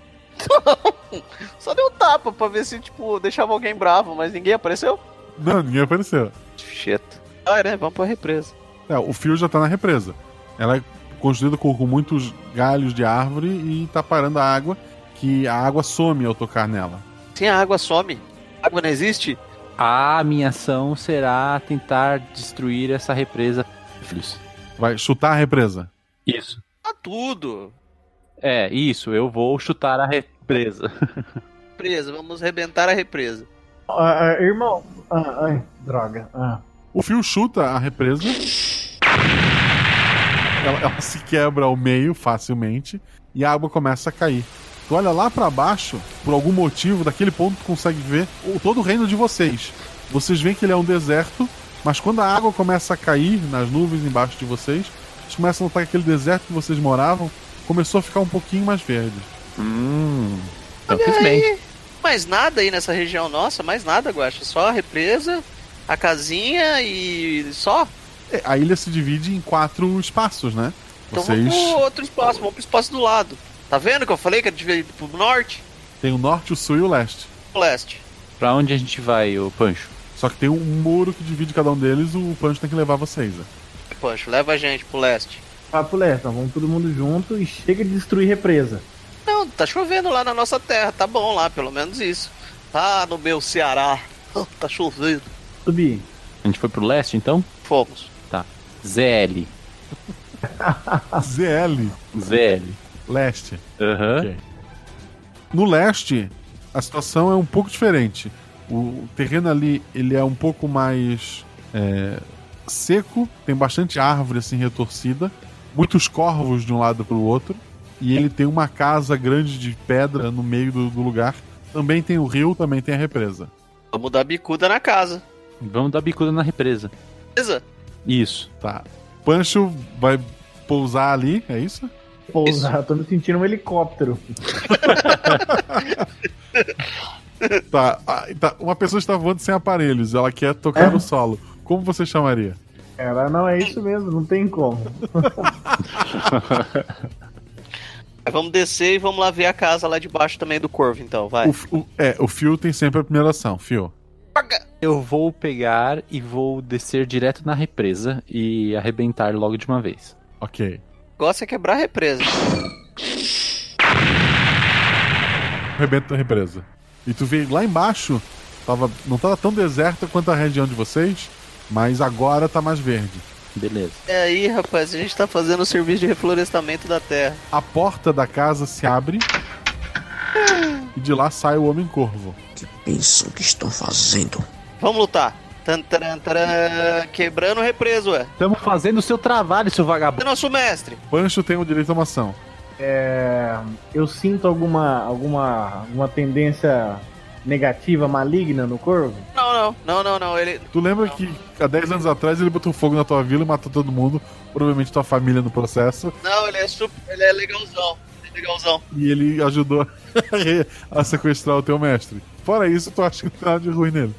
S5: Não, só deu um tapa pra ver se, tipo, deixava alguém bravo, mas ninguém apareceu.
S2: Não, ninguém apareceu.
S5: Shit. Ah, né? Vamos pra represa.
S2: É, o fio já tá na represa. Ela é construída com, com muitos galhos de árvore e tá parando a água, que a água some ao tocar nela.
S5: Sem a água some. A água não existe?
S6: A minha ação será tentar destruir essa represa. Filhos.
S2: Vai chutar a represa.
S6: Isso.
S5: Tá tudo.
S6: É, isso. Eu vou chutar a represa.
S5: Represa, vamos arrebentar a represa.
S10: Ah, ah, irmão. Ah, ai, droga. Ah.
S2: O fio chuta a represa. Ela, ela se quebra ao meio facilmente e a água começa a cair. Tu olha lá pra baixo, por algum motivo, daquele ponto tu consegue ver o, todo o reino de vocês. Vocês veem que ele é um deserto, mas quando a água começa a cair nas nuvens embaixo de vocês, vocês começam a notar que aquele deserto que vocês moravam começou a ficar um pouquinho mais verde.
S6: Hum.
S5: Olha aí. Mais nada aí nessa região nossa, mais nada, Guaxa. Só a represa, a casinha e só.
S2: É, A ilha se divide em quatro espaços, né?
S5: Então
S2: Vocês
S5: vamos pro outro espaço, vamos pro espaço do lado. Tá vendo que eu falei que a gente veio pro norte?
S2: têm o norte, o sul e o leste.
S5: Pro leste.
S6: Pra onde a gente vai, ô Pancho?
S2: Só que tem um muro que divide cada um deles, o Pancho tem que levar vocês. né?
S5: Poxa, leva a gente pro leste.
S10: Ah, Pulé, então vamos todo mundo junto e chega de destruir represa.
S5: Não, tá chovendo lá na nossa terra, tá bom lá, pelo menos isso. Ah, no meu Ceará. <laughs> tá chovendo.
S10: Subi.
S6: A gente foi pro leste, então?
S5: Fomos.
S6: Tá.
S2: <laughs>
S6: ZL.
S2: ZL.
S6: ZL.
S2: Leste.
S6: Aham.
S2: No leste, a situação é um pouco diferente. O terreno ali, ele é um pouco mais é, seco, tem bastante árvore assim retorcida, muitos corvos de um lado para o outro, e ele tem uma casa grande de pedra no meio do, do lugar. Também tem o rio, também tem a represa.
S5: Vamos dar bicuda na casa.
S6: Vamos dar bicuda na represa.
S5: Beleza?
S6: Isso.
S2: Tá. Pancho vai pousar ali, é isso?
S10: Pousar, tô me sentindo um helicóptero.
S2: <laughs> Tá, ah, tá. Uma pessoa está voando sem aparelhos, ela quer
S10: É?
S2: tocar no solo. Como você chamaria?
S10: Cara, não é isso mesmo, não tem como. <laughs>
S5: Aí vamos descer e vamos lá ver a casa lá de baixo também do corvo, então, <laughs> vai.
S2: O f- o- é, o Fio tem sempre a primeira ação, Fio.
S6: Eu vou pegar e vou descer direto na represa e arrebentar logo de uma vez.
S2: Ok.
S5: Gosta é quebrar a represa.
S2: Arrebenta a represa. E tu vê lá embaixo, tava, não tava tão deserta quanto a região de vocês, mas agora tá mais verde.
S6: Beleza.
S5: É aí, rapaz, a gente tá fazendo o serviço de reflorestamento da terra.
S2: A porta da casa se abre e de lá sai o Homem-Corvo.
S22: Pensam que estão fazendo.
S5: Vamos lutar. Tan, taran, taran, quebrando o represo, ué.
S6: Estamos fazendo o seu trabalho, seu
S5: É
S6: vagabundo.
S5: nosso mestre.
S2: Pancho tem o direito a uma ação.
S10: É, eu sinto alguma, alguma, alguma tendência negativa, maligna no corvo?
S5: Não, não, não, não, não. Ele.
S2: Tu lembra que há 10 anos atrás ele botou fogo na tua vila e matou todo mundo, provavelmente tua família no processo,
S5: Não, ele é super. Ele é legalzão. Ele é legalzão.
S2: e ele ajudou <laughs> a sequestrar o teu mestre. Fora isso, tu acha que não tem nada de ruim nele.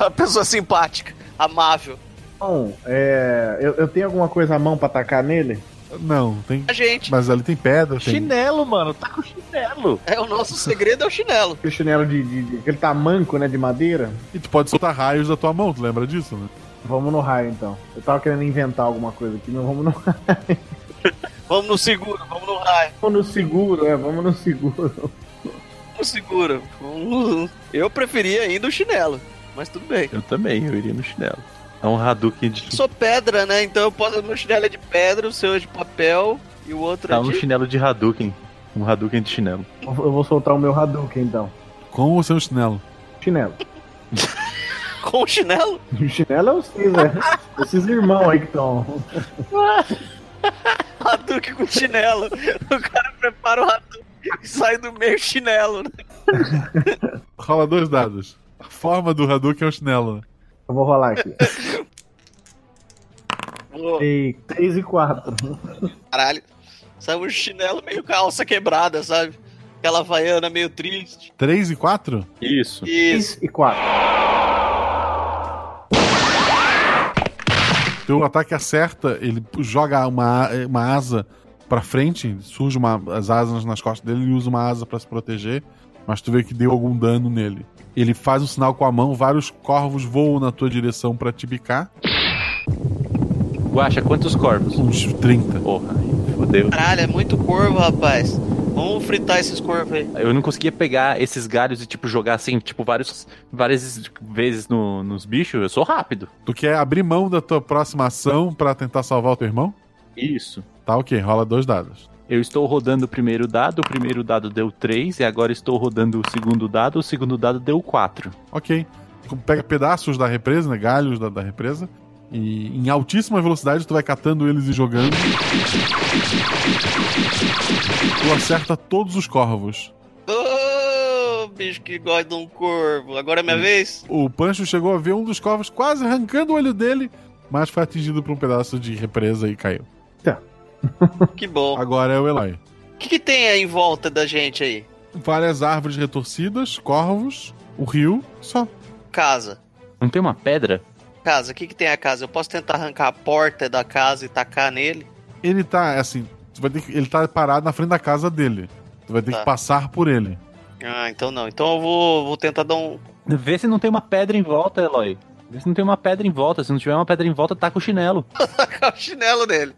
S5: Uma pessoa simpática, amável.
S10: Bom, é, eu, eu tenho alguma coisa à mão pra atacar nele?
S2: Não, tem.
S5: A gente.
S2: Mas ali tem pedra, tem.
S10: Chinelo, mano, tá com chinelo.
S5: É, o nosso segredo é o chinelo.
S10: O chinelo de, de, de- aquele tamanco, né, de madeira.
S2: E tu pode soltar raios da tua mão, tu lembra disso, né?
S10: Vamos no raio, então. Eu tava querendo inventar alguma coisa aqui, mas vamos no <laughs> raio.
S5: Vamos no seguro, vamos no raio.
S10: Vamos no seguro, é, vamos no seguro.
S5: Vamos no seguro. Vamos- Eu preferia ainda o chinelo. Mas tudo bem.
S6: Eu também, eu iria no chinelo. É um Hadouken de.
S5: Eu sou pedra, né? Então eu posso. Meu chinelo é de pedra, o seu é de papel e o outro
S6: Tá
S5: é
S6: um
S5: de.
S6: chinelo de Hadouken. Um Hadouken de chinelo.
S10: Eu vou- eu vou soltar o meu Hadouken, então.
S2: Com ou sem o chinelo?
S10: Chinelo.
S5: <laughs>
S10: <laughs>
S5: Com o chinelo? <laughs>
S10: O chinelo é o Cisa. Esses irmãos aí que estão.
S5: Hadouken com chinelo. O cara prepara o Hadouken e sai do meio chinelo. né?
S2: Rola dois dados. A forma do Hadouken é o chinelo. né?
S10: Eu vou rolar aqui.
S5: Boa.
S10: E 3 e 4.
S5: Caralho. Sai um chinelo meio calça quebrada, sabe? Aquela vaiana meio triste.
S2: Três e quatro?
S6: Isso.
S5: Isso.
S10: E 4.
S2: um Teu ataque acerta, ele joga uma, uma asa pra frente, surge uma, as asas nas costas dele, ele usa uma asa pra se proteger, mas tu vê que deu algum dano nele. Ele faz um sinal com a mão, vários corvos voam na tua direção pra te bicar.
S6: Guacha, quantos corvos?
S2: Uns 30.
S6: Porra, fodeu.
S5: Caralho, é muito corvo, rapaz. Vamos fritar esses corvos aí.
S6: Eu não conseguia pegar esses galhos e, tipo, jogar assim, tipo, vários, várias vezes no- nos bichos. Eu sou rápido.
S2: Tu quer abrir mão da tua próxima ação pra tentar salvar o teu irmão?
S6: Isso.
S2: Tá ok, rola dois dados.
S6: Eu estou rodando o primeiro dado, o primeiro dado deu 3, e agora estou rodando o segundo dado, o segundo dado deu 4.
S2: Ok. Tu Pega pedaços da represa, né? Galhos da, da represa. E em altíssima velocidade tu vai catando eles e jogando. Tu acerta todos os corvos.
S5: Ô, bicho que gosta de um corvo. Agora é minha vez?
S2: O Pancho chegou a ver um dos corvos quase arrancando o olho dele, mas foi atingido por um pedaço de represa e caiu. Tá.
S5: Que bom.
S2: Agora é o Eloy.
S5: O que, que tem aí em volta da gente aí?
S2: Várias árvores retorcidas, corvos, o rio, só.
S5: Casa.
S6: Não tem uma pedra?
S5: Casa, o que, que tem a casa? Eu posso tentar arrancar a porta da casa e tacar nele? <laughs>
S2: Ele tá, assim, tu vai ter que- ele tá parado na frente da casa dele. Tu vai ter
S5: Tá.
S2: que passar por ele.
S5: Ah, então não. Então eu vou, vou tentar dar um.
S6: Vê se não tem uma pedra em volta, Eloy. Vê se não tem uma pedra em volta. Se não tiver uma pedra em volta, taca o chinelo.
S5: tacar o um chinelo nele.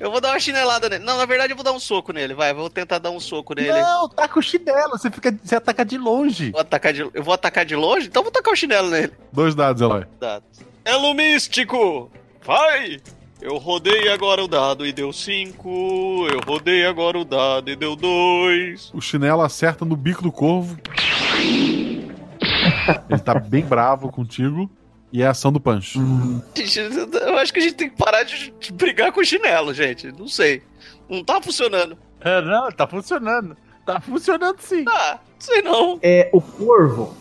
S5: Eu vou dar uma chinelada nele. Não, na verdade eu vou dar um soco nele, vai. Vou tentar dar um soco nele.
S6: Não,
S2: tá
S6: taca o chinelo. Você, fica, você ataca de longe.
S5: Vou atacar de, eu vou atacar de longe? Então eu vou tacar o chinelo nele.
S2: Dois dados, Eloy.
S5: Dado. Elo É místico! Vai! Eu rodei agora o dado e deu 5. Eu rodei agora o dado e deu 2.
S2: O chinelo acerta no bico do corvo. Ele tá bem bravo contigo. E é a ação do Pancho.
S5: Eu acho que a gente tem que parar de de brigar com o chinelo, gente. Não sei. Não tá funcionando.
S6: não, tá funcionando. Tá funcionando sim.
S5: Ah, sei não.
S10: É, o corvo.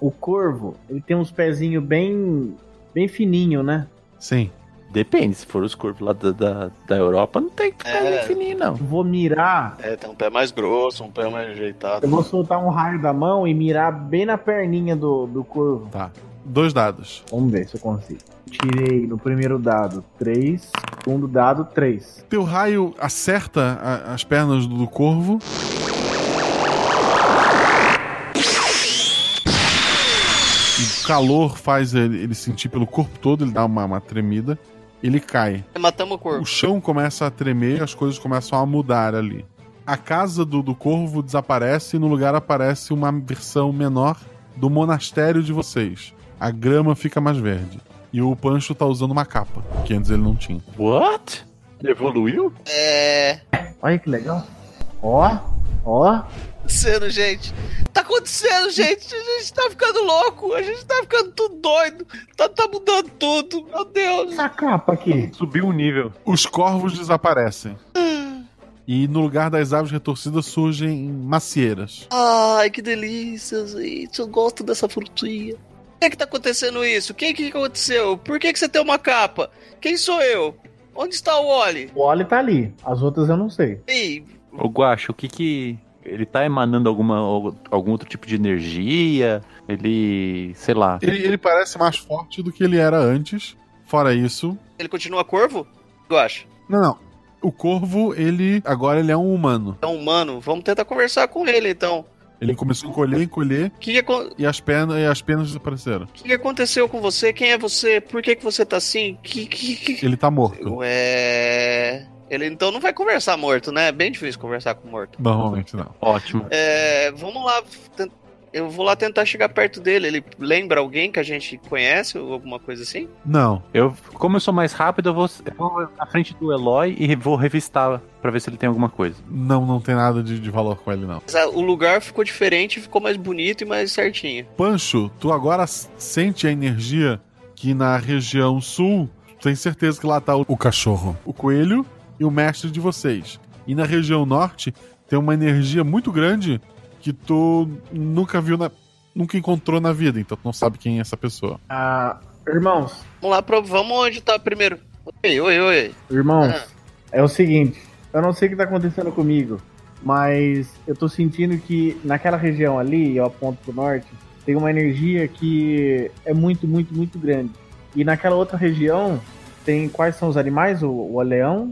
S10: O corvo, ele tem uns pezinhos bem. bem fininho, né?
S2: <laughs> Sim.
S6: Depende, se for os corpos lá da, da, da Europa, não tem que ficar
S5: É.
S6: fininho, não.
S10: Vou mirar.
S5: É, tem um pé mais grosso, um pé mais ajeitado.
S10: Eu vou soltar um raio da mão e mirar bem na perninha do, do corvo.
S2: Tá. Dois dados.
S10: Vamos ver se eu consigo. Tirei no primeiro dado 3, segundo dado 3.
S2: Teu raio acerta a- as pernas do corvo. O calor faz ele, ele sentir pelo corpo todo, ele dá uma, uma tremida. Ele cai.
S5: Matamos o corpo.
S2: O chão começa a tremer, as coisas começam a mudar ali. A casa do, do corvo desaparece e no lugar aparece uma versão menor do monastério de vocês. A grama fica mais verde. E o Pancho tá usando uma capa, que antes ele não tinha.
S6: What? Evoluiu?
S5: É.
S10: Olha que legal. Ó, ó.
S5: acontecendo, gente? Tá acontecendo, gente? A gente tá ficando louco, a gente tá ficando tudo doido, tá, tá mudando tudo, meu Deus.
S10: Essa capa aqui.
S6: Subiu o nível.
S2: Os corvos desaparecem. E no lugar das árvores retorcidas surgem macieiras.
S5: Ai, que delícia, gente, eu gosto dessa frutinha. Por que que tá acontecendo isso? O que que aconteceu? Por que que você tem uma capa? Quem sou eu? Onde está o Oli?
S10: O óleo tá ali. As outras eu não sei.
S5: Ih,
S6: Ô Guacho, o que que. Ele tá emanando alguma, algum outro tipo de energia? Ele. sei lá.
S2: Ele, ele parece mais forte do que ele era antes. Fora isso.
S5: ele continua corvo? Eu acho.
S2: Não, não. O corvo, ele. Agora ele é um humano.
S5: É um humano, vamos tentar conversar com ele então.
S2: Ele começou a encolher, encolher.
S5: O que, que acon-
S2: E as pernas, e as pernas desapareceram.
S5: o que que aconteceu com você? Quem é você? Por que que você tá assim? Que, que, que,
S2: Ele tá morto.
S5: Ué. Ele então não vai conversar morto, né? É bem difícil conversar com morto.
S2: Normalmente não.
S6: Ótimo.
S5: É, vamos lá. ten- Eu vou lá tentar chegar perto dele. Ele lembra alguém que a gente conhece ou alguma coisa assim?
S2: Não.
S6: Eu, como eu sou mais rápido, eu vou, eu vou na frente do Eloy e vou revistar pra ver se ele tem alguma coisa.
S2: Não, não tem nada de, de valor com ele, não.
S5: Mas, ah, O lugar ficou diferente, ficou mais bonito e mais certinho.
S2: Pancho, tu agora s- sente a energia que na região sul, tu tem certeza que lá tá o, o cachorro, o coelho e o mestre de vocês. E na região norte tem uma energia muito grande que tu nunca viu na- nunca encontrou na vida, então tu não sabe quem é essa pessoa.
S10: Ah, irmãos,
S5: Vamos lá, pro, vamos onde tá primeiro. Oi, oi, oi.
S10: irmãos,
S5: Ah.
S10: é o seguinte. Eu não sei o que tá acontecendo comigo, mas eu tô sentindo que naquela região ali, eu aponto pro norte, tem uma energia que é muito, muito, muito grande. E naquela outra região Tem quais são os animais? O, o leão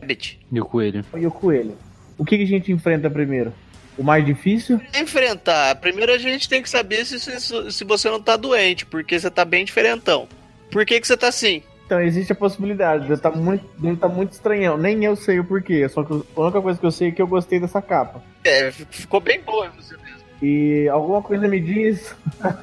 S6: E o coelho.
S10: e o coelho. O que, que a gente enfrenta primeiro? O mais difícil?
S5: Enfrentar. Primeiro a gente tem que saber se, se, se você não tá doente, porque você tá bem diferentão. Por que, que você tá assim?
S10: Então, existe a possibilidade de eu tá muito, de eu tá muito estranhão. Nem eu sei o porquê. Só que a única coisa que eu sei é que eu gostei dessa capa.
S5: É, ficou bem boa.
S10: E alguma coisa me diz. <laughs>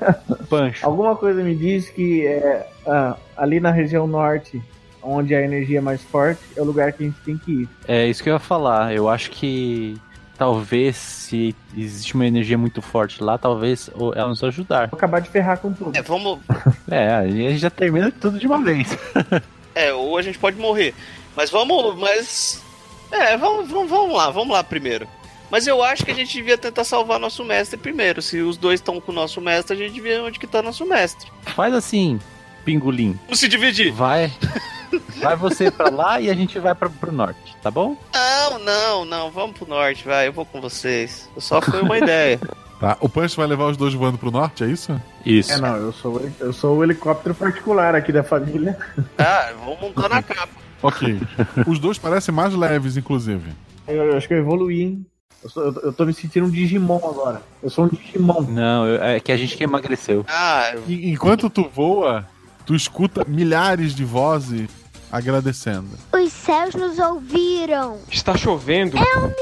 S6: Pancho.
S10: Alguma coisa me diz que é, ah, ali na região norte, onde a energia é mais forte, é o lugar que a gente tem que ir.
S6: É isso que eu ia falar. Eu acho que talvez se existe uma energia muito forte lá, talvez o- ela nos ajudar.
S10: Vou acabar de ferrar com tudo.
S5: É, vamos.
S6: <laughs> É, aí a gente já termina tudo de uma vez. <laughs>
S5: É, ou a gente pode morrer. Mas vamos. Mas. É, vamos, vamos, vamos lá, vamos lá primeiro. Mas eu acho que a gente devia tentar salvar nosso mestre primeiro. Se os dois estão com o nosso mestre, a gente devia ver onde que tá nosso mestre.
S6: Faz assim, pingolim.
S5: Vamos se dividir.
S6: Vai. Vai você pra lá e a gente vai pra, pro norte, tá bom?
S5: Não, não, não, vamos pro norte, vai, eu vou com vocês. Só foi uma ideia.
S2: Tá, o Punch vai levar os dois voando pro norte, é isso?
S6: Isso.
S10: É, não, eu sou, o- eu sou o helicóptero particular aqui da família.
S5: <laughs> Ah, vou montar na capa.
S2: Ok. os dois parecem mais leves, inclusive.
S10: Eu, eu acho que eu evoluí, hein? Eu, sou- eu- eu tô me sentindo um Digimon agora. Eu sou um Digimon.
S6: Não, eu- é que a gente que emagreceu.
S5: Ah,
S2: E- enquanto tu voa, tu escuta milhares de vozes agradecendo.
S9: Os céus nos ouviram.
S2: Está chovendo.
S9: É um milagre.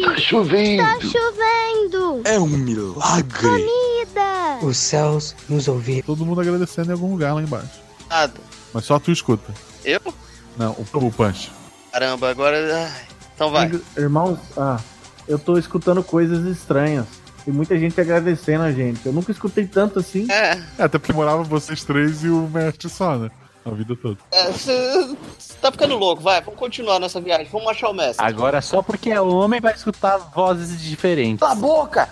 S2: Está chovendo.
S9: Está chovendo.
S2: É um milagre.
S9: Comida.
S2: Os céus nos ouviram. Todo mundo agradecendo em algum lugar lá embaixo.
S5: Nada.
S2: Mas só tu escuta.
S5: Eu?
S2: Não, o, o Punch.
S5: Caramba, agora. ai, Então vai.
S10: Irmãos, ah, eu tô escutando coisas estranhas. E muita gente agradecendo a gente. Eu nunca escutei tanto assim.
S5: É.
S2: Até porque morava vocês três e o mestre só, né? A vida toda.
S5: Você tá ficando louco, vai, vamos continuar nossa viagem, vamos achar o mestre.
S6: Agora, só porque é homem, vai escutar vozes diferentes.
S5: Cala a boca!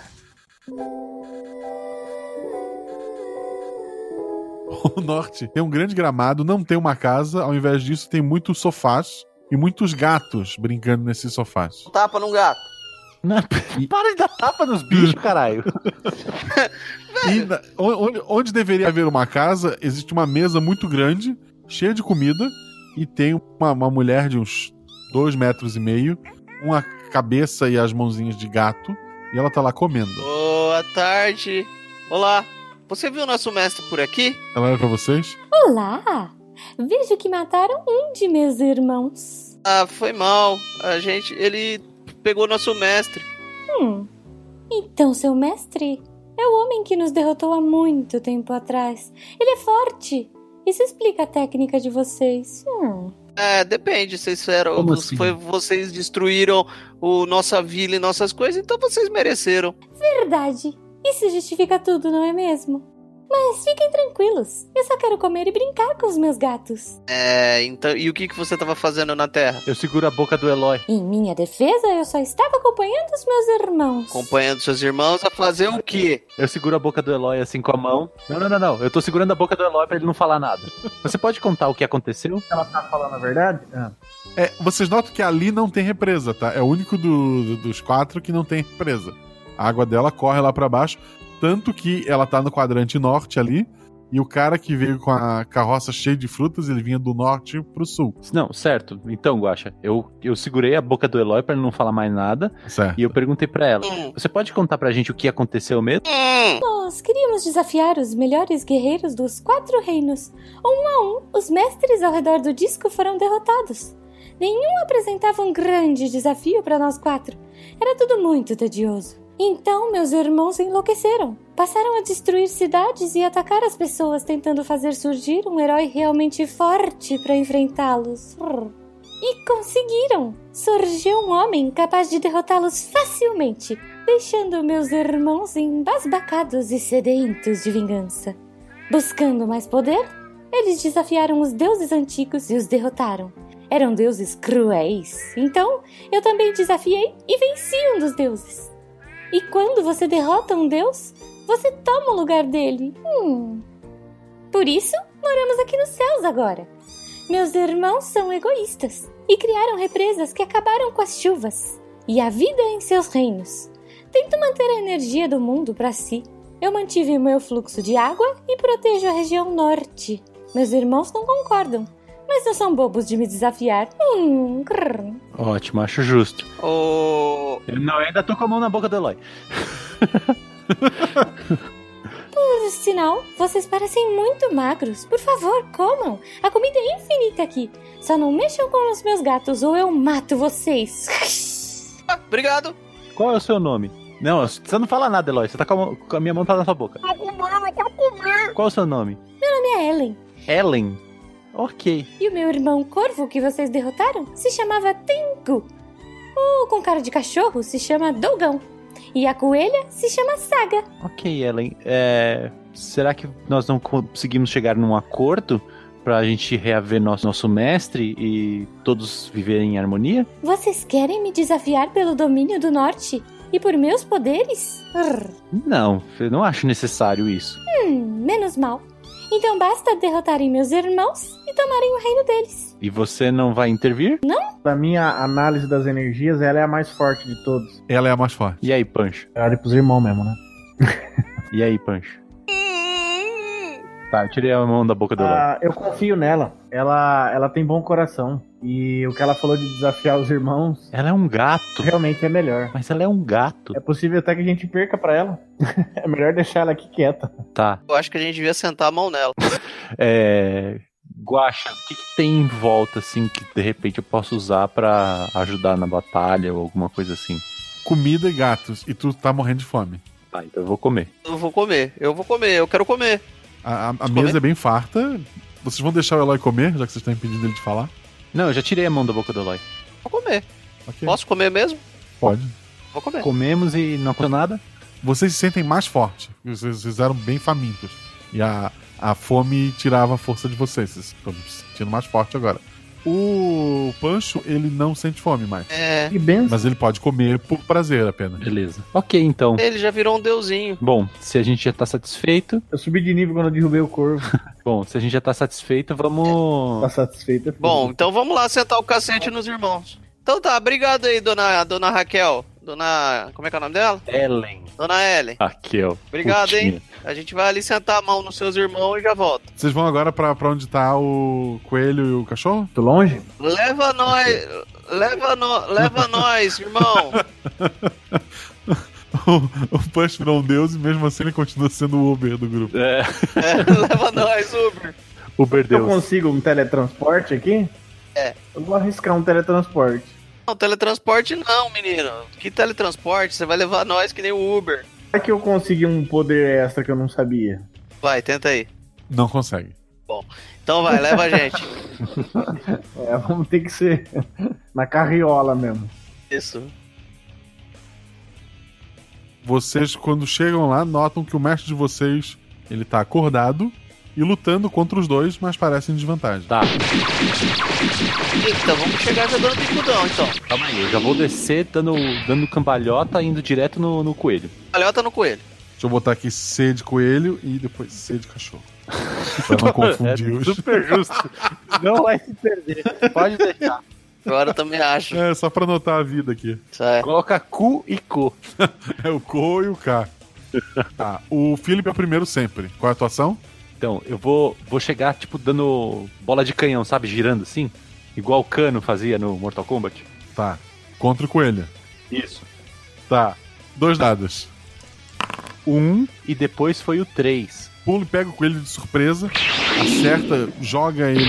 S2: <laughs> O norte tem um grande gramado, não tem uma casa, ao invés disso, tem muitos sofás e muitos gatos brincando nesses sofás.
S5: Um Tapa num gato.
S2: <laughs>
S6: <laughs> Para de dar tapa nos bichos, caralho.
S2: E na- o- onde, onde deveria haver uma casa, existe uma mesa muito grande, cheia de comida, e tem uma, uma mulher de uns dois metros e meio, com a cabeça e as mãozinhas de gato, e ela tá lá comendo.
S5: Boa tarde. Olá. Você viu nosso mestre por aqui?
S2: Ela olha pra vocês?
S23: Olá! Vejo que mataram um de meus irmãos.
S5: Ah, foi mal. A gente. Ele pegou nosso mestre.
S23: Hum. Então, seu mestre é o homem que nos derrotou há muito tempo atrás. Ele é forte. Isso explica a técnica de vocês. Hum.
S5: É, depende, vocês fizeram.
S23: Como
S5: vo- foi, vocês destruíram o nossa vila e nossas coisas, então vocês mereceram.
S23: Verdade. Isso justifica tudo, não é mesmo? Mas fiquem tranquilos. Eu só quero comer e brincar com os meus gatos.
S5: É, então. E o que, que você tava fazendo na Terra?
S6: Eu seguro a boca do Eloy.
S23: Em minha defesa, eu só estava acompanhando os meus irmãos.
S5: Acompanhando seus irmãos a fazer o quê?
S6: Eu seguro a boca do Eloy assim com a mão. Não, não, não, não. Eu tô segurando a boca do Eloy pra ele não falar nada. Você pode contar o que aconteceu?
S10: Ela tá falando a verdade? Ah.
S2: É, vocês notam que ali não tem represa, tá? É o único do- do- dos quatro que não tem represa. A água dela corre lá pra baixo, tanto que ela tá no quadrante norte ali, e o cara que veio com a carroça cheia de frutas, ele vinha do norte pro sul.
S6: Não, certo. Então, Guaxa, eu, eu segurei a boca do Eloy pra ele não falar mais nada.
S2: Certo.
S6: E eu perguntei pra ela:
S5: Hum.
S6: Você pode contar pra gente o que aconteceu mesmo?
S23: Nós queríamos desafiar os melhores guerreiros dos quatro reinos. Um a um, os mestres ao redor do disco foram derrotados. Nenhum apresentava um grande desafio para nós quatro. Era tudo muito tedioso. Então, meus irmãos enlouqueceram. Passaram a destruir cidades e atacar as pessoas, tentando fazer surgir um herói realmente forte para enfrentá-los. Brr. E conseguiram! Surgiu um homem capaz de derrotá-los facilmente, deixando meus irmãos embasbacados e sedentos de vingança. Buscando mais poder, eles desafiaram os deuses antigos e os derrotaram. Eram deuses cruéis. Então, eu também desafiei e venci um dos deuses. E quando você derrota um deus, você toma o lugar dele. Hum. Por isso, moramos aqui nos céus agora. Meus irmãos são egoístas e criaram represas que acabaram com as chuvas e a vida em seus reinos. Tento manter a energia do mundo para si. Eu mantive meu fluxo de água e protejo a região norte. Meus irmãos não concordam, mas não são bobos de me desafiar. Hum, grrr.
S6: Ótimo, acho justo. Eu não, eu ainda tô com a mão na boca do Eloy.
S23: Por sinal, vocês parecem muito magros. Por favor, comam. A comida é infinita aqui. Só não mexam com os meus gatos ou eu mato vocês.
S5: Obrigado.
S6: Qual é o seu nome? Não, você não fala nada, Eloy. Você tá com a, mão- com a minha mão tá na sua boca. Qual é o seu nome?
S23: Meu nome é Ellen.
S6: Ellen. Ok.
S23: E o meu irmão corvo que vocês derrotaram se chamava Tengu. O com cara de cachorro se chama Dogão. E a coelha se chama Saga.
S6: Ok, Ellen. É, será que nós não conseguimos chegar num acordo pra gente reaver nosso, nosso mestre e todos viverem em harmonia?
S23: Vocês querem me desafiar pelo domínio do norte? E por meus poderes? Rrr.
S6: Não, eu não acho necessário isso.
S23: Hum, menos mal. Então basta derrotarem meus irmãos e tomarem o reino deles.
S6: E você não vai intervir?
S23: Não?
S10: Pra mim, a análise das energias, ela é a mais forte de todos.
S2: Ela é a mais forte.
S6: E aí, Pancho?
S10: Olha pros irmãos mesmo, né?
S6: E aí, Pancho? Tá, eu tirei a mão da boca do Eloy.
S10: Ah, eu confio nela. Ela, ela tem bom coração. E o que ela falou de desafiar os irmãos.
S6: Ela é um gato.
S10: Realmente é melhor.
S6: Mas ela é um gato.
S10: É possível até que a gente perca pra ela. <laughs> é melhor deixar ela aqui quieta.
S6: Tá.
S5: Eu acho que a gente devia sentar a mão nela.
S6: É. Guacha, o que, que tem em volta, assim, que de repente eu posso usar pra ajudar na batalha ou alguma coisa assim?
S2: Comida e gatos. E tu tá morrendo de fome.
S6: Tá, então eu vou comer.
S5: Eu vou comer, eu vou comer, eu quero comer.
S2: A, a- a mesa é bem farta. Vocês vão deixar o Eloy comer, já que vocês estão impedindo ele de falar?
S6: Não, eu já tirei a mão da boca do Eloy.
S5: Vou comer. Posso comer mesmo?
S2: Pode.
S5: Vou comer.
S6: Comemos e não aconteceu nada?
S2: Vocês se sentem mais fortes. porque Vocês vocês eram bem famintos. E a, a fome tirava a força de vocês. Vocês estão se sentindo mais forte agora. O Pancho, ele não sente fome mais.
S5: É.
S10: Que benção.
S2: Mas ele pode comer por prazer apenas.
S6: Beleza. Ok, então.
S5: Ele já virou um deusinho.
S6: Bom, se a gente já tá satisfeito.
S10: Eu subi de nível quando eu derrubei o corvo.
S6: <laughs> Bom, se a gente já tá satisfeito, vamos.
S10: Tá satisfeita?
S5: Bom, então vamos lá sentar o cacete nos irmãos. Então tá, obrigado aí, dona, dona Raquel. Dona. Como é que é o nome dela?
S6: Ellen.
S5: Dona Ellen.
S6: Aqui, ó.
S5: Obrigado, hein?
S2: Putinha.
S5: A gente vai ali sentar a mão nos seus irmãos e já volta.
S2: Vocês vão agora pra, pra onde tá o coelho e o cachorro?
S10: Tô longe?
S5: Leva nós. Leva, nó- leva nós, irmão.
S2: <laughs> o, o Punch virou um deus e mesmo assim ele continua sendo o Uber do grupo. <laughs>
S6: É.
S5: leva nós, Uber.
S6: Uber
S10: Eu consigo um teletransporte aqui?
S5: É.
S10: Eu vou arriscar um teletransporte.
S5: Não, teletransporte não, menino. Que teletransporte? Você vai levar nós que nem o Uber.
S10: Será que eu consegui um poder extra que eu não sabia?
S5: Vai, tenta aí.
S2: Não consegue.
S5: Bom, então vai, leva a gente.
S10: <laughs> É, vamos ter que ser na carriola mesmo.
S5: Isso.
S2: Vocês, quando chegam lá, notam que o mestre de vocês ele tá acordado e lutando contra os dois, mas parece em desvantagem.
S6: Tá.
S5: Eita, vamos chegar já dando bicudão, então.
S6: Calma aí, eu já vou descer dando, dando cambalhota indo direto no, no coelho.
S5: Alhota tá no coelho.
S2: Deixa eu botar aqui C de coelho e depois C de cachorro.
S6: <laughs>
S2: pra não confundir os.
S6: É super justo. Não vai se perder. Pode deixar.
S5: Agora eu também acho.
S2: <laughs> É, só pra anotar a vida aqui.
S6: Coloca cu e co.
S2: <laughs> é o co e
S6: <laughs>
S2: o K. Tá, o Felipe é o primeiro sempre. Qual é a atuação?
S6: Então, eu vou, vou chegar, tipo, dando bola de canhão, sabe? Girando assim. Igual o Cano fazia no Mortal Kombat.
S2: Tá. Contra o coelho.
S6: Isso.
S2: Tá. Dois dados.
S6: Um e depois foi o três.
S2: Pula e pega o coelho de surpresa, acerta, joga ele.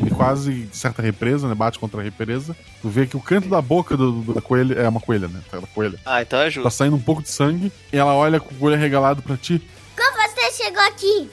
S2: Ele quase acerta a represa, né? Bate contra a represa. Tu vê que o canto da boca do, do- da coelha. É uma coelha, né? Da coelha.
S5: Ah, então é
S2: Tá
S5: justo.
S2: saindo um pouco de sangue. E ela olha com o coelho regalado pra ti.
S9: Como você chegou aqui?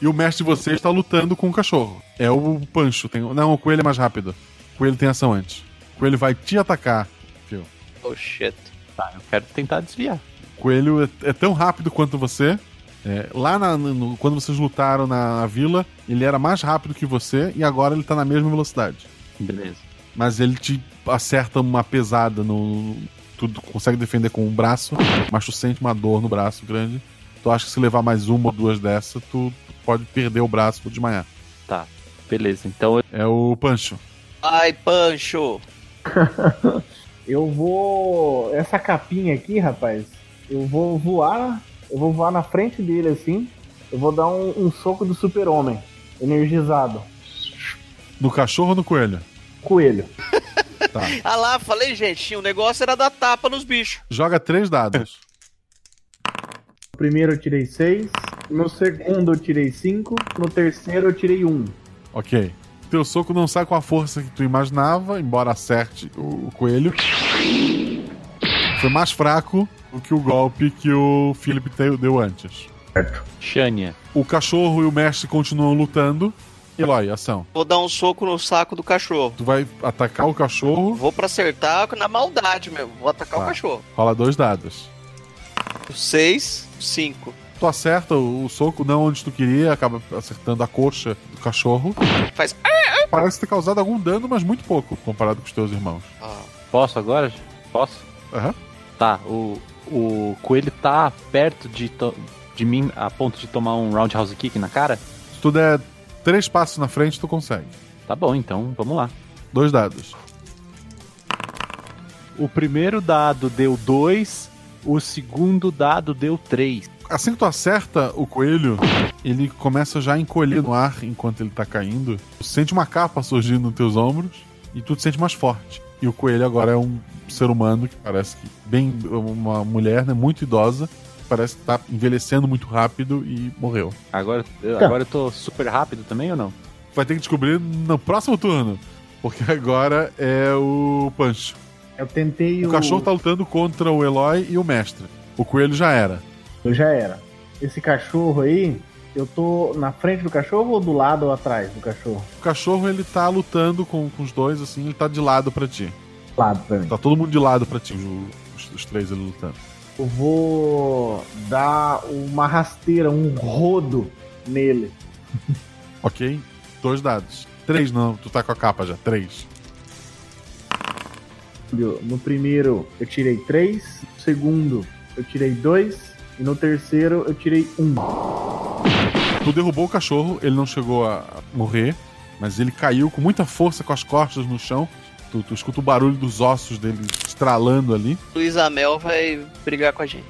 S2: E o mestre de vocês tá lutando com o cachorro. É o Pancho. Tem... Não, o coelho é mais rápido. O coelho tem ação antes. O coelho vai te atacar. Fio.
S5: Oh shit.
S6: Tá, eu quero tentar desviar.
S2: O coelho é, é tão rápido quanto você. É, lá na- no- quando vocês lutaram na, na vila, ele era mais rápido que você e agora ele tá na mesma velocidade.
S6: Beleza.
S2: Mas ele te acerta uma pesada no. Tu consegue defender com um braço, mas tu sente uma dor no braço grande. Tu acha que se levar mais uma ou duas dessa, tu pode perder o braço ou desmaiar.
S6: Tá, beleza. Então.
S2: É o Pancho.
S5: Ai, Pancho.
S10: Eu vou. Essa capinha aqui, rapaz, eu vou voar. Eu vou voar na frente dele assim. Eu vou dar um, um soco do super-homem. Energizado.
S2: No cachorro ou no coelho?
S10: Coelho.
S2: Tá.
S5: Ah lá, falei, gente, o negócio era dar tapa nos bichos.
S2: Joga três dados.
S10: No primeiro eu tirei 6, no segundo eu tirei 5, no terceiro eu tirei 1.
S2: Ok. Teu soco não sai com a força que tu imaginava, embora acerte o, o coelho. Foi mais fraco do que o golpe que o Philip te- deu antes. Certo.
S6: Shania.
S2: O cachorro e o mestre continuam lutando. Eloy, ação.
S5: Vou dar um soco no saco do cachorro.
S2: Tu vai atacar o cachorro. Tá.
S5: Vou pra acertar na maldade mesmo. Vou atacar o cachorro.
S2: Rola dois dados.
S5: 6, 5.
S2: Tu acerta o, o soco não onde tu queria, acaba acertando a coxa do cachorro.
S5: Faz.
S2: Parece ter causado algum dano, mas muito pouco comparado com os teus irmãos.
S6: Posso agora? Posso?
S2: Aham.
S6: Tá, o, o coelho tá perto de, to- de mim a ponto de tomar um roundhouse kick na cara?
S2: Se tu der três passos na frente, tu consegue.
S6: Tá bom, então vamos lá.
S2: Dois dados.
S6: O primeiro dado deu 2, o segundo dado deu 3.
S2: Assim que tu acerta o coelho, ele começa já a encolher no ar enquanto ele tá caindo. Tu sente uma capa surgindo nos teus ombros e tu te sente mais forte. E o coelho agora é um ser humano que parece que bem uma mulher, né, muito idosa, parece que tá envelhecendo muito rápido e morreu.
S6: Agora, eu-
S2: Tá.
S6: agora eu tô super rápido também ou não?
S2: Vai ter que descobrir no próximo turno, porque agora é o Pancho.
S10: Eu tentei
S2: O
S10: o-
S2: cachorro tá lutando contra o Eloy e o mestre. O coelho já era.
S10: Eu já era. Esse cachorro aí, eu tô na frente do cachorro ou do lado ou atrás do cachorro?
S2: O cachorro ele tá lutando com, com os dois, assim, ele tá de lado pra ti.
S10: Lado é. pra mim.
S2: Tá todo mundo de lado pra ti, os, os- os três ele lutando.
S10: Eu vou dar uma rasteira, um rodo nele.
S2: Ok? Dois dados. Três não, tu tá com a capa já. Três.
S10: No primeiro eu tirei 3, no segundo eu tirei 2 e no terceiro eu tirei 1.
S2: Tu derrubou o cachorro, ele não chegou a a morrer, mas ele caiu com muita força com as costas no chão. Tu, tu escuta o barulho dos ossos dele estralando ali.
S5: Luiz Amel vai brigar com a gente.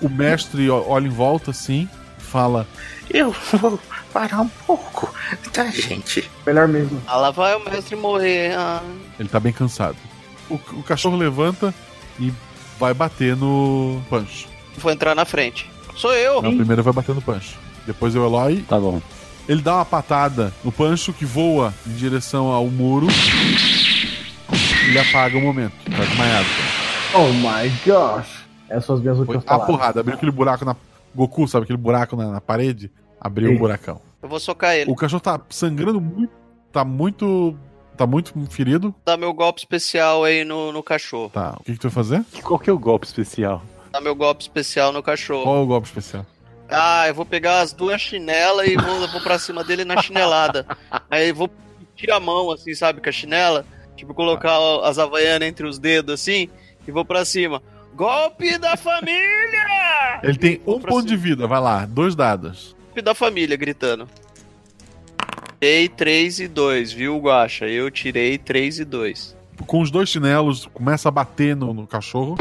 S2: O mestre o- olha em volta assim, fala:
S11: Eu vou parar um pouco, tá, gente?
S10: Melhor mesmo.
S5: Ah, lá vai o mestre morrer. Ah,
S2: Ele tá bem cansado. O, c- o cachorro levanta e vai bater no Pancho.
S5: vou entrar na frente. Sou eu.
S2: Não, primeiro vai bater no Pancho. Depois é o Eloy.
S6: Tá bom.
S2: Ele dá uma patada no Pancho que voa em direção ao muro. Ele apaga o momento. Tá desmaiado.
S10: Oh my gosh! Essas são as minhas
S2: Foi
S10: últimas
S2: a
S10: palavras.
S2: porrada. Abriu aquele buraco na. Goku, sabe aquele buraco na, na parede? Abriu o
S10: Sim.
S2: buracão.
S5: Eu vou socar ele.
S2: O cachorro tá sangrando muito. Tá muito. Tá muito ferido.
S5: Dá meu golpe especial aí no, no cachorro.
S2: Tá. O que, que tu vai fazer?
S6: Qual que é o golpe especial?
S5: Dá meu golpe especial no cachorro.
S2: Qual é o golpe especial?
S5: Ah, eu vou pegar as duas chinelas e vou, vou pra cima dele
S2: <laughs>
S5: na chinelada. Aí eu vou tirar a mão, assim, sabe, com a chinela. Tipo, colocar o- as havaianas entre os dedos, assim, e vou pra cima. Golpe da família!
S2: Ele tem
S5: Vou
S2: um
S5: pra
S2: ponto de vida. Vai lá, dois dados.
S5: Golpe da família, gritando. Tirei 3 e 2, viu, Guaxa? Eu tirei 3 e 2.
S2: Com os dois chinelos, começa a bater no, no cachorro.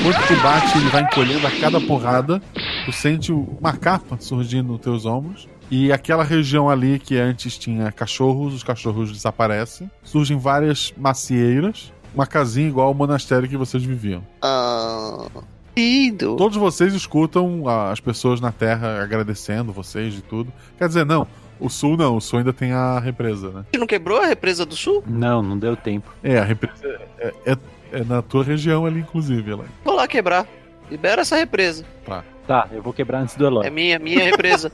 S2: Enquanto tu bate, ele vai encolhendo a cada porrada. Tu sente o- uma capa surgindo nos teus ombros. E aquela região ali que antes tinha cachorros, os cachorros desaparecem. Surgem várias macieiras. Uma casinha igual ao monastério que vocês viviam.
S5: Ah, lindo.
S2: Todos vocês escutam ah, as pessoas na Terra agradecendo vocês de tudo. Quer dizer, não, o Sul não, o Sul ainda tem a represa, né?
S5: Não quebrou a represa do sul?
S6: Não, não deu tempo.
S2: É, a represa é, é- é na tua região ali, inclusive, Eloy.
S5: Vou lá quebrar. Libera essa represa.
S2: Tá.
S6: Tá, eu vou quebrar antes do Eloy.
S5: É minha, minha represa.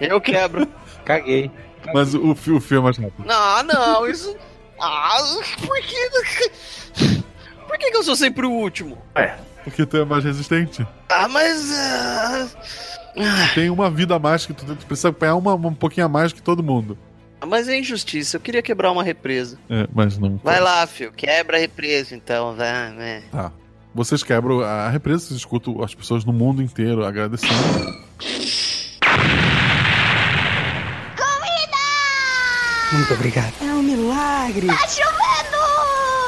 S5: Eu quebro.
S6: Caguei.
S2: Mas o, fi- o filme é mais rápido.
S5: Ah, não, isso. Ah, por que. Por que, que eu sou sempre o último?
S2: É. Porque tu é mais resistente.
S5: Ah, mas. ah,
S2: Tem uma vida a mais que tu, tu precisa apanhar uma, um pouquinho a mais que todo mundo.
S5: Mas é injustiça, eu queria quebrar uma represa.
S2: É, mas não.
S5: Vai lá, filho, quebra a represa então, vai, né?
S2: Tá. Vocês quebram a represa, vocês escutam as pessoas no mundo inteiro agradecendo.
S1: Muito obrigado.
S3: É um milagre!
S1: Tá chovendo!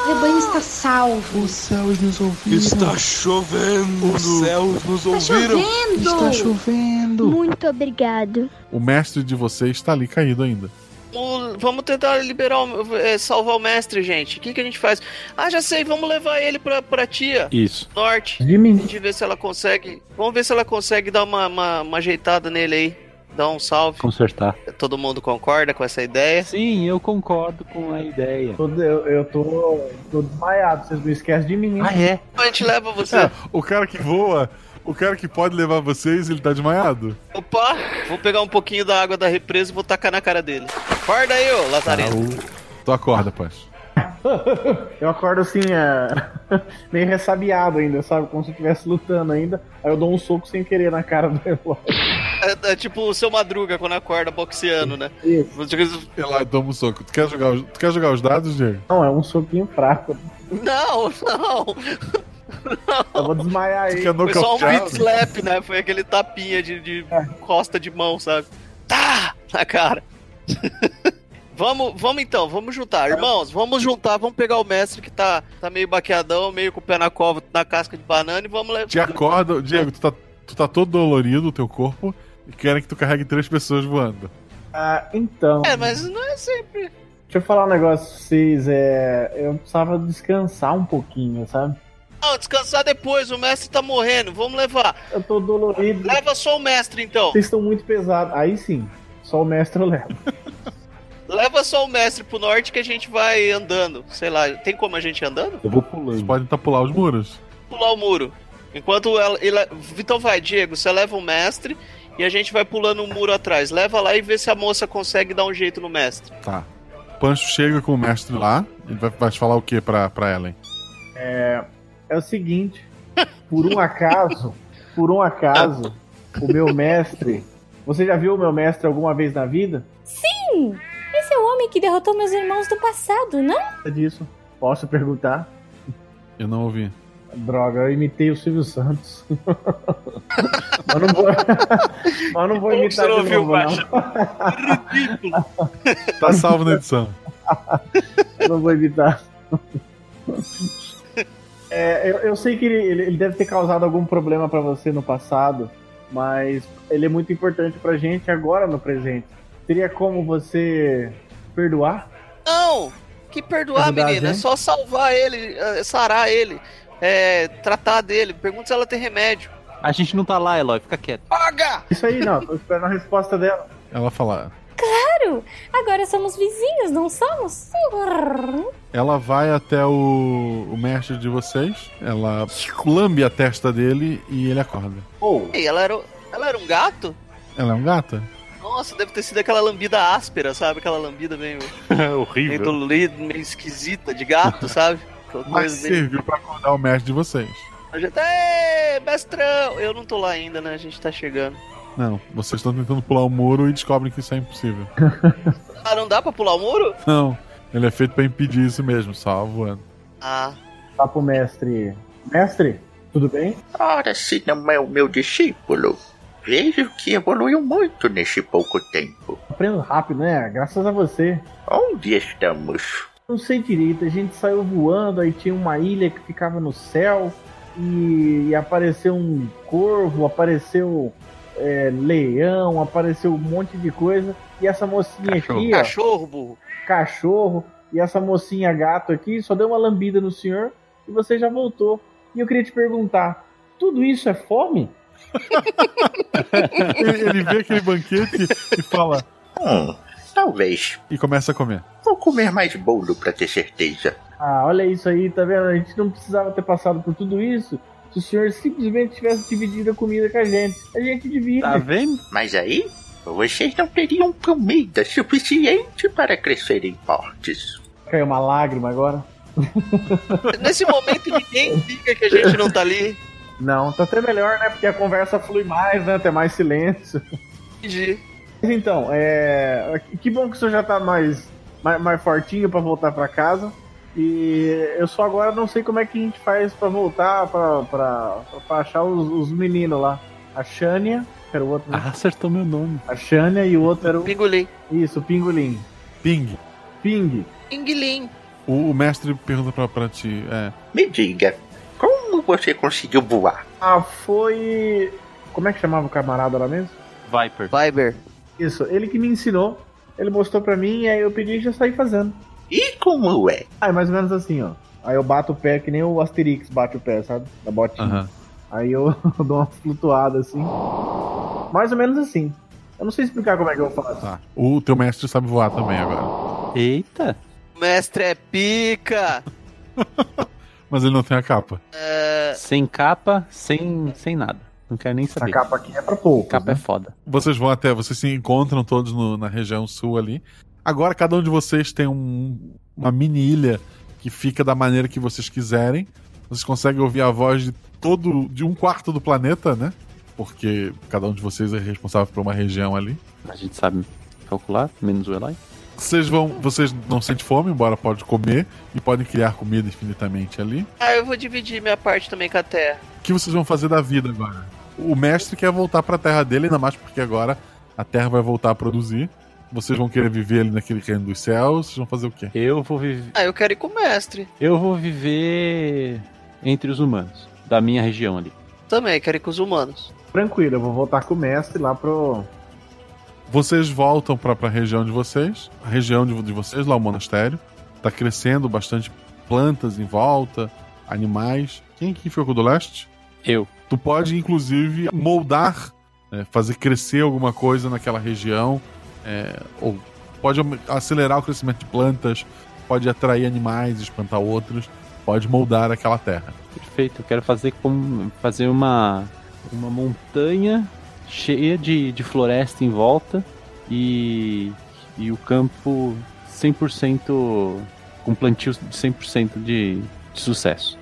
S23: O rebanho está salvo.
S1: Os céus nos ouviram.
S18: Está chovendo.
S1: Os céus
S3: Tá
S1: nos ouviram.
S2: Está
S1: chovendo.
S24: Muito obrigado.
S2: O mestre de vocês está ali caído ainda.
S5: O- vamos tentar liberar, o- é, salvar o mestre, gente. O que, que a gente faz? Ah, já sei, vamos levar ele pra, pra tia.
S6: Isso.
S5: Norte.
S10: Jimmy.
S5: A gente vê se ela consegue. Vamos ver se ela consegue dar uma, uma, uma ajeitada nele aí. Dar um salve.
S10: <laughs>
S6: Consertar.
S5: Todo mundo concorda com essa ideia?
S6: Sim, eu concordo com a ideia.
S10: Tô- Eu, eu tô, tô desmaiado, vocês não esquecem de mim.
S6: Ah, é?
S5: A gente leva você.
S2: o cara que voa, o cara que pode levar vocês, ele tá desmaiado.
S5: Opa! Vou pegar um pouquinho da água da represa e vou tacar na cara dele. Acorda aí, ô Lazareno.
S2: Tu acorda, Paz.
S10: <laughs> Eu acordo assim, é, <laughs> meio ressabiado ainda, sabe? Como se eu estivesse lutando ainda. Aí eu dou um soco sem querer na cara do relógio.
S5: É, é tipo o seu Madruga quando acorda boxeando, né?
S2: Sei lá, toma um soco. Tu quer jogar os, tu quer jogar os dados, Diego?
S10: Não, é um soquinho fraco.
S5: Não, não!
S10: Eu vou desmaiar aí.
S5: Foi só um beat slap, né? Foi aquele tapinha de, de costa de mão, sabe? Tá! Na cara. <laughs> vamos, vamos então, vamos juntar. Irmãos, vamos juntar, vamos pegar o mestre que tá, tá meio baqueadão, meio com o pé na cova, na casca de banana e vamos levar.
S2: Te acorda, Diego, tu tá, tu tá todo dolorido, o teu corpo, e querem que tu carregue três pessoas voando.
S10: Ah, então.
S5: É, mas não é sempre.
S10: Deixa eu falar um negócio pra vocês. É... Eu precisava descansar um pouquinho, sabe?
S5: Não, descansar depois, o mestre tá morrendo, vamos levar.
S10: Eu tô dolorido.
S5: Leva só o mestre então.
S10: Vocês estão muito pesados. Aí sim, só o mestre eu levo.
S5: Leva só o mestre pro norte que a gente vai andando. Sei lá, tem como a gente ir andando?
S2: Eu vou pulando. Vocês podem tentar pular os muros.
S5: pular o muro. Enquanto ela, ele- Então vai, Diego, você leva o mestre e a gente vai pulando o muro atrás. Leva lá e vê se a moça consegue dar um jeito no mestre.
S2: Tá. Pancho chega com o mestre lá, ele vai, vai te falar o que pra, pra Ellen?
S10: É, é o seguinte, por um acaso, por um acaso, o meu mestre. Você já viu o meu mestre alguma vez na vida?
S23: Sim! Esse é o homem que derrotou meus irmãos do passado, não?
S10: É disso. Posso perguntar?
S2: Eu não ouvi.
S10: Droga, eu imitei o Silvio Santos. <laughs> mas não vou, mas não vou
S25: que você não
S10: imitar de
S25: ouviu,
S10: novo,
S25: Baixa.
S10: não.
S5: Ridículo.
S2: Tá salvo na edição.
S10: Eu não vou
S2: <laughs>
S10: evitar. Tá. <laughs> É, eu, eu sei que ele, ele- ele deve ter causado algum problema pra você no passado, mas ele é muito importante pra gente agora no presente. Teria como você perdoar?
S5: Não! Que perdoar,
S10: Ajudar a
S5: menina. É
S10: gente?
S5: só salvar ele, eh, sarar ele, eh, tratar dele. Pergunta se ela tem remédio.
S6: A gente não tá lá, Eloy, fica quieto.
S5: Paga!
S10: Isso aí, não. Tô esperando a resposta dela.
S2: Ela fala.
S23: Claro! Agora somos vizinhos, não somos?
S2: Ela vai até o, o mestre de vocês, ela lambe a testa dele e ele acorda.
S5: Ei, ela era, o- ela era um gato?
S2: Ela é um gata?
S5: Nossa, deve ter sido aquela lambida áspera, sabe? Aquela lambida meio, meio
S2: horrível.
S5: dolorida, meio esquisita
S2: <laughs>
S5: de gato, sabe? Aquela
S2: Mas
S5: coisa meio-
S2: serviu pra acordar o mestre de vocês.
S5: A gente- Ê, mestrão! Eu não tô lá ainda, né? A gente tá chegando.
S2: Não, vocês estão tentando pular o muro e descobrem que isso é impossível.
S5: <laughs> Ah, não dá pra pular o muro?
S2: Não, ele é feito pra impedir isso mesmo, só voando.
S5: Ah.
S10: Tá pro mestre. Mestre, tudo bem?
S11: Ora, se não é o meu discípulo, vejo que evoluiu muito neste pouco tempo.
S10: Aprendo rápido, né? Graças a você.
S11: Onde estamos?
S10: Não sei direito, a gente saiu voando, aí tinha uma ilha que ficava no céu e, e apareceu um corvo, apareceu é, leão, apareceu um monte de coisa. E essa mocinha aqui, ó,
S5: Cachorro, burro.
S10: cachorro, e essa mocinha gato aqui só deu uma lambida no senhor e você já voltou. E eu queria te perguntar, tudo isso é fome?
S2: <laughs> Ele, ele vê aquele banquete e fala.
S11: Hum, talvez.
S2: E começa a comer.
S11: Vou comer mais bolo pra ter certeza.
S10: Ah, olha isso aí, tá vendo? A gente não precisava ter passado por tudo isso se o senhor simplesmente tivesse dividido a comida com a gente. A gente divide.
S2: Tá
S11: vendo? Mas aí, vocês não teriam comida suficiente para crescer em portes.
S10: Caiu uma lágrima agora.
S5: Nesse momento ninguém diga que a gente não tá ali.
S10: Não, tá até melhor, né? Porque a conversa flui mais, né? Tem mais silêncio.
S5: Entendi.
S10: Mas então, é. Que bom que o senhor já tá mais, mais, mais fortinho pra voltar pra casa. E eu só agora não sei como é que a gente faz pra voltar, pra, pra, pra achar os, os meninos lá. A Shania, que era o outro. Ah,
S6: acertou meu nome.
S10: A Shania e o outro era o.
S5: Pingolim.
S10: Isso, o Pingolim.
S2: Ping.
S10: Ping.
S5: Pinguilim.
S2: O, o mestre pergunta pra, pra ti: é,
S11: Me diga, como você conseguiu voar?
S10: Ah, foi. Como é que chamava o camarada lá mesmo?
S6: Viper.
S10: Viber. Isso, ele que me ensinou. Ele mostrou pra mim, aí eu peguei e já saí fazendo.
S11: E como é?
S10: Ah, é mais ou menos assim, ó. Aí eu bato o pé, que nem o Asterix bate o pé, sabe? Da
S11: Ah.
S10: botinha. Aí eu <laughs> dou uma flutuada assim. Mais ou menos assim. Eu não sei explicar como é que eu faço.
S11: Tá.
S2: o teu mestre sabe voar também agora.
S6: Eita!
S7: O mestre é pica!
S2: Mas ele não tem a capa.
S7: É,
S6: Sem capa, sem, sem nada. Não quero nem saber.
S10: capa aqui é pra pouco.
S6: Capa é foda.
S2: Vocês vão até, vocês se encontram todos no- na região sul ali. Agora cada um de vocês tem um- uma mini ilha que fica da maneira que vocês quiserem. Vocês conseguem ouvir a voz de todo, de um quarto do planeta, né? Porque cada um de vocês é responsável por uma região ali.
S6: A gente sabe calcular, menos o Eloy.
S2: Vocês vão, vocês não sentem fome, embora pode comer e podem criar comida infinitamente ali.
S7: Ah, eu vou dividir minha parte também com a Terra.
S2: O que vocês vão fazer da vida agora? O mestre quer voltar pra terra dele, ainda mais porque agora a terra vai voltar a produzir. Vocês vão querer viver ali naquele reino dos céus, vocês vão fazer o quê?
S6: Eu vou viver.
S7: Ah, eu quero ir com o mestre.
S6: Eu vou viver entre os humanos, da minha região ali.
S7: Também, quero ir com os humanos.
S10: Tranquilo, eu vou voltar com o mestre lá pro.
S2: Vocês voltam pra pra região de vocês, a região de, de vocês, lá o monastério. Tá crescendo bastante plantas em volta, animais. Quem que ficou do leste?
S6: Eu.
S2: Tu pode, inclusive, moldar, né, fazer crescer alguma coisa naquela região, é, ou pode am- acelerar o crescimento de plantas, pode atrair animais, espantar outros, pode moldar aquela terra.
S6: Perfeito, eu quero fazer como fazer uma, uma montanha cheia de, de floresta em volta e, e o campo 100% com plantio de 100% de, de sucesso.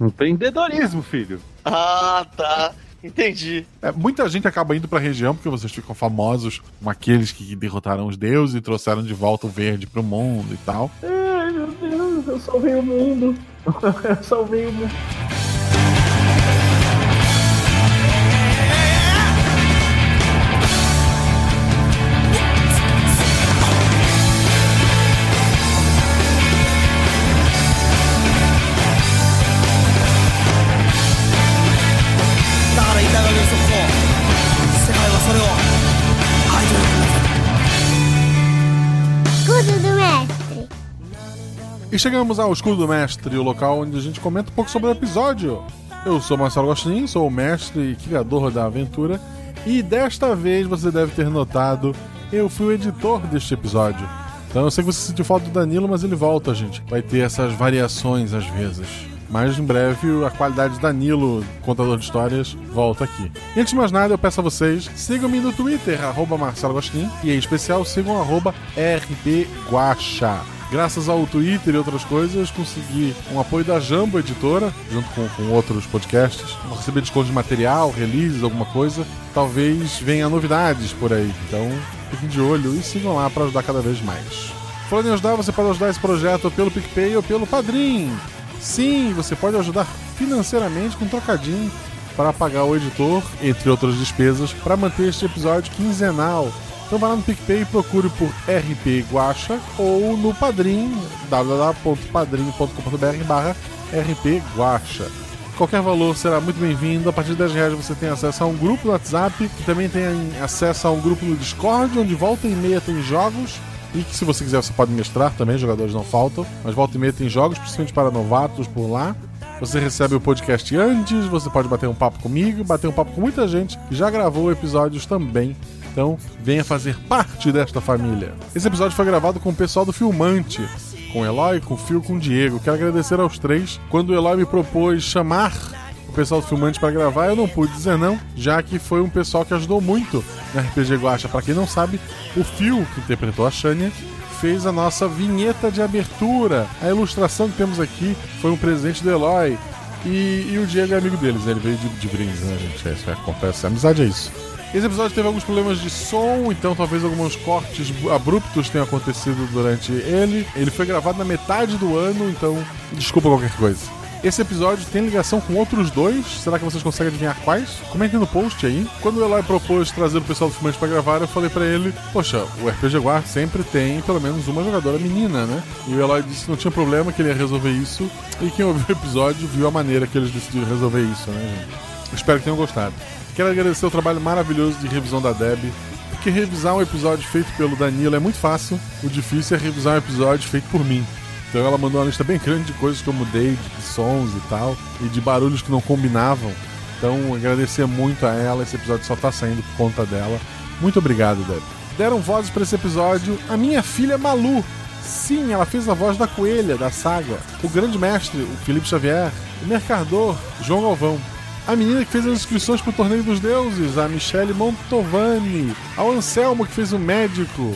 S6: Empreendedorismo, filho.
S7: Ah, tá. Entendi.
S2: É, muita gente acaba indo pra região porque vocês ficam famosos como aqueles que derrotaram os deuses e trouxeram de volta o verde pro mundo e tal.
S10: Ai, meu Deus, eu salvei o mundo. <laughs> eu salvei o mundo.
S1: 「だから偉大なる予測を世界はそれを愛と呼ぶ
S9: Escudo
S1: んだ」
S9: do mestre.
S2: E chegamos ao Escudo do Mestre, o local onde a gente comenta um pouco sobre o episódio. Eu sou Marcelo Gostin, sou o mestre e criador da aventura, e desta vez você deve ter notado, eu fui o editor deste episódio. Então eu sei que você sentiu falta do Danilo, mas ele volta, gente. Vai ter essas variações às vezes. Mas em breve a qualidade do Danilo, contador de histórias, volta aqui. E antes de mais nada, eu peço a vocês, sigam-me no Twitter, arroba Marcelo Gostin, e em especial sigam arroba rpguacha. Graças ao Twitter e outras coisas, consegui um apoio da Jambo Editora, junto com, com outros podcasts. Vou receber desconto de material, releases, alguma coisa. Talvez venha novidades por aí. Então, fiquem de olho e sigam lá para ajudar cada vez mais. Falando em ajudar, você pode ajudar esse projeto pelo PicPay ou pelo Padrim. Sim, você pode ajudar financeiramente com um trocadinho para pagar o editor, entre outras despesas, para manter este episódio quinzenal. Então vai lá no PicPay e procure por RP Guacha ou no Padrim, www.padrim.com.br barra RP Guacha. Qualquer valor será muito bem-vindo. A partir de 10 reais você tem acesso a um grupo no WhatsApp, que também tem acesso a um grupo no Discord, onde volta e meia tem jogos. E que se você quiser você pode mestrar também, jogadores não faltam. Mas volta e meia tem jogos, principalmente para novatos por lá. Você recebe o podcast antes, você pode bater um papo comigo, bater um papo com muita gente que já gravou episódios também. Então, venha fazer parte desta família. Esse episódio foi gravado com o pessoal do Filmante, com o Eloy, com o Phil, com o Diego. Quero agradecer aos três. Quando o Eloy me propôs chamar o pessoal do Filmante para gravar, eu não pude dizer não, já que foi um pessoal que ajudou muito na RPG Guacha. Para quem não sabe, o Phil, que interpretou a Shania, fez a nossa vinheta de abertura. A ilustração que temos aqui foi um presente do Eloy. E, e o Diego é amigo deles, né? ele veio de, de brinde, né, gente? É, isso acontece. Amizade é isso. Esse episódio teve alguns problemas de som, então talvez alguns cortes bu- abruptos tenham acontecido durante ele. Ele foi gravado na metade do ano, então desculpa qualquer coisa. Esse episódio tem ligação com outros dois. Será que vocês conseguem adivinhar quais? Comentem no post aí. Quando o Eloy propôs trazer o pessoal do Fumante pra gravar, eu falei pra ele: Poxa, o RPG Guard sempre tem pelo menos uma jogadora menina, né? E o Eloy disse que não tinha problema, que ele ia resolver isso. E quem ouviu o episódio viu a maneira que eles decidiram resolver isso, né, gente? Espero que tenham gostado. Quero agradecer o trabalho maravilhoso de revisão da Deb. Porque revisar um episódio feito pelo Danilo é muito fácil. O difícil é revisar um episódio feito por mim. Então ela mandou uma lista bem grande de coisas que eu mudei, de sons e tal, e de barulhos que não combinavam. Então agradecer muito a ela, esse episódio só tá saindo por conta dela. Muito obrigado, Deb. Deram vozes para esse episódio a minha filha Malu. Sim, ela fez a voz da Coelha, da saga. O grande mestre, o Felipe Xavier. O mercador, João Galvão. A menina que fez as inscrições pro Torneio dos Deuses, a Michele Montovani. Ao Anselmo, que fez o médico.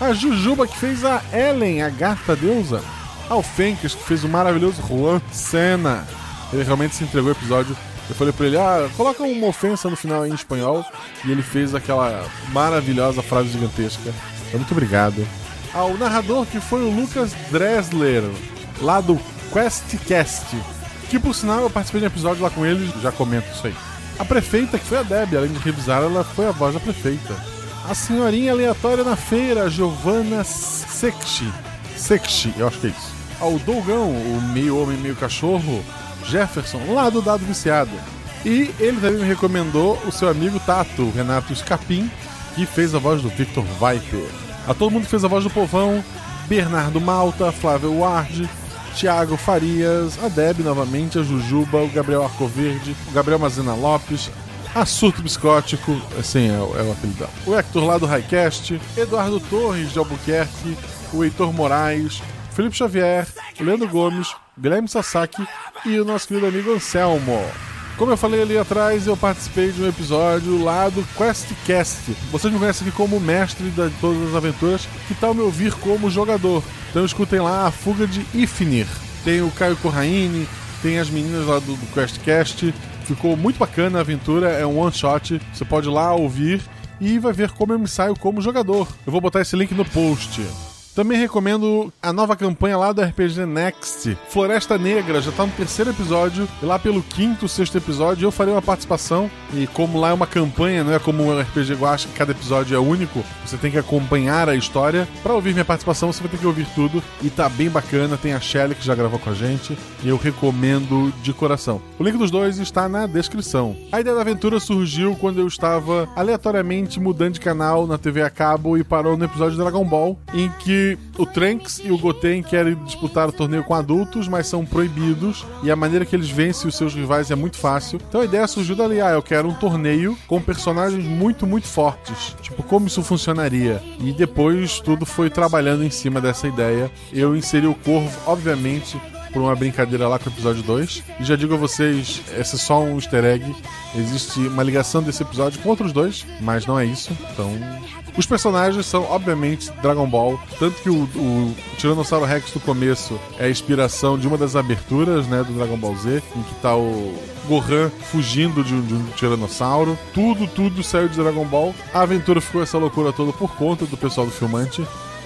S2: A Jujuba, que fez a Ellen, a gata deusa. Ao Fencas, que fez o maravilhoso Juan Senna. Ele realmente se entregou ao episódio. Eu falei pra ele, ah, coloca uma ofensa no final aí em espanhol. E ele fez aquela maravilhosa frase gigantesca. Então, muito obrigado. Ao narrador, que foi o Lucas Dressler, lá do QuestCast. Que por sinal eu participei de um episódio lá com eles, já comento isso aí. A prefeita, que foi a Debbie, além de revisar, ela foi a voz da prefeita. A senhorinha aleatória na feira, Giovanna Secchi. Secchi, eu acho que é isso. Ao Dougão, o meio homem, meio cachorro, Jefferson, lá do Dado Viciado. E ele também me recomendou o seu amigo Tato, Renato Escapim, que fez a voz do Victor Viper. A todo mundo que fez a voz do povão, Bernardo Malta, Flávio Ward, Tiago Farias, a Deb novamente, a Jujuba, o Gabriel Arcoverde, o Gabriel Mazena Lopes, a Surto Biscótico, assim é, o- é o apelidão. O Hector lá do Highcast, Eduardo Torres de Albuquerque, o Heitor Moraes, Felipe Xavier, o Leandro Gomes, Guilherme Sasaki e o nosso querido amigo Anselmo. Como eu falei ali atrás, eu participei de um episódio lá do QuestCast. Vocês me conhecem aqui como mestre de todas as aventuras, que tal me ouvir como jogador? Então escutem lá a fuga de Ifnir. Tem o Caio Corraine, tem as meninas lá do, do QuestCast. Ficou muito bacana a aventura, é um one shot. Você pode ir lá ouvir e vai ver como eu me saio como jogador. Eu vou botar esse link no post. Também recomendo a nova campanha lá do RPG Next, Floresta Negra, já tá no terceiro episódio, e lá pelo quinto, sexto episódio eu farei uma participação, e como lá é uma campanha, não é como o RPG Guacha, que cada episódio é único, você tem que acompanhar a história. Pra ouvir minha participação, você vai ter que ouvir tudo, e tá bem bacana, tem a Shelly que já gravou com a gente, e eu recomendo de coração. O link dos dois está na descrição. A ideia da aventura surgiu quando eu estava aleatoriamente mudando de canal na TV a cabo e parou no episódio de Dragon Ball, em que o Trunks e o Goten querem disputar o torneio com adultos, mas são proibidos, e a maneira que eles vencem os seus rivais é muito fácil. Então a ideia surgiu dali, ah, eu quero um torneio com personagens muito, muito fortes. Tipo, como isso funcionaria? E depois tudo foi trabalhando em cima dessa ideia. Eu inseri o Corvo, obviamente, por uma brincadeira lá com o episódio 2. E já digo a vocês, esse é só um easter egg. Existe uma ligação desse episódio com outros dois, mas não é isso. Então. Os personagens são, obviamente, Dragon Ball. Tanto que o, o Tiranossauro Rex do começo é a inspiração de uma das aberturas, né, do Dragon Ball Z, em que tá o Gohan fugindo de um, de um Tiranossauro. Tudo, tudo saiu de Dragon Ball. A aventura ficou essa loucura toda por conta do pessoal do filmante.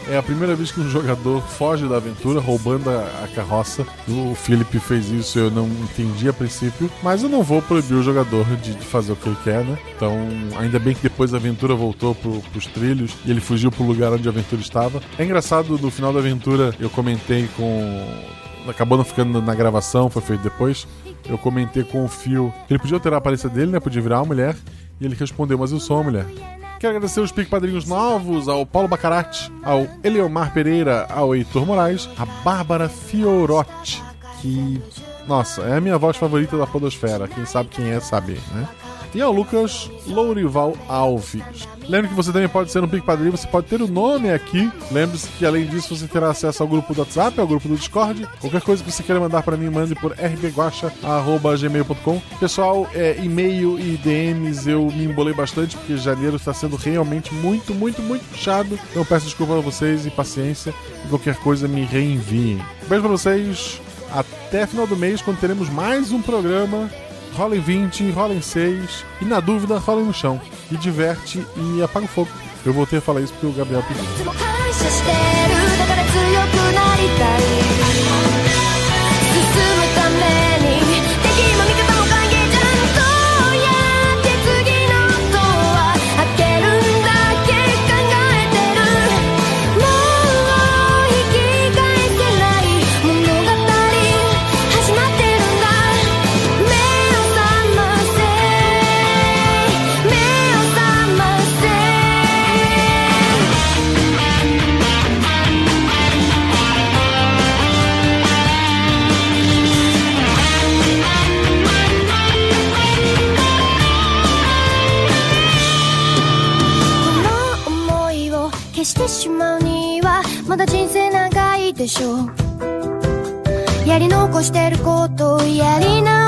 S2: É a primeira vez que um jogador foge da aventura roubando a, a carroça. O Felipe fez isso, eu não entendi a princípio, mas eu não vou proibir o jogador de, de fazer o que ele quer, né? Então, ainda bem que depois a aventura voltou pro, pros trilhos e ele fugiu pro lugar onde a aventura estava. É engraçado, no final da aventura eu comentei com acabou não ficando na gravação, foi feito depois. Eu comentei com o Fio que ele podia alterar a aparência dele, né? Podia virar uma mulher. E ele respondeu, mas eu sou uma mulher. Quero agradecer aos Pique Padrinhos Novos, ao Paulo Bacarate, ao Eleomar Pereira, ao Heitor Moraes, à Bárbara Fiorotti, que. Nossa, é a minha voz favorita da Podosfera. Quem sabe quem é, sabe, né? e ao Lucas Lourival Alves. Lembre que você também pode ser um Pic Padrinho, você pode ter o nome aqui. Lembre-se que além disso você terá acesso ao grupo do WhatsApp, ao grupo do Discord. Qualquer coisa que você queira mandar para mim, mande por rbguacha.gmail.com. Pessoal, é, e-mail e DMs eu me embolei bastante porque janeiro está sendo realmente muito, muito, muito puxado. Então peço desculpa a vocês e paciência. E qualquer coisa me reenviem. Beijo pra vocês. Até final do mês, quando teremos mais um programa rola em 20, rola em 6 e na dúvida rola no chão. E diverte e apaga o fogo. Eu voltei a falar isso porque o Gabriel pediu.
S9: いつも感謝してるだから強くなりたい進むために
S1: てしまうにはまだ人生長いでしょうやり残してることやりな